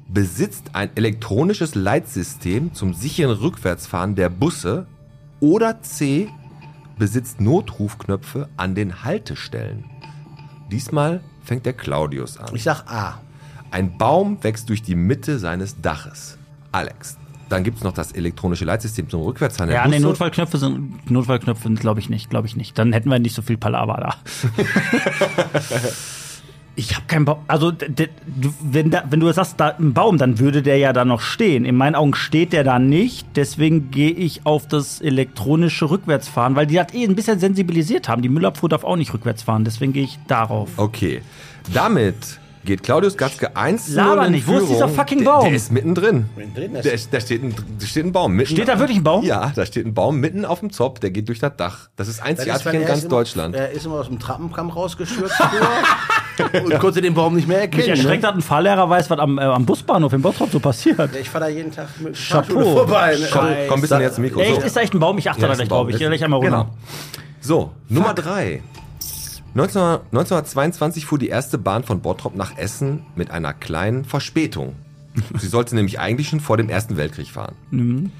Speaker 2: Besitzt ein elektronisches Leitsystem zum sicheren Rückwärtsfahren der Busse oder C. Besitzt Notrufknöpfe an den Haltestellen. Diesmal fängt der Claudius an.
Speaker 7: Ich sag A.
Speaker 2: Ein Baum wächst durch die Mitte seines Daches. Alex. Dann gibt's noch das elektronische Leitsystem zum Rückwärtsfahren der
Speaker 3: Ja, nee,
Speaker 2: Busse.
Speaker 3: Notfallknöpfe sind Notfallknöpfe sind, glaube ich nicht, glaube ich nicht. Dann hätten wir nicht so viel Palaver da. ich habe keinen Baum. Also d- d- du- wenn da, wenn du sagst, da ein Baum, dann würde der ja da noch stehen. In meinen Augen steht der da nicht. Deswegen gehe ich auf das elektronische Rückwärtsfahren, weil die das eh ein bisschen sensibilisiert haben. Die Müllabfuhr darf auch nicht rückwärts fahren. Deswegen gehe ich darauf.
Speaker 2: Okay. Damit geht Claudius Gatzke 1 zu
Speaker 3: Laber
Speaker 2: 0 in
Speaker 3: nicht. Wo ist
Speaker 2: Führung.
Speaker 3: dieser fucking
Speaker 2: Der-
Speaker 3: Baum?
Speaker 2: Der ist mittendrin.
Speaker 7: Mittendrin?
Speaker 2: Der, ist- da, steht ein, da steht ein Baum. Mitten
Speaker 3: Steht da wirklich ein Baum?
Speaker 2: Ja, da steht ein Baum mitten auf dem Zopf, der geht durch das Dach. Das ist
Speaker 7: Das
Speaker 2: einzigartig
Speaker 7: weil
Speaker 2: in
Speaker 7: er
Speaker 2: ganz
Speaker 7: ist immer-
Speaker 2: Deutschland.
Speaker 7: Er ist immer aus dem Trappenkamm rausgestürzt früher und konnte den Baum nicht mehr
Speaker 3: Mich
Speaker 7: erkennen.
Speaker 3: erschreckt,
Speaker 7: ne?
Speaker 3: dass ein Fahrlehrer weiß, was am, äh, am Busbahnhof in Bottrop so passiert.
Speaker 7: Ich fahre da jeden Tag mit dem
Speaker 3: Chapeau.
Speaker 7: Fahrstuhl vorbei. ne?
Speaker 2: komm, komm ein bisschen näher
Speaker 7: jetzt
Speaker 2: zum Mikro.
Speaker 3: Echt?
Speaker 2: so.
Speaker 3: Ist da echt ein Baum? Ich achte
Speaker 2: Ja,
Speaker 3: da
Speaker 2: ist ein
Speaker 3: gleich
Speaker 2: Baum.
Speaker 3: drauf. Ich gehe gleich einmal runter.
Speaker 2: Genau. So, Nummer 3. 1922 fuhr die erste Bahn von Bottrop nach Essen mit einer kleinen Verspätung. Sie sollte nämlich eigentlich schon vor dem Ersten Weltkrieg fahren.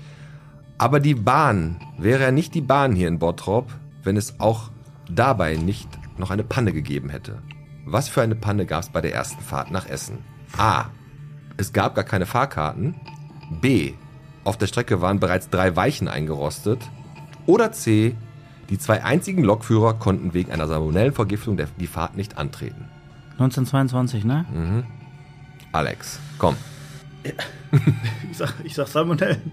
Speaker 2: Aber die Bahn wäre ja nicht die Bahn hier in Bottrop, wenn es auch dabei nicht noch eine Panne gegeben hätte. Was für eine Panne gab es bei der ersten Fahrt nach Essen? A. Es gab gar keine Fahrkarten. B. Auf der Strecke waren bereits drei Weichen eingerostet. Oder C. Die zwei einzigen Lokführer konnten wegen einer Salmonellenvergiftung der- die Fahrt nicht antreten.
Speaker 3: 1922, ne?
Speaker 2: Alex, komm.
Speaker 3: Ich sag, ich sag Salmonellen.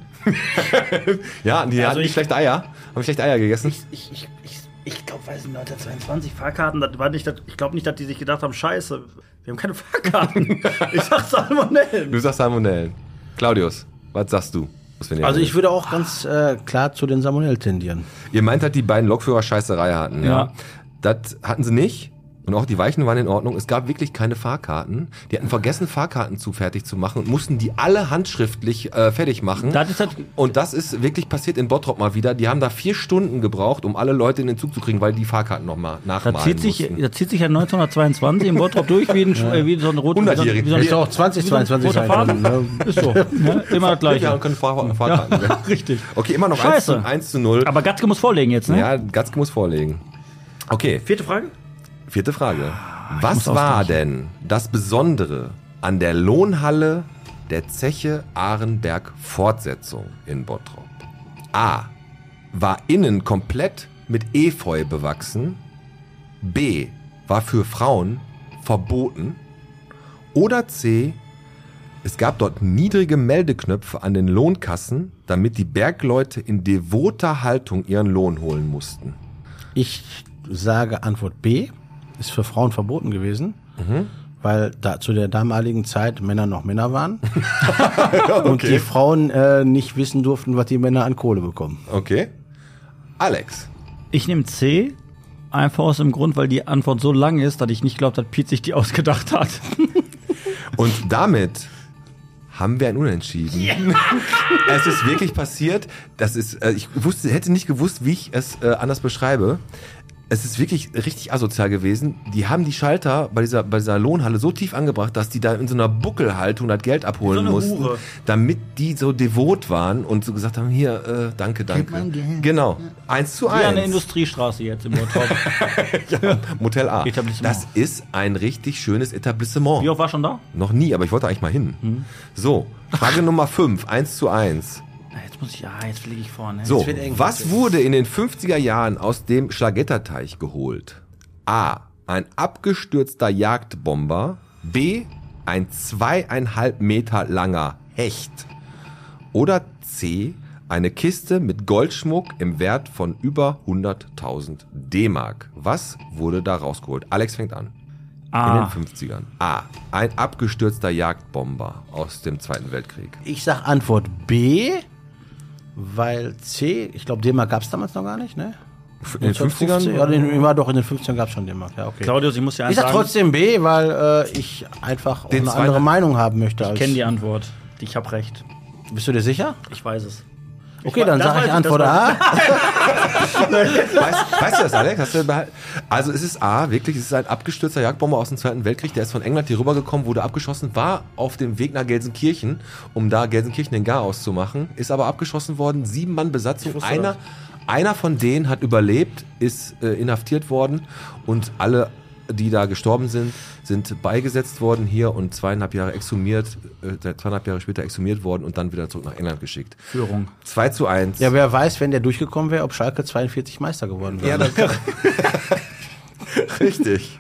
Speaker 2: Ja, die
Speaker 3: Also
Speaker 2: hatten
Speaker 3: ich-
Speaker 2: nicht schlechte Eier. Haben schlechte Eier gegessen.
Speaker 3: Ich, ich, ich, ich glaube, weiß nicht, 1922 Fahrkarten, das war nicht, das- ich glaube nicht, dass die sich gedacht haben, scheiße, wir haben keine Fahrkarten. ich sag Salmonellen.
Speaker 2: Du sagst Salmonellen. Claudius, was sagst du? Was wir nehmen?
Speaker 7: Also ich würde auch ganz äh, klar zu den Salmonellen tendieren.
Speaker 2: Ihr meint halt, die beiden Lokführer Scheißerei hatten, ja.
Speaker 3: Ja.
Speaker 2: Das hatten sie nicht. Und auch die Weichen waren in Ordnung. Es gab wirklich keine Fahrkarten. Die hatten vergessen, Fahrkarten zu fertig zu machen und mussten die alle handschriftlich äh, fertig machen.
Speaker 3: Das ist halt das-
Speaker 2: und das ist wirklich passiert in Bottrop mal wieder. Die haben da vier Stunden gebraucht, um alle Leute in den Zug zu kriegen, weil die Fahrkarten nochmal nachmalen
Speaker 3: Da zieht, sich,
Speaker 2: mussten.
Speaker 3: da zieht sich ja 1922 im Bottrop durch wie, ein, Sch- äh, wie so ein roter
Speaker 2: 100-jährigen
Speaker 3: wie so ein- wie
Speaker 7: Hätte
Speaker 3: so
Speaker 7: auch
Speaker 3: ein
Speaker 7: 2022
Speaker 3: roter
Speaker 7: sein können.
Speaker 3: Faden.
Speaker 7: Ne?
Speaker 3: Ist so. Ne? Immer das Gleiche.
Speaker 2: Ja, können Fahr Fahrkarten.
Speaker 3: Ja, richtig.
Speaker 2: Okay, immer noch 1
Speaker 3: Scheiße.
Speaker 2: zu, 1 zu 0.
Speaker 3: Aber Gatzke muss vorlegen jetzt, ne?
Speaker 2: ja, Gatzke muss vorlegen. Okay,
Speaker 3: Vierte Frage?
Speaker 2: Vierte Frage. Was war denn das Besondere an der Lohnhalle der Zeche Ahrenberg Fortsetzung in Bottrop? A. War innen komplett mit Efeu bewachsen. B. War für Frauen verboten. Oder C. Es gab dort niedrige Meldeknöpfe an den Lohnkassen, damit die Bergleute in devoter Haltung ihren Lohn holen mussten.
Speaker 7: Ich sage Antwort B. Ist für Frauen verboten gewesen. Weil da, zu der damaligen Zeit Männer noch Männer waren und die Frauen äh, nicht wissen durften, was die Männer an Kohle bekommen.
Speaker 2: Okay. Alex.
Speaker 3: Ich nehme C, einfach aus dem Grund, weil die Antwort so lang ist, dass ich nicht glaube, dass Pete sich die ausgedacht hat.
Speaker 2: Und damit haben wir ein Unentschieden. Es ist wirklich passiert. Das ist, äh, ich wusste, hätte nicht gewusst, wie ich es äh, anders beschreibe. Es ist wirklich richtig asozial gewesen. Die haben die Schalter bei dieser, bei dieser Lohnhalle so tief angebracht, dass die da in so einer Buckelhaltung das Geld abholen mussten, damit die so devot waren und so gesagt haben, hier, äh, danke, danke. Genau. Eins zu
Speaker 3: Wie an der
Speaker 2: eins.
Speaker 3: Industriestraße jetzt im Bottrop.
Speaker 2: Motel A.
Speaker 3: Etablissement.
Speaker 2: Das ist ein richtig schönes Etablissement.
Speaker 3: Wie oft war schon da?
Speaker 2: Noch nie, aber ich wollte eigentlich mal hin. So, Frage Nummer 5, 1 zu 1.
Speaker 3: Na, Jetzt muss ich, ah, jetzt fliege ich vorne.
Speaker 2: So,
Speaker 7: wird eng.
Speaker 2: was wurde in den 50er Jahren aus dem Schlagetterteich geholt? A. Ein abgestürzter Jagdbomber. B. Ein zweieinhalb Meter langer Hecht. Oder C. Eine Kiste mit Goldschmuck im Wert von über 100.000 D-Mark. Was wurde da rausgeholt? Alex fängt an.
Speaker 3: Ah,
Speaker 2: In den 50ern. A. Ein abgestürzter Jagdbomber aus dem Zweiten Weltkrieg.
Speaker 7: Ich sag Antwort B, weil C, ich glaube, D-Mark gab es damals noch gar nicht, ne?
Speaker 2: In den 50ern?
Speaker 7: Ja, den, war doch in den 50ern gab es schon D-Mark, ja, okay.
Speaker 3: Claudius, ich muss dir
Speaker 7: ich
Speaker 3: eins
Speaker 7: sag
Speaker 3: sagen.
Speaker 7: trotzdem B, weil äh, ich einfach auch
Speaker 2: Den
Speaker 7: eine
Speaker 2: zweiten-
Speaker 7: andere Meinung haben möchte.
Speaker 3: ich
Speaker 7: als-
Speaker 3: kenne die Antwort. Ich habe recht.
Speaker 7: Bist du dir sicher?
Speaker 3: Ich weiß es.
Speaker 7: Okay, dann
Speaker 9: das
Speaker 7: sage
Speaker 9: weiß
Speaker 7: ich
Speaker 9: ich,
Speaker 7: Antwort A.
Speaker 2: Weißt, weißt du das, Alex? Hast du behal- also es ist A, wirklich, es ist ein abgestürzter Jagdbomber aus dem Zweiten Weltkrieg, der ist von England hier rübergekommen, wurde abgeschossen, war auf dem Weg nach Gelsenkirchen, um da Gelsenkirchen den Garaus zu machen, ist aber abgeschossen worden, sieben Mann Besatzung, einer, einer von denen hat überlebt, ist äh, inhaftiert worden und alle die da gestorben sind, sind beigesetzt worden hier und zweieinhalb Jahre exhumiert, äh, zweieinhalb Jahre später exhumiert worden und dann wieder zurück nach England geschickt.
Speaker 3: Führung.
Speaker 2: 2 zu 1.
Speaker 7: Ja, wer weiß, wenn der durchgekommen wäre, ob Schalke 42 Meister geworden wäre.
Speaker 2: Ja, das Richtig.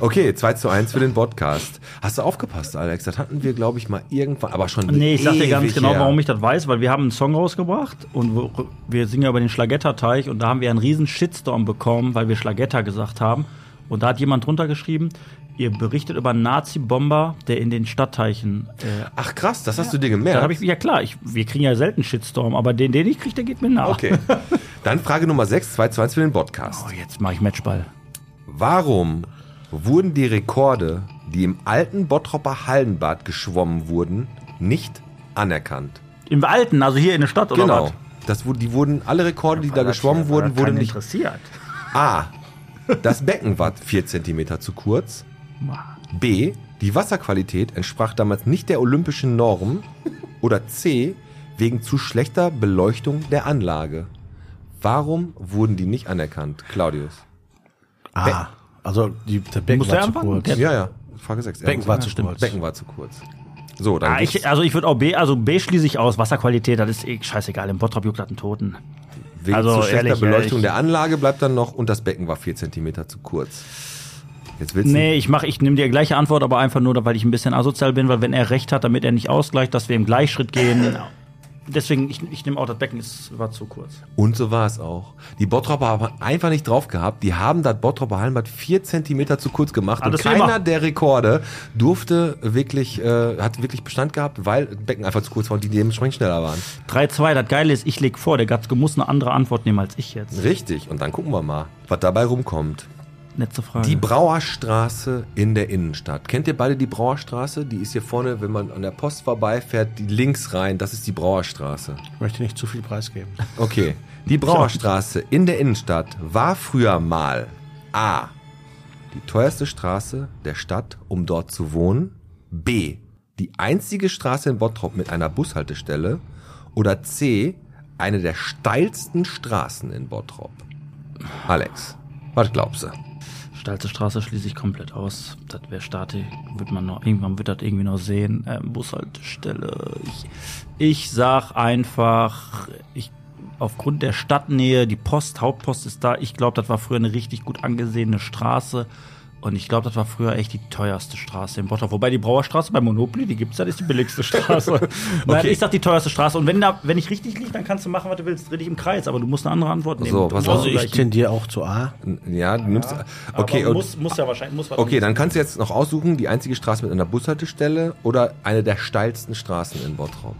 Speaker 2: Okay, 2 zu 1 für den Podcast. Hast du aufgepasst, Alex? Das hatten wir, glaube ich, mal irgendwann, aber schon
Speaker 3: Nee, ich sag dir ganz
Speaker 2: ewig
Speaker 3: genau,
Speaker 2: her.
Speaker 3: warum ich das weiß, weil wir haben einen Song rausgebracht und wo- wir singen ja über den Schlagetterteich und da haben wir einen riesen Shitstorm bekommen, weil wir Schlagetter gesagt haben. Und da hat jemand drunter geschrieben, ihr berichtet über einen Nazi-Bomber, der in den Stadtteichen. Äh,
Speaker 2: Ach krass, das hast du dir
Speaker 3: da
Speaker 2: gemerkt.
Speaker 3: habe ich, ja klar, ich, wir kriegen ja selten Shitstorm, aber den, den ich kriege, der geht mir nach.
Speaker 2: okay. Dann Frage Nummer 6, 2 zu 1 für den Podcast.
Speaker 3: Oh, jetzt mache ich Matchball.
Speaker 2: Warum wurden die Rekorde, die im alten Bottropper Hallenbad geschwommen wurden, nicht anerkannt? Genau.
Speaker 3: Im Alten, also hier in der Stadt oder was?
Speaker 2: Das, wu- die wurden, alle Rekorde, die da geschwommen wurden, wurden nicht
Speaker 3: interessiert.
Speaker 2: A. Das Becken war 4 cm zu kurz. B. Die Wasserqualität entsprach damals nicht der olympischen Norm. Oder C. Wegen zu schlechter Beleuchtung der Anlage. Warum wurden die nicht anerkannt, Claudius?
Speaker 7: Ah, also die, der Becken
Speaker 3: Muss
Speaker 7: war
Speaker 3: der
Speaker 7: zu
Speaker 3: anfangen?
Speaker 7: kurz.
Speaker 3: Der-
Speaker 2: Ja, ja. Frage 6.
Speaker 7: Becken war zu kurz.
Speaker 2: Becken war zu kurz. So, dann.
Speaker 3: Ah, ich,
Speaker 2: gibt's
Speaker 3: also ich würde auch B, also B schließe ich aus. Wasserqualität, das ist eh scheißegal. Im Bottrop juckt das einen Toten.
Speaker 2: wegen
Speaker 3: also
Speaker 2: zu schlechter
Speaker 3: ehrlich,
Speaker 2: Beleuchtung
Speaker 3: ehrlich.
Speaker 2: der Anlage bleibt dann noch und das Becken war 4 cm zu kurz. Jetzt willst
Speaker 3: Nee, ich mach, ich nehme dir gleiche Antwort, aber einfach nur, weil ich ein bisschen asozial bin, weil wenn er recht hat, damit er nicht ausgleicht, dass wir im Gleichschritt gehen. Deswegen, ich, ich nehme auch das Becken, es war zu kurz.
Speaker 2: Und so war es auch. Die Bottropper haben einfach nicht drauf gehabt. Die haben das Bottropper Hallenbad vier Zentimeter zu kurz gemacht.
Speaker 3: Ah,
Speaker 2: und
Speaker 3: das will ich
Speaker 2: keiner
Speaker 3: machen.
Speaker 2: der Rekorde durfte wirklich, äh, hat wirklich Bestand gehabt, weil Becken einfach zu kurz war und die dementsprechend schneller waren.
Speaker 3: 3-2, das Geile ist, ich leg vor, der Gatzke muss eine andere Antwort nehmen als ich jetzt.
Speaker 2: Richtig. Und dann gucken wir mal, was dabei rumkommt.
Speaker 3: Letzte Frage.
Speaker 2: Die Brauerstraße in der Innenstadt. Kennt ihr beide die Brauerstraße? Die ist hier vorne, wenn man an der Post vorbeifährt, die links rein. Das ist die Brauerstraße.
Speaker 7: Ich möchte nicht zu viel preisgeben.
Speaker 3: Also
Speaker 2: Okay. Die Brauerstraße in der Innenstadt war früher mal A. Die teuerste Straße der Stadt, um dort zu wohnen. B. Die einzige Straße in Bottrop mit einer Bushaltestelle. Oder C. Eine der steilsten Straßen in Bottrop. Alex, was glaubst du?
Speaker 3: Stalze Straße schließe ich komplett aus. Das wäre Stati. Wird man noch, irgendwann wird das irgendwie noch sehen. Ähm, Bushaltestelle. Ich, ich sag einfach, ich, aufgrund der Stadtnähe, die Post, Hauptpost ist da. Ich glaube, das war früher eine richtig gut angesehene Straße. Und ich glaube, das war früher echt die teuerste Straße in Bottrop. Wobei die Brauerstraße bei Monopoly, die gibt's, das ist die billigste Straße. Nein, ich sag die teuerste Straße. Und wenn, da, wenn ich richtig liege, dann kannst du machen, was du willst. Dreh dich im Kreis, aber du musst eine andere Antwort nehmen.
Speaker 2: So,
Speaker 3: Du
Speaker 2: pass
Speaker 3: musst
Speaker 2: auf.
Speaker 7: Also ich
Speaker 3: gleich-
Speaker 7: tendiere auch zu A.
Speaker 2: Ja, du nimmst. Okay,
Speaker 3: aber
Speaker 2: und-
Speaker 3: muss, muss ja wahrscheinlich. Muss was
Speaker 2: okay, dann kannst du jetzt noch aussuchen, die einzige Straße mit einer Bushaltestelle oder eine der steilsten Straßen in Bottrop.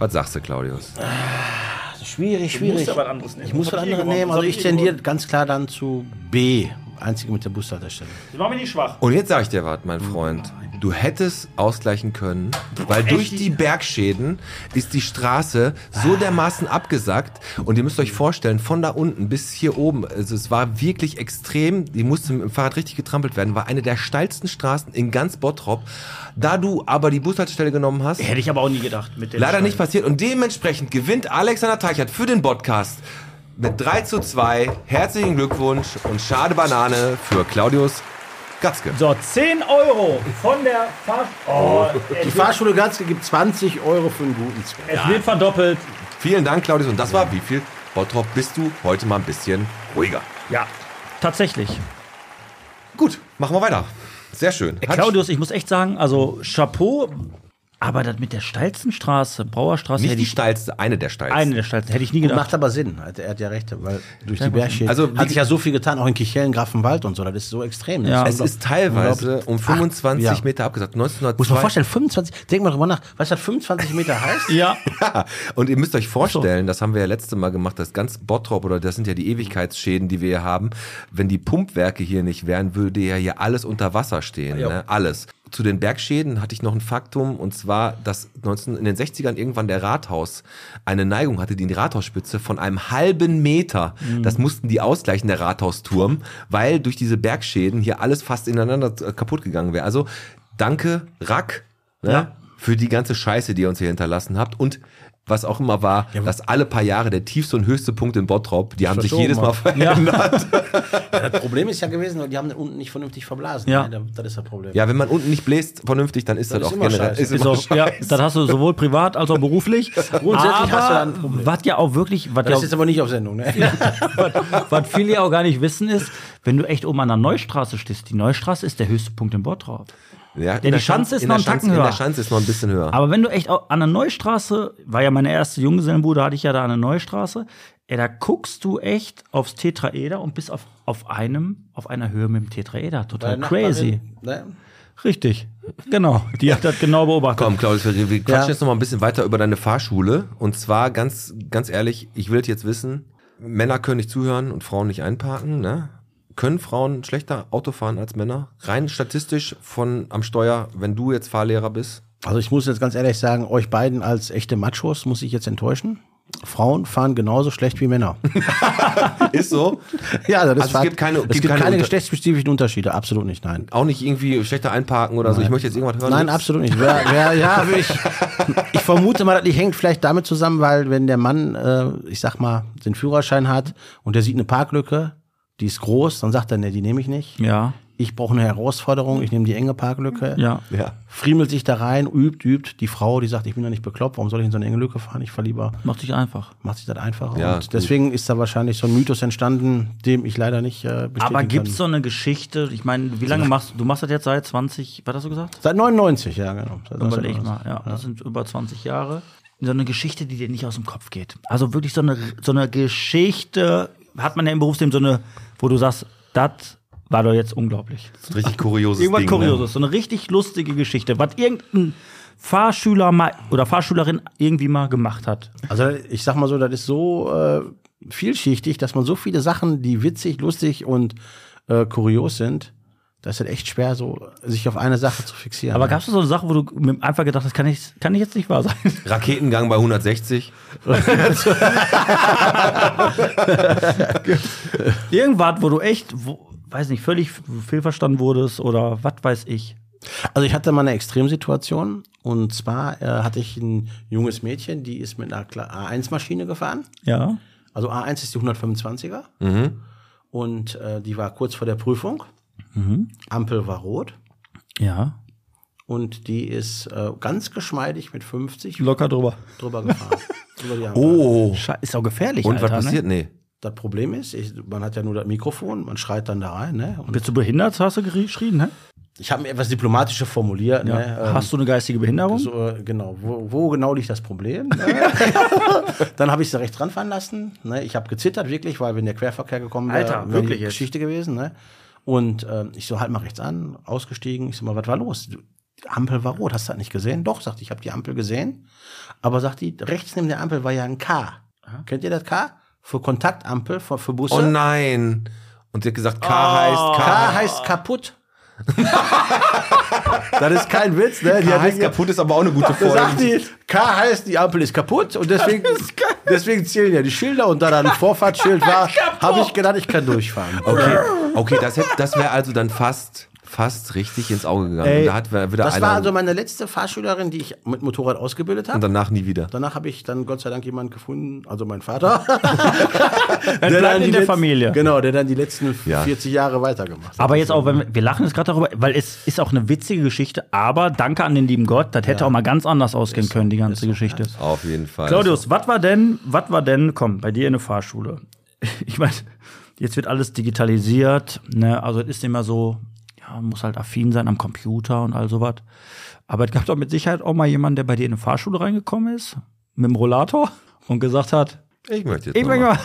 Speaker 2: Was sagst du, Claudius?
Speaker 7: Also Schwierig,
Speaker 3: Du musst ja was anderes nehmen.
Speaker 7: Ich muss
Speaker 3: Das
Speaker 7: was
Speaker 3: hab ich
Speaker 7: anderes
Speaker 3: gewonnen.
Speaker 7: nehmen.
Speaker 3: Das
Speaker 7: Also
Speaker 3: hab
Speaker 7: ich
Speaker 3: ich
Speaker 7: tendiere
Speaker 3: gewonnen.
Speaker 7: ganz klar dann zu B. Einzige mit der Bushaltestelle.
Speaker 3: Die machen mich nicht schwach.
Speaker 2: Und jetzt sage ich dir was, mein Freund. Du hättest ausgleichen können, weil durch die Bergschäden ist die Straße
Speaker 3: Ah.
Speaker 2: so dermaßen abgesackt. Und ihr müsst euch vorstellen, von da unten bis hier oben, also es war wirklich extrem, die musste mit dem Fahrrad richtig getrampelt werden, war eine der steilsten Straßen in ganz Bottrop. Da du aber die Bushaltestelle genommen hast,
Speaker 3: Hätte ich aber auch nie gedacht. Mit dem
Speaker 2: leider
Speaker 3: Stein.
Speaker 2: nicht passiert. Und dementsprechend gewinnt Alexander Teichert für den Podcast mit 3 zu 2. Herzlichen Glückwunsch und schade Banane für Claudius Gatzke.
Speaker 3: So, 10 Euro von der Fahrschule. Oh,
Speaker 7: Die
Speaker 3: es, wird,
Speaker 7: Fahrschule Gatzke gibt 20 Euro für einen guten Zweck.
Speaker 3: es wird verdoppelt.
Speaker 2: Vielen Dank, Claudius. Und das war Wie viel Bottrop bist du? Heute mal ein bisschen ruhiger.
Speaker 3: Ja, tatsächlich.
Speaker 2: Gut, machen wir weiter. Sehr schön.
Speaker 7: Äh,
Speaker 2: Hat-
Speaker 3: Claudius, ich muss echt sagen, also Chapeau. Aber das mit der steilsten Straße, Brauerstraße,
Speaker 2: Nicht
Speaker 3: hätte
Speaker 2: die
Speaker 3: ich
Speaker 2: steilste, eine der steilsten.
Speaker 3: eine der steilsten, hätte ich nie gedacht.
Speaker 7: Macht aber Sinn, also er hat ja recht, weil durch die Bergschäden
Speaker 2: Also, wie-
Speaker 7: hat sich ja so viel getan, auch in Kichellen, Grafenwald und so, das ist so extrem.
Speaker 3: Ja.
Speaker 2: Es ist teilweise um 25
Speaker 7: ja.
Speaker 2: Meter abgesagt.
Speaker 7: Muss man
Speaker 2: 1902.
Speaker 7: vorstellen, 25, denk mal drüber nach, was das 25 Meter heißt?
Speaker 3: Ja,
Speaker 2: Ja, und ihr müsst euch vorstellen, das haben wir ja letzte Mal gemacht, das ganz Bottrop oder das sind ja die Ewigkeitsschäden, die wir hier haben. Wenn die Pumpwerke hier nicht wären, würde ja hier alles unter Wasser stehen. Ne? Alles. zu den Bergschäden hatte ich noch ein Faktum, und zwar, dass 19, in den 60ern irgendwann der Rathaus eine Neigung hatte, die in die Rathausspitze von einem halben Meter. Das mussten die ausgleichen, der Rathausturm, weil durch diese Bergschäden hier alles fast ineinander äh, kaputt gegangen wäre. Also danke, Rack, ne,
Speaker 3: Ja.
Speaker 2: für die ganze Scheiße, die ihr uns hier hinterlassen habt. Und was auch immer war, dass alle paar Jahre der tiefste und höchste Punkt in Bottrop, die haben sich
Speaker 7: verschoben
Speaker 2: jedes Mal
Speaker 7: hat.
Speaker 2: verändert.
Speaker 7: Das Problem ist ja gewesen, die haben den unten nicht vernünftig verblasen.
Speaker 3: Ja.
Speaker 7: ne? Da- Das ist das Problem.
Speaker 2: Ja, wenn man unten nicht bläst vernünftig, dann ist das,
Speaker 7: Dann ist
Speaker 2: auch
Speaker 7: immer
Speaker 2: generell.
Speaker 7: scheiße.
Speaker 3: Ist auch, also, ja, das hast du sowohl privat als auch beruflich.
Speaker 7: Grundsätzlich hast du da ein
Speaker 3: Aber was ja auch wirklich, was ja,
Speaker 7: Das ist jetzt aber nicht auf Sendung, ne?
Speaker 3: was viele ja auch gar nicht wissen ist, wenn du echt oben an der Neustraße stehst, die Neustraße ist der höchste Punkt in Bottrop.
Speaker 2: Ja, in
Speaker 3: die
Speaker 2: der
Speaker 3: Schanze ist
Speaker 2: in der
Speaker 3: noch einen Tacken
Speaker 2: Schanze- In
Speaker 3: höher.
Speaker 2: der Schanze ist noch ein bisschen höher.
Speaker 3: Aber wenn du echt au- an der Neustraße, war ja meine erste Junggesellenbude, hatte ich ja da an der Neustraße, ey, da guckst du echt aufs Tetraeder und bist auf, auf einem, auf einer Höhe mit dem Tetraeder. Total crazy.
Speaker 7: Ne?
Speaker 3: Richtig. Genau. Die hat das genau beobachtet.
Speaker 2: Komm, Claudius, wir, wir quatschen jetzt noch mal ein bisschen weiter über deine Fahrschule. Und zwar ganz, ganz ehrlich, ich will jetzt wissen, Männer können nicht zuhören und Frauen nicht einparken, ne? Können Frauen schlechter Auto fahren als Männer? Rein statistisch von am Steuer, wenn du jetzt Fahrlehrer bist.
Speaker 7: Also ich muss jetzt ganz ehrlich sagen, euch beiden als echte Machos muss ich jetzt enttäuschen. Frauen fahren genauso schlecht wie Männer.
Speaker 2: Ist so.
Speaker 7: Ja, also das
Speaker 2: Also es gibt keine-
Speaker 7: es
Speaker 2: gibt
Speaker 7: gibt keine,
Speaker 2: keine Unter-
Speaker 7: geschlechtsspezifischen Unterschiede, absolut nicht, nein.
Speaker 2: Auch nicht irgendwie schlechter einparken oder so. Ich möchte jetzt irgendwas hören.
Speaker 7: Nein,
Speaker 2: Gibt's-
Speaker 7: absolut nicht. Wer, wer, ja, also ich, ich vermute mal, das liegt- hängt vielleicht damit zusammen, weil wenn der Mann, äh, ich sag mal, den Führerschein hat und der sieht eine Parklücke, die ist groß, dann sagt er, nee, die nehme ich nicht.
Speaker 3: Ja,
Speaker 7: Ich brauche eine Herausforderung, ich nehme die enge Parklücke.
Speaker 3: ja.
Speaker 2: Ja.
Speaker 7: Friemelt sich da rein, übt, übt. Die Frau, die sagt, ich bin doch nicht bekloppt, warum soll ich in so eine enge Lücke fahren? Ich fahre lieber
Speaker 3: Macht dich einfach.
Speaker 7: macht sich das einfacher.
Speaker 2: Ja,
Speaker 7: und
Speaker 2: gut.
Speaker 7: deswegen ist da wahrscheinlich so ein Mythos entstanden, dem ich leider nicht äh, bestätigen
Speaker 3: Aber
Speaker 7: kann.
Speaker 3: gibt's so eine Geschichte? Ich meine, wie lange machst du? Du machst das jetzt seit 20, was hast du gesagt?
Speaker 7: Seit 99, ja, genau. Seit
Speaker 3: Überleg
Speaker 7: 1999.
Speaker 3: mal, ja, das sind über 20 Jahre. So eine Geschichte, die dir nicht aus dem Kopf geht. Also wirklich so eine, so eine Geschichte, hat man ja im Berufsleben so eine, wo du sagst, das war doch jetzt unglaublich.
Speaker 2: Das ist ein richtig kurioses
Speaker 3: Irgendwas
Speaker 2: Ding.
Speaker 3: Kurioses,
Speaker 2: Ne?
Speaker 3: so eine richtig lustige Geschichte, was irgendein Fahrschüler mal, oder Fahrschülerin irgendwie mal gemacht hat.
Speaker 7: Also ich sag mal so, das ist so äh, vielschichtig, dass man so viele Sachen, die witzig, lustig und äh, kurios sind, da ist es echt schwer, so sich auf eine Sache zu fixieren.
Speaker 3: Aber gab's da so eine Sache, wo du mir einfach gedacht hast, kann ich, kann ich jetzt nicht wahr sein?
Speaker 2: Raketengang bei 160.
Speaker 3: Irgendwas, wo du echt, wo, weiß nicht, völlig fehlverstanden wurdest oder was weiß ich.
Speaker 7: Also ich hatte mal eine Extremsituation und zwar äh, hatte ich ein junges Mädchen, die ist mit einer Kla- A1-Maschine gefahren.
Speaker 3: Ja.
Speaker 7: Also A1 ist die 125er.
Speaker 3: Mhm.
Speaker 7: Und äh, die war kurz vor der Prüfung. Ampel war rot.
Speaker 3: Mhm. Ja.
Speaker 7: Und die ist äh, ganz geschmeidig mit 50
Speaker 3: Locker drüber.
Speaker 7: drüber gefahren. über die Ampel.
Speaker 2: Oh.
Speaker 3: Schei- Ist auch gefährlich.
Speaker 2: Und
Speaker 3: Alter,
Speaker 2: was passiert?
Speaker 3: Ne?
Speaker 2: Nee.
Speaker 7: Das Problem ist, ich, man hat ja nur das Mikrofon, man schreit dann da rein. Ne? Und
Speaker 3: Bist du behindert? Hast du geschrien, ne?
Speaker 7: ich habe mir etwas diplomatischer formuliert.
Speaker 3: Ja.
Speaker 7: Ne? Ähm,
Speaker 3: Hast du eine geistige Behinderung?
Speaker 7: So, äh, genau, wo, wo genau liegt das Problem? Ne? dann habe ich sie rechts ranfahren lassen. Ne? Ich habe gezittert, wirklich, weil wenn der Querverkehr gekommen wäre,
Speaker 3: Alter,
Speaker 7: wäre
Speaker 3: wirklich
Speaker 7: die
Speaker 3: jetzt?
Speaker 7: Geschichte gewesen. Ne? Und ähm, ich so, halt mal rechts an, ausgestiegen. Ich so, mal, was war los? Die Ampel war rot, hast du das nicht gesehen? Doch, sagt die, ich habe die Ampel gesehen. Aber sagt die, rechts neben der Ampel war ja ein K. Kennt ihr das K? Für Kontaktampel, für, für Busse.
Speaker 2: Oh nein. Und sie hat gesagt, K heißt K.
Speaker 7: K heißt kaputt. das ist kein Witz, ne? Die
Speaker 2: K
Speaker 7: hat
Speaker 2: heißt
Speaker 7: wirklich-
Speaker 2: kaputt ist aber auch eine gute
Speaker 7: Da
Speaker 2: Folge.
Speaker 7: sagt die, K heißt, die Ampel ist kaputt und deswegen, deswegen zählen ja die Schilder und da da ein Vorfahrtsschild war, habe ich gedacht, ich kann durchfahren.
Speaker 2: Okay, okay das, hätt- das wäre also dann fast, fast richtig ins Auge gegangen.
Speaker 3: Ey,
Speaker 2: da hat wer- wieder
Speaker 7: Das
Speaker 2: einer
Speaker 7: war also meine letzte Fahrschülerin, die ich mit Motorrad ausgebildet
Speaker 2: und
Speaker 7: habe.
Speaker 2: danach nie wieder.
Speaker 7: Danach habe ich dann Gott sei Dank jemanden gefunden, also meinen Vater.
Speaker 3: Dann bleibt in
Speaker 7: die
Speaker 3: der
Speaker 7: letzten-
Speaker 3: Familie.
Speaker 7: Genau, der dann die letzten
Speaker 2: Ja.
Speaker 7: 40 Jahre weitergemacht hat.
Speaker 3: Aber jetzt auch, wenn wir, wir lachen jetzt gerade darüber, weil es ist auch eine witzige Geschichte, aber danke an den lieben Gott, das hätte auch mal ganz anders ausgehen können, die ganze Geschichte.
Speaker 2: Auf jeden Fall.
Speaker 3: Claudius, was war denn, was war denn, komm, bei dir in der Fahrschule? Ich meine, jetzt wird alles digitalisiert, ne? Also es ist immer so, ja, man muss halt affin sein am Computer und all sowas. Aber es gab doch mit Sicherheit auch mal jemanden, der bei dir in eine Fahrschule reingekommen ist, mit dem Rollator und gesagt hat,
Speaker 2: ich möchte jetzt
Speaker 3: ich,
Speaker 2: noch
Speaker 3: will
Speaker 2: mal.
Speaker 3: mal,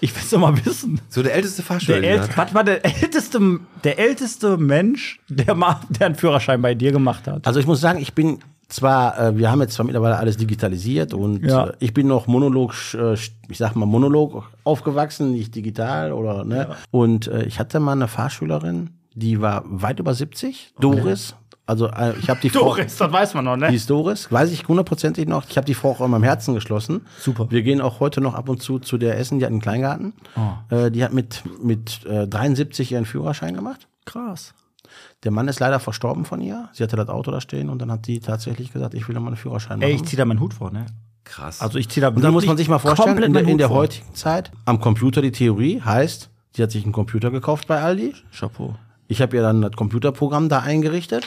Speaker 3: ich will's doch mal wissen.
Speaker 2: So der älteste Fahrschüler.
Speaker 3: Der
Speaker 2: den er
Speaker 3: ält,
Speaker 2: hat.
Speaker 3: was war der älteste, der älteste Mensch, der mal, der einen Führerschein bei dir gemacht hat?
Speaker 7: Also ich muss sagen, ich bin zwar, äh, wir haben jetzt zwar mittlerweile alles digitalisiert und
Speaker 3: Ja.
Speaker 7: äh, ich bin noch monolog, äh, ich sag mal monolog aufgewachsen, nicht digital oder ne. Und äh, ich hatte mal eine Fahrschülerin, die war weit über 70, Doris. Also äh, ich habe die Frau.
Speaker 3: Doris, das weiß man noch,
Speaker 7: Die
Speaker 3: ne?
Speaker 7: ist Doris, weiß ich hundertprozentig noch. Ich habe die Frau auch in meinem Herzen geschlossen.
Speaker 3: Super.
Speaker 7: Wir gehen auch heute noch ab und zu zu der Essen, die hat einen Kleingarten.
Speaker 3: Oh.
Speaker 7: Äh, die hat mit, mit äh, 73 ihren Führerschein gemacht.
Speaker 3: Krass.
Speaker 7: Der Mann ist leider verstorben von ihr. Sie hatte das Auto da stehen und dann hat sie tatsächlich gesagt, ich will nochmal einen Führerschein machen.
Speaker 3: Ey, ich zieh da meinen Hut vor, ne?
Speaker 2: Krass.
Speaker 3: Also ich zieh da
Speaker 7: Und dann muss man sich mal vorstellen, in der, in der heutigen Zeit, am Computer die Theorie heißt, sie hat sich einen Computer gekauft bei Aldi.
Speaker 3: Chapeau.
Speaker 7: Ich habe ihr dann das Computerprogramm da eingerichtet.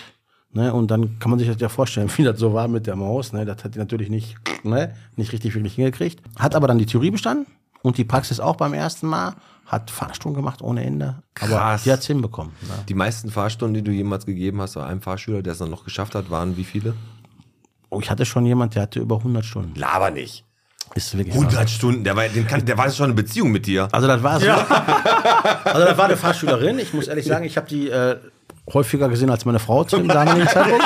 Speaker 7: Ne, und dann kann man sich das ja vorstellen, wie das so war mit der Maus. Ne, das hat die natürlich nicht, ne, nicht richtig wirklich hingekriegt. Hat aber dann die Theorie bestanden und die Praxis auch beim ersten Mal. Hat Fahrstunden gemacht ohne Ende. Aber
Speaker 2: Krass.
Speaker 7: die hat es hinbekommen. Ne.
Speaker 2: die meisten Fahrstunden, die du jemals gegeben hast, bei einem Fahrschüler, der es dann noch geschafft hat, waren wie viele?
Speaker 7: Oh, ich hatte schon jemand, der hatte über 100 Stunden.
Speaker 2: Laber nicht.
Speaker 7: Ist wirklich
Speaker 2: 100 Stunden, der war, den kann, der war schon eine Beziehung mit dir.
Speaker 7: Also das war so. Also das war eine Fahrschülerin. Ich muss ehrlich sagen, ich habe die äh, häufiger gesehen als meine Frau zu dem damaligen Zeitpunkt.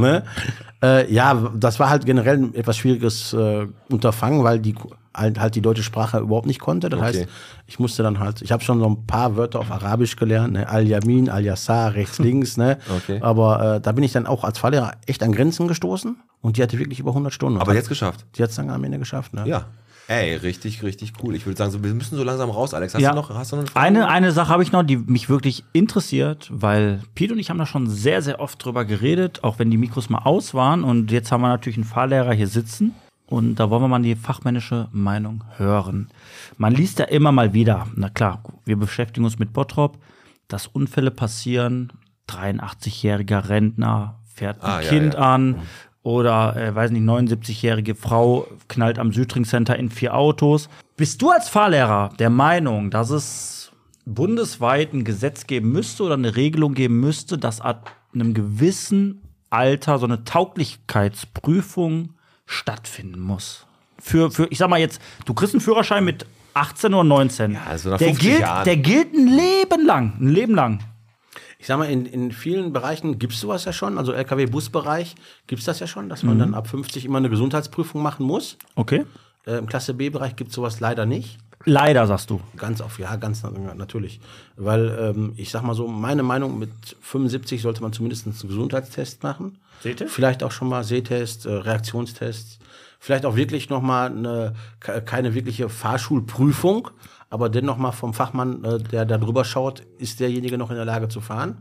Speaker 7: ne? äh, ja, das war halt generell ein etwas schwieriges äh, Unterfangen, weil die halt, halt die deutsche Sprache überhaupt nicht konnte. Das heißt, ich musste dann halt, ich habe schon so ein paar Wörter auf Arabisch gelernt, ne? Al-Yamin, Al-Yassar, rechts, links, ne?
Speaker 2: Okay.
Speaker 7: Aber äh, da bin ich dann auch als Fahrlehrer echt an Grenzen gestoßen und die hatte wirklich über 100 Stunden.
Speaker 2: Aber jetzt geschafft.
Speaker 7: die hat es dann am Ende geschafft, ne?
Speaker 2: Ja. Ey, richtig, richtig cool. Ich würde sagen, so, wir müssen so langsam raus, Alex. Hast
Speaker 3: Ja.
Speaker 2: du noch, hast du noch Frage?
Speaker 3: Eine, eine Sache habe ich noch, die mich wirklich interessiert, weil Pete und ich haben da schon sehr, sehr oft drüber geredet, auch wenn die Mikros mal aus waren. Und jetzt haben wir natürlich einen Fahrlehrer hier sitzen. Und da wollen wir mal die fachmännische Meinung hören. Man liest ja immer mal wieder, na klar, wir beschäftigen uns mit Bottrop, dass Unfälle passieren, 83-jähriger Rentner fährt ein
Speaker 2: Ah, ja,
Speaker 3: Kind
Speaker 2: ja.
Speaker 3: an oder, äh, weiß nicht, 79-jährige Frau knallt am Südring Center in vier Autos. Bist du als Fahrlehrer der Meinung, dass es bundesweit ein Gesetz geben müsste oder eine Regelung geben müsste, dass ab einem gewissen Alter so eine Tauglichkeitsprüfung stattfinden muss? Für, für, ich sag mal jetzt, du kriegst einen Führerschein mit 18 oder 19.
Speaker 2: also nach
Speaker 3: der,
Speaker 2: 50
Speaker 3: gilt,
Speaker 2: Jahren.
Speaker 3: der gilt ein Leben lang. Ein Leben lang.
Speaker 7: ich sag mal, in, in vielen Bereichen gibt's sowas ja schon, also Lkw-Busbereich gibt's das ja schon, dass man dann ab 50 immer eine Gesundheitsprüfung machen muss.
Speaker 3: Okay.
Speaker 7: Äh, Im Klasse B-Bereich gibt's sowas leider nicht.
Speaker 3: Leider, sagst du.
Speaker 7: Ganz auf, ja, ganz na- natürlich. Weil ähm, ich sag mal so, meine Meinung, mit 75 sollte man zumindest einen Gesundheitstest machen.
Speaker 3: Sehtest?
Speaker 7: Vielleicht auch schon mal Sehtest, äh, Reaktionstest. Vielleicht auch wirklich noch mal eine, ke- keine wirkliche Fahrschulprüfung, aber dennoch mal vom Fachmann, äh, der da drüber schaut, ist derjenige noch in der Lage zu fahren.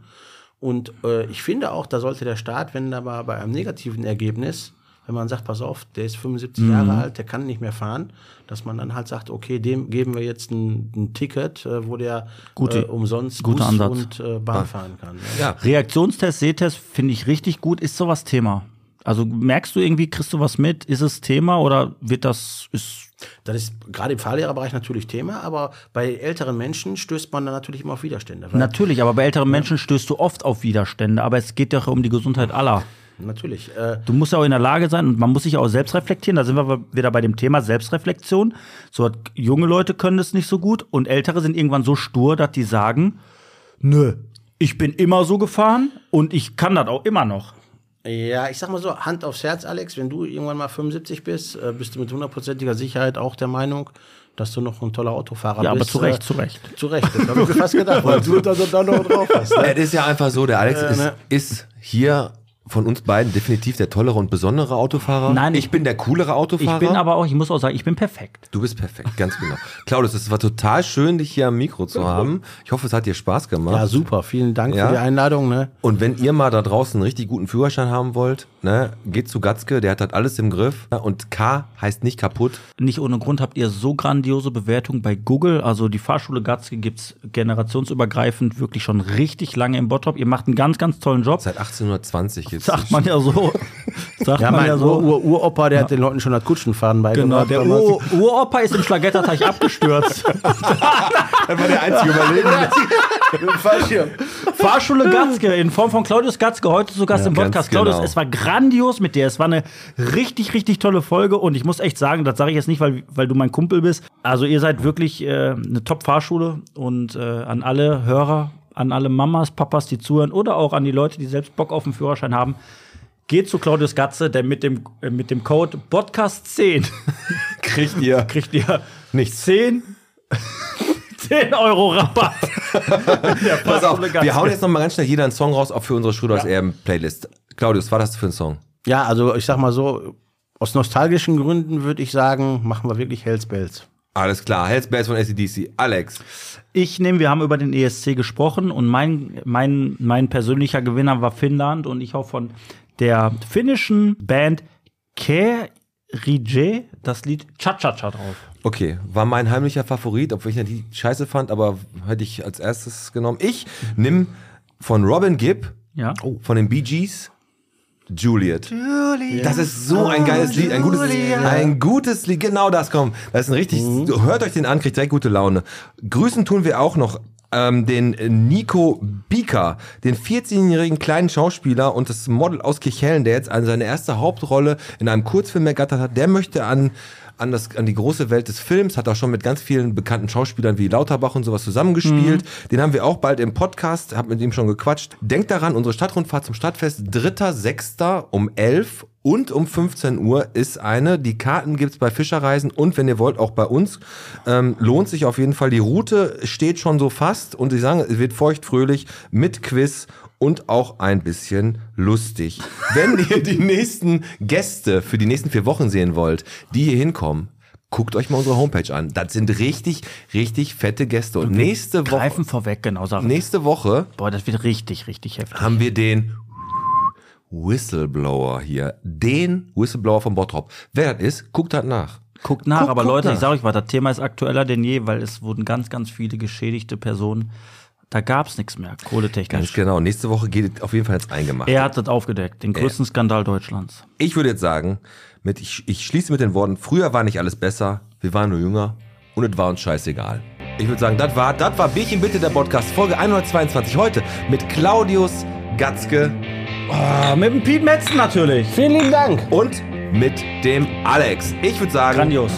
Speaker 7: Und äh, ich finde auch, da sollte der Staat, wenn da mal bei einem negativen Ergebnis, wenn man sagt, pass auf, der ist 75
Speaker 3: Mhm.
Speaker 7: Jahre alt, der kann nicht mehr fahren, dass man dann halt sagt, okay, dem geben wir jetzt ein, ein Ticket, äh, wo der
Speaker 3: Gute-
Speaker 7: äh, umsonst
Speaker 3: guter
Speaker 7: Bus
Speaker 3: Ansatz.
Speaker 7: und äh, Bahn fahren kann. Ja.
Speaker 2: Ja.
Speaker 3: Reaktionstest, Sehtest finde ich richtig gut. Ist sowas Thema? Also merkst du irgendwie, kriegst du was mit? Ist es Thema oder wird das, ist,
Speaker 7: Das ist gerade im Fahrlehrerbereich natürlich Thema, aber bei älteren Menschen stößt man dann natürlich immer auf Widerstände. weil-
Speaker 3: natürlich, aber bei älteren Menschen stößt du oft auf Widerstände, aber es geht doch um die Gesundheit aller.
Speaker 7: natürlich. Äh,
Speaker 3: Du musst ja auch in der Lage sein und man muss sich auch selbst reflektieren. Da sind wir wieder bei dem Thema Selbstreflexion. So hat, junge Leute können das nicht so gut und ältere sind irgendwann so stur, dass die sagen, nö, ich bin immer so gefahren und ich kann das auch immer noch.
Speaker 7: Ja, ich sag mal so, Hand aufs Herz, Alex, wenn du irgendwann mal 75 bist, äh, bist du mit hundertprozentiger Sicherheit auch der Meinung, dass du noch ein toller Autofahrer
Speaker 3: Ja, aber
Speaker 7: bist.
Speaker 3: zu Recht,
Speaker 7: äh,
Speaker 3: zu Recht.
Speaker 7: Zu Recht, das hab ich mir fast gedacht, weil du da so da noch drauf hast. Ne?
Speaker 2: Es ist ja einfach so, der Alex ist,
Speaker 7: ne?
Speaker 2: ist hier von uns beiden definitiv der tollere und besondere Autofahrer.
Speaker 3: Nein,
Speaker 2: ich,
Speaker 3: ich-
Speaker 2: bin der coolere
Speaker 3: Ich
Speaker 2: Autofahrer.
Speaker 3: bin aber auch, ich muss auch sagen, ich bin perfekt.
Speaker 2: Du bist perfekt, ganz genau. Claudius, es war total schön, dich hier am Mikro zu haben. Ich hoffe, es hat dir Spaß gemacht.
Speaker 7: Ja, super, vielen Dank
Speaker 2: Ja.
Speaker 7: für die Einladung. Ne?
Speaker 2: Und wenn ihr mal da draußen einen richtig guten Führerschein haben wollt, ne, geht zu Gatzke, der hat halt alles im Griff. Ja, Und K heißt nicht kaputt.
Speaker 3: Nicht ohne Grund habt ihr so grandiose Bewertungen bei Google. Also die Fahrschule Gatzke gibt's generationsübergreifend wirklich schon richtig lange im Bottrop. Ihr macht einen ganz, ganz tollen Job.
Speaker 2: Seit 1820 gibt's.
Speaker 3: Sagt man ja so. Sagt
Speaker 7: Ja,
Speaker 3: man
Speaker 7: mein
Speaker 3: ja so.
Speaker 7: Ur- Ur-Uropa, der hat den Leuten schon das Kutschenfahren
Speaker 3: Genau,
Speaker 7: beigebracht.
Speaker 3: der
Speaker 7: damals.
Speaker 3: Ur- Uropa ist im Schlagetterteich abgestürzt.
Speaker 2: Er war der einzige Überlebende.
Speaker 3: Fahrschule Gatzke in Form von Claudius Gatzke, heute zu Gast im
Speaker 2: ganz
Speaker 3: Podcast.
Speaker 2: genau.
Speaker 3: Claudius, es war grandios mit dir. Es war eine richtig, richtig tolle Folge und ich muss echt sagen, das sage ich jetzt nicht, weil, weil du mein Kumpel bist. Also ihr seid wirklich äh, eine Top-Fahrschule und äh, an alle Hörer, an alle Mamas, Papas, die zuhören oder auch an die Leute, die selbst Bock auf einen Führerschein haben. Geht zu Claudius Gatze, denn mit dem, äh, mit dem Code Podcast10
Speaker 2: Kriegt ihr.
Speaker 3: kriegt ihr
Speaker 2: Nichts.
Speaker 3: 10, 10 Euro Rabatt.
Speaker 2: Pass auf,
Speaker 3: Fahrschule
Speaker 2: wir hauen jetzt nochmal ganz schnell jeder einen Song raus, auch für unsere Schröders Erben-Playlist. Claudius, was war das für ein Song?
Speaker 7: Ja, also ich sag mal so, aus nostalgischen Gründen würde ich sagen, machen wir wirklich Hells Bells.
Speaker 2: Alles klar, Hells Bells von ACDC. Alex,
Speaker 3: Ich nehme, wir haben über den ESC gesprochen und mein, mein, mein persönlicher Gewinner war Finnland und ich hoffe von der finnischen Band Kerije das Lied Cha-Cha-Cha drauf.
Speaker 2: Okay, war mein heimlicher Favorit, obwohl ich ja die scheiße fand, aber hätte ich als erstes genommen. Ich nimm von Robin Gibb,
Speaker 3: Ja.
Speaker 2: Oh, von den Bee Gees, Juliet. Juliet. Das ist so ein geiles Lied, ein gutes Lied. Ein gutes Lied, genau das, komm. Das ist ein richtig, hört euch den an, kriegt direkt gute Laune. Grüßen tun wir auch noch ähm, den Nico Bika, den 14-jährigen kleinen Schauspieler und das Model aus Kirchhellen, der jetzt an seine erste Hauptrolle in einem Kurzfilm ergattert hat, der möchte an an, das, an die große Welt des Films, hat auch schon mit ganz vielen bekannten Schauspielern wie Lauterbach und sowas zusammengespielt. Den haben wir auch bald im Podcast, hab mit ihm schon gequatscht. Denkt daran, unsere Stadtrundfahrt zum Stadtfest, 3.6. um 11 und um 15 Uhr ist eine. Die Karten gibt's bei Fischerreisen und wenn ihr wollt, auch bei uns. Ähm, lohnt sich auf jeden Fall. Die Route steht schon so fast und ich sagen, es wird feuchtfröhlich mit Quiz und auch ein bisschen lustig. Wenn ihr die nächsten Gäste für die nächsten vier Wochen sehen wollt, die hier hinkommen, guckt euch mal unsere Homepage an. Das sind richtig, richtig fette Gäste. Und nächste Woche,
Speaker 3: Greifen vorweg, genau, Sarah.
Speaker 2: nächste Woche
Speaker 3: Boah, das wird richtig, richtig heftig.
Speaker 2: haben wir den Whistleblower hier. Den Whistleblower von Bottrop. Wer das ist, guckt halt nach.
Speaker 3: Guckt nach,
Speaker 2: Guck-
Speaker 3: aber
Speaker 2: guck
Speaker 3: Leute, ich
Speaker 2: nach.
Speaker 3: sage euch was, das Thema ist aktueller denn je, weil es wurden ganz, ganz viele geschädigte Personen. Da gab's nichts mehr,
Speaker 2: Ganz
Speaker 3: kohletechnisch.
Speaker 2: genau. Nächste Woche geht es auf jeden Fall ins Eingemachte.
Speaker 3: Er hat das aufgedeckt, den größten Skandal Deutschlands.
Speaker 2: Ich würde jetzt sagen, mit, ich, ich schließe mit den Worten, früher war nicht alles besser, wir waren nur jünger und es war uns scheißegal. Ich würde sagen, das war, das war Bierchen bitte der Podcast Folge 122 heute mit Claudius Gatzke
Speaker 3: Ah, mit dem Piet Metzen natürlich.
Speaker 7: Vielen lieben Dank.
Speaker 2: und mit dem Alex. Ich würde sagen,
Speaker 3: Grandios.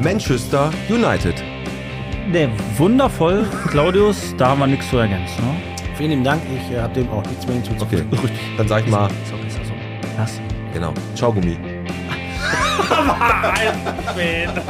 Speaker 2: Manchester United.
Speaker 3: Nee, wundervoll, Claudius, da haben wir nichts zu ergänzen. Ne?
Speaker 7: Vielen lieben Dank. Ich äh, habe dem auch nichts mehr hinzuzufügen.
Speaker 2: Okay, dann sag ich mal,
Speaker 3: So besser so. Lass.
Speaker 2: genau, ciao Gummi.
Speaker 3: Alfred.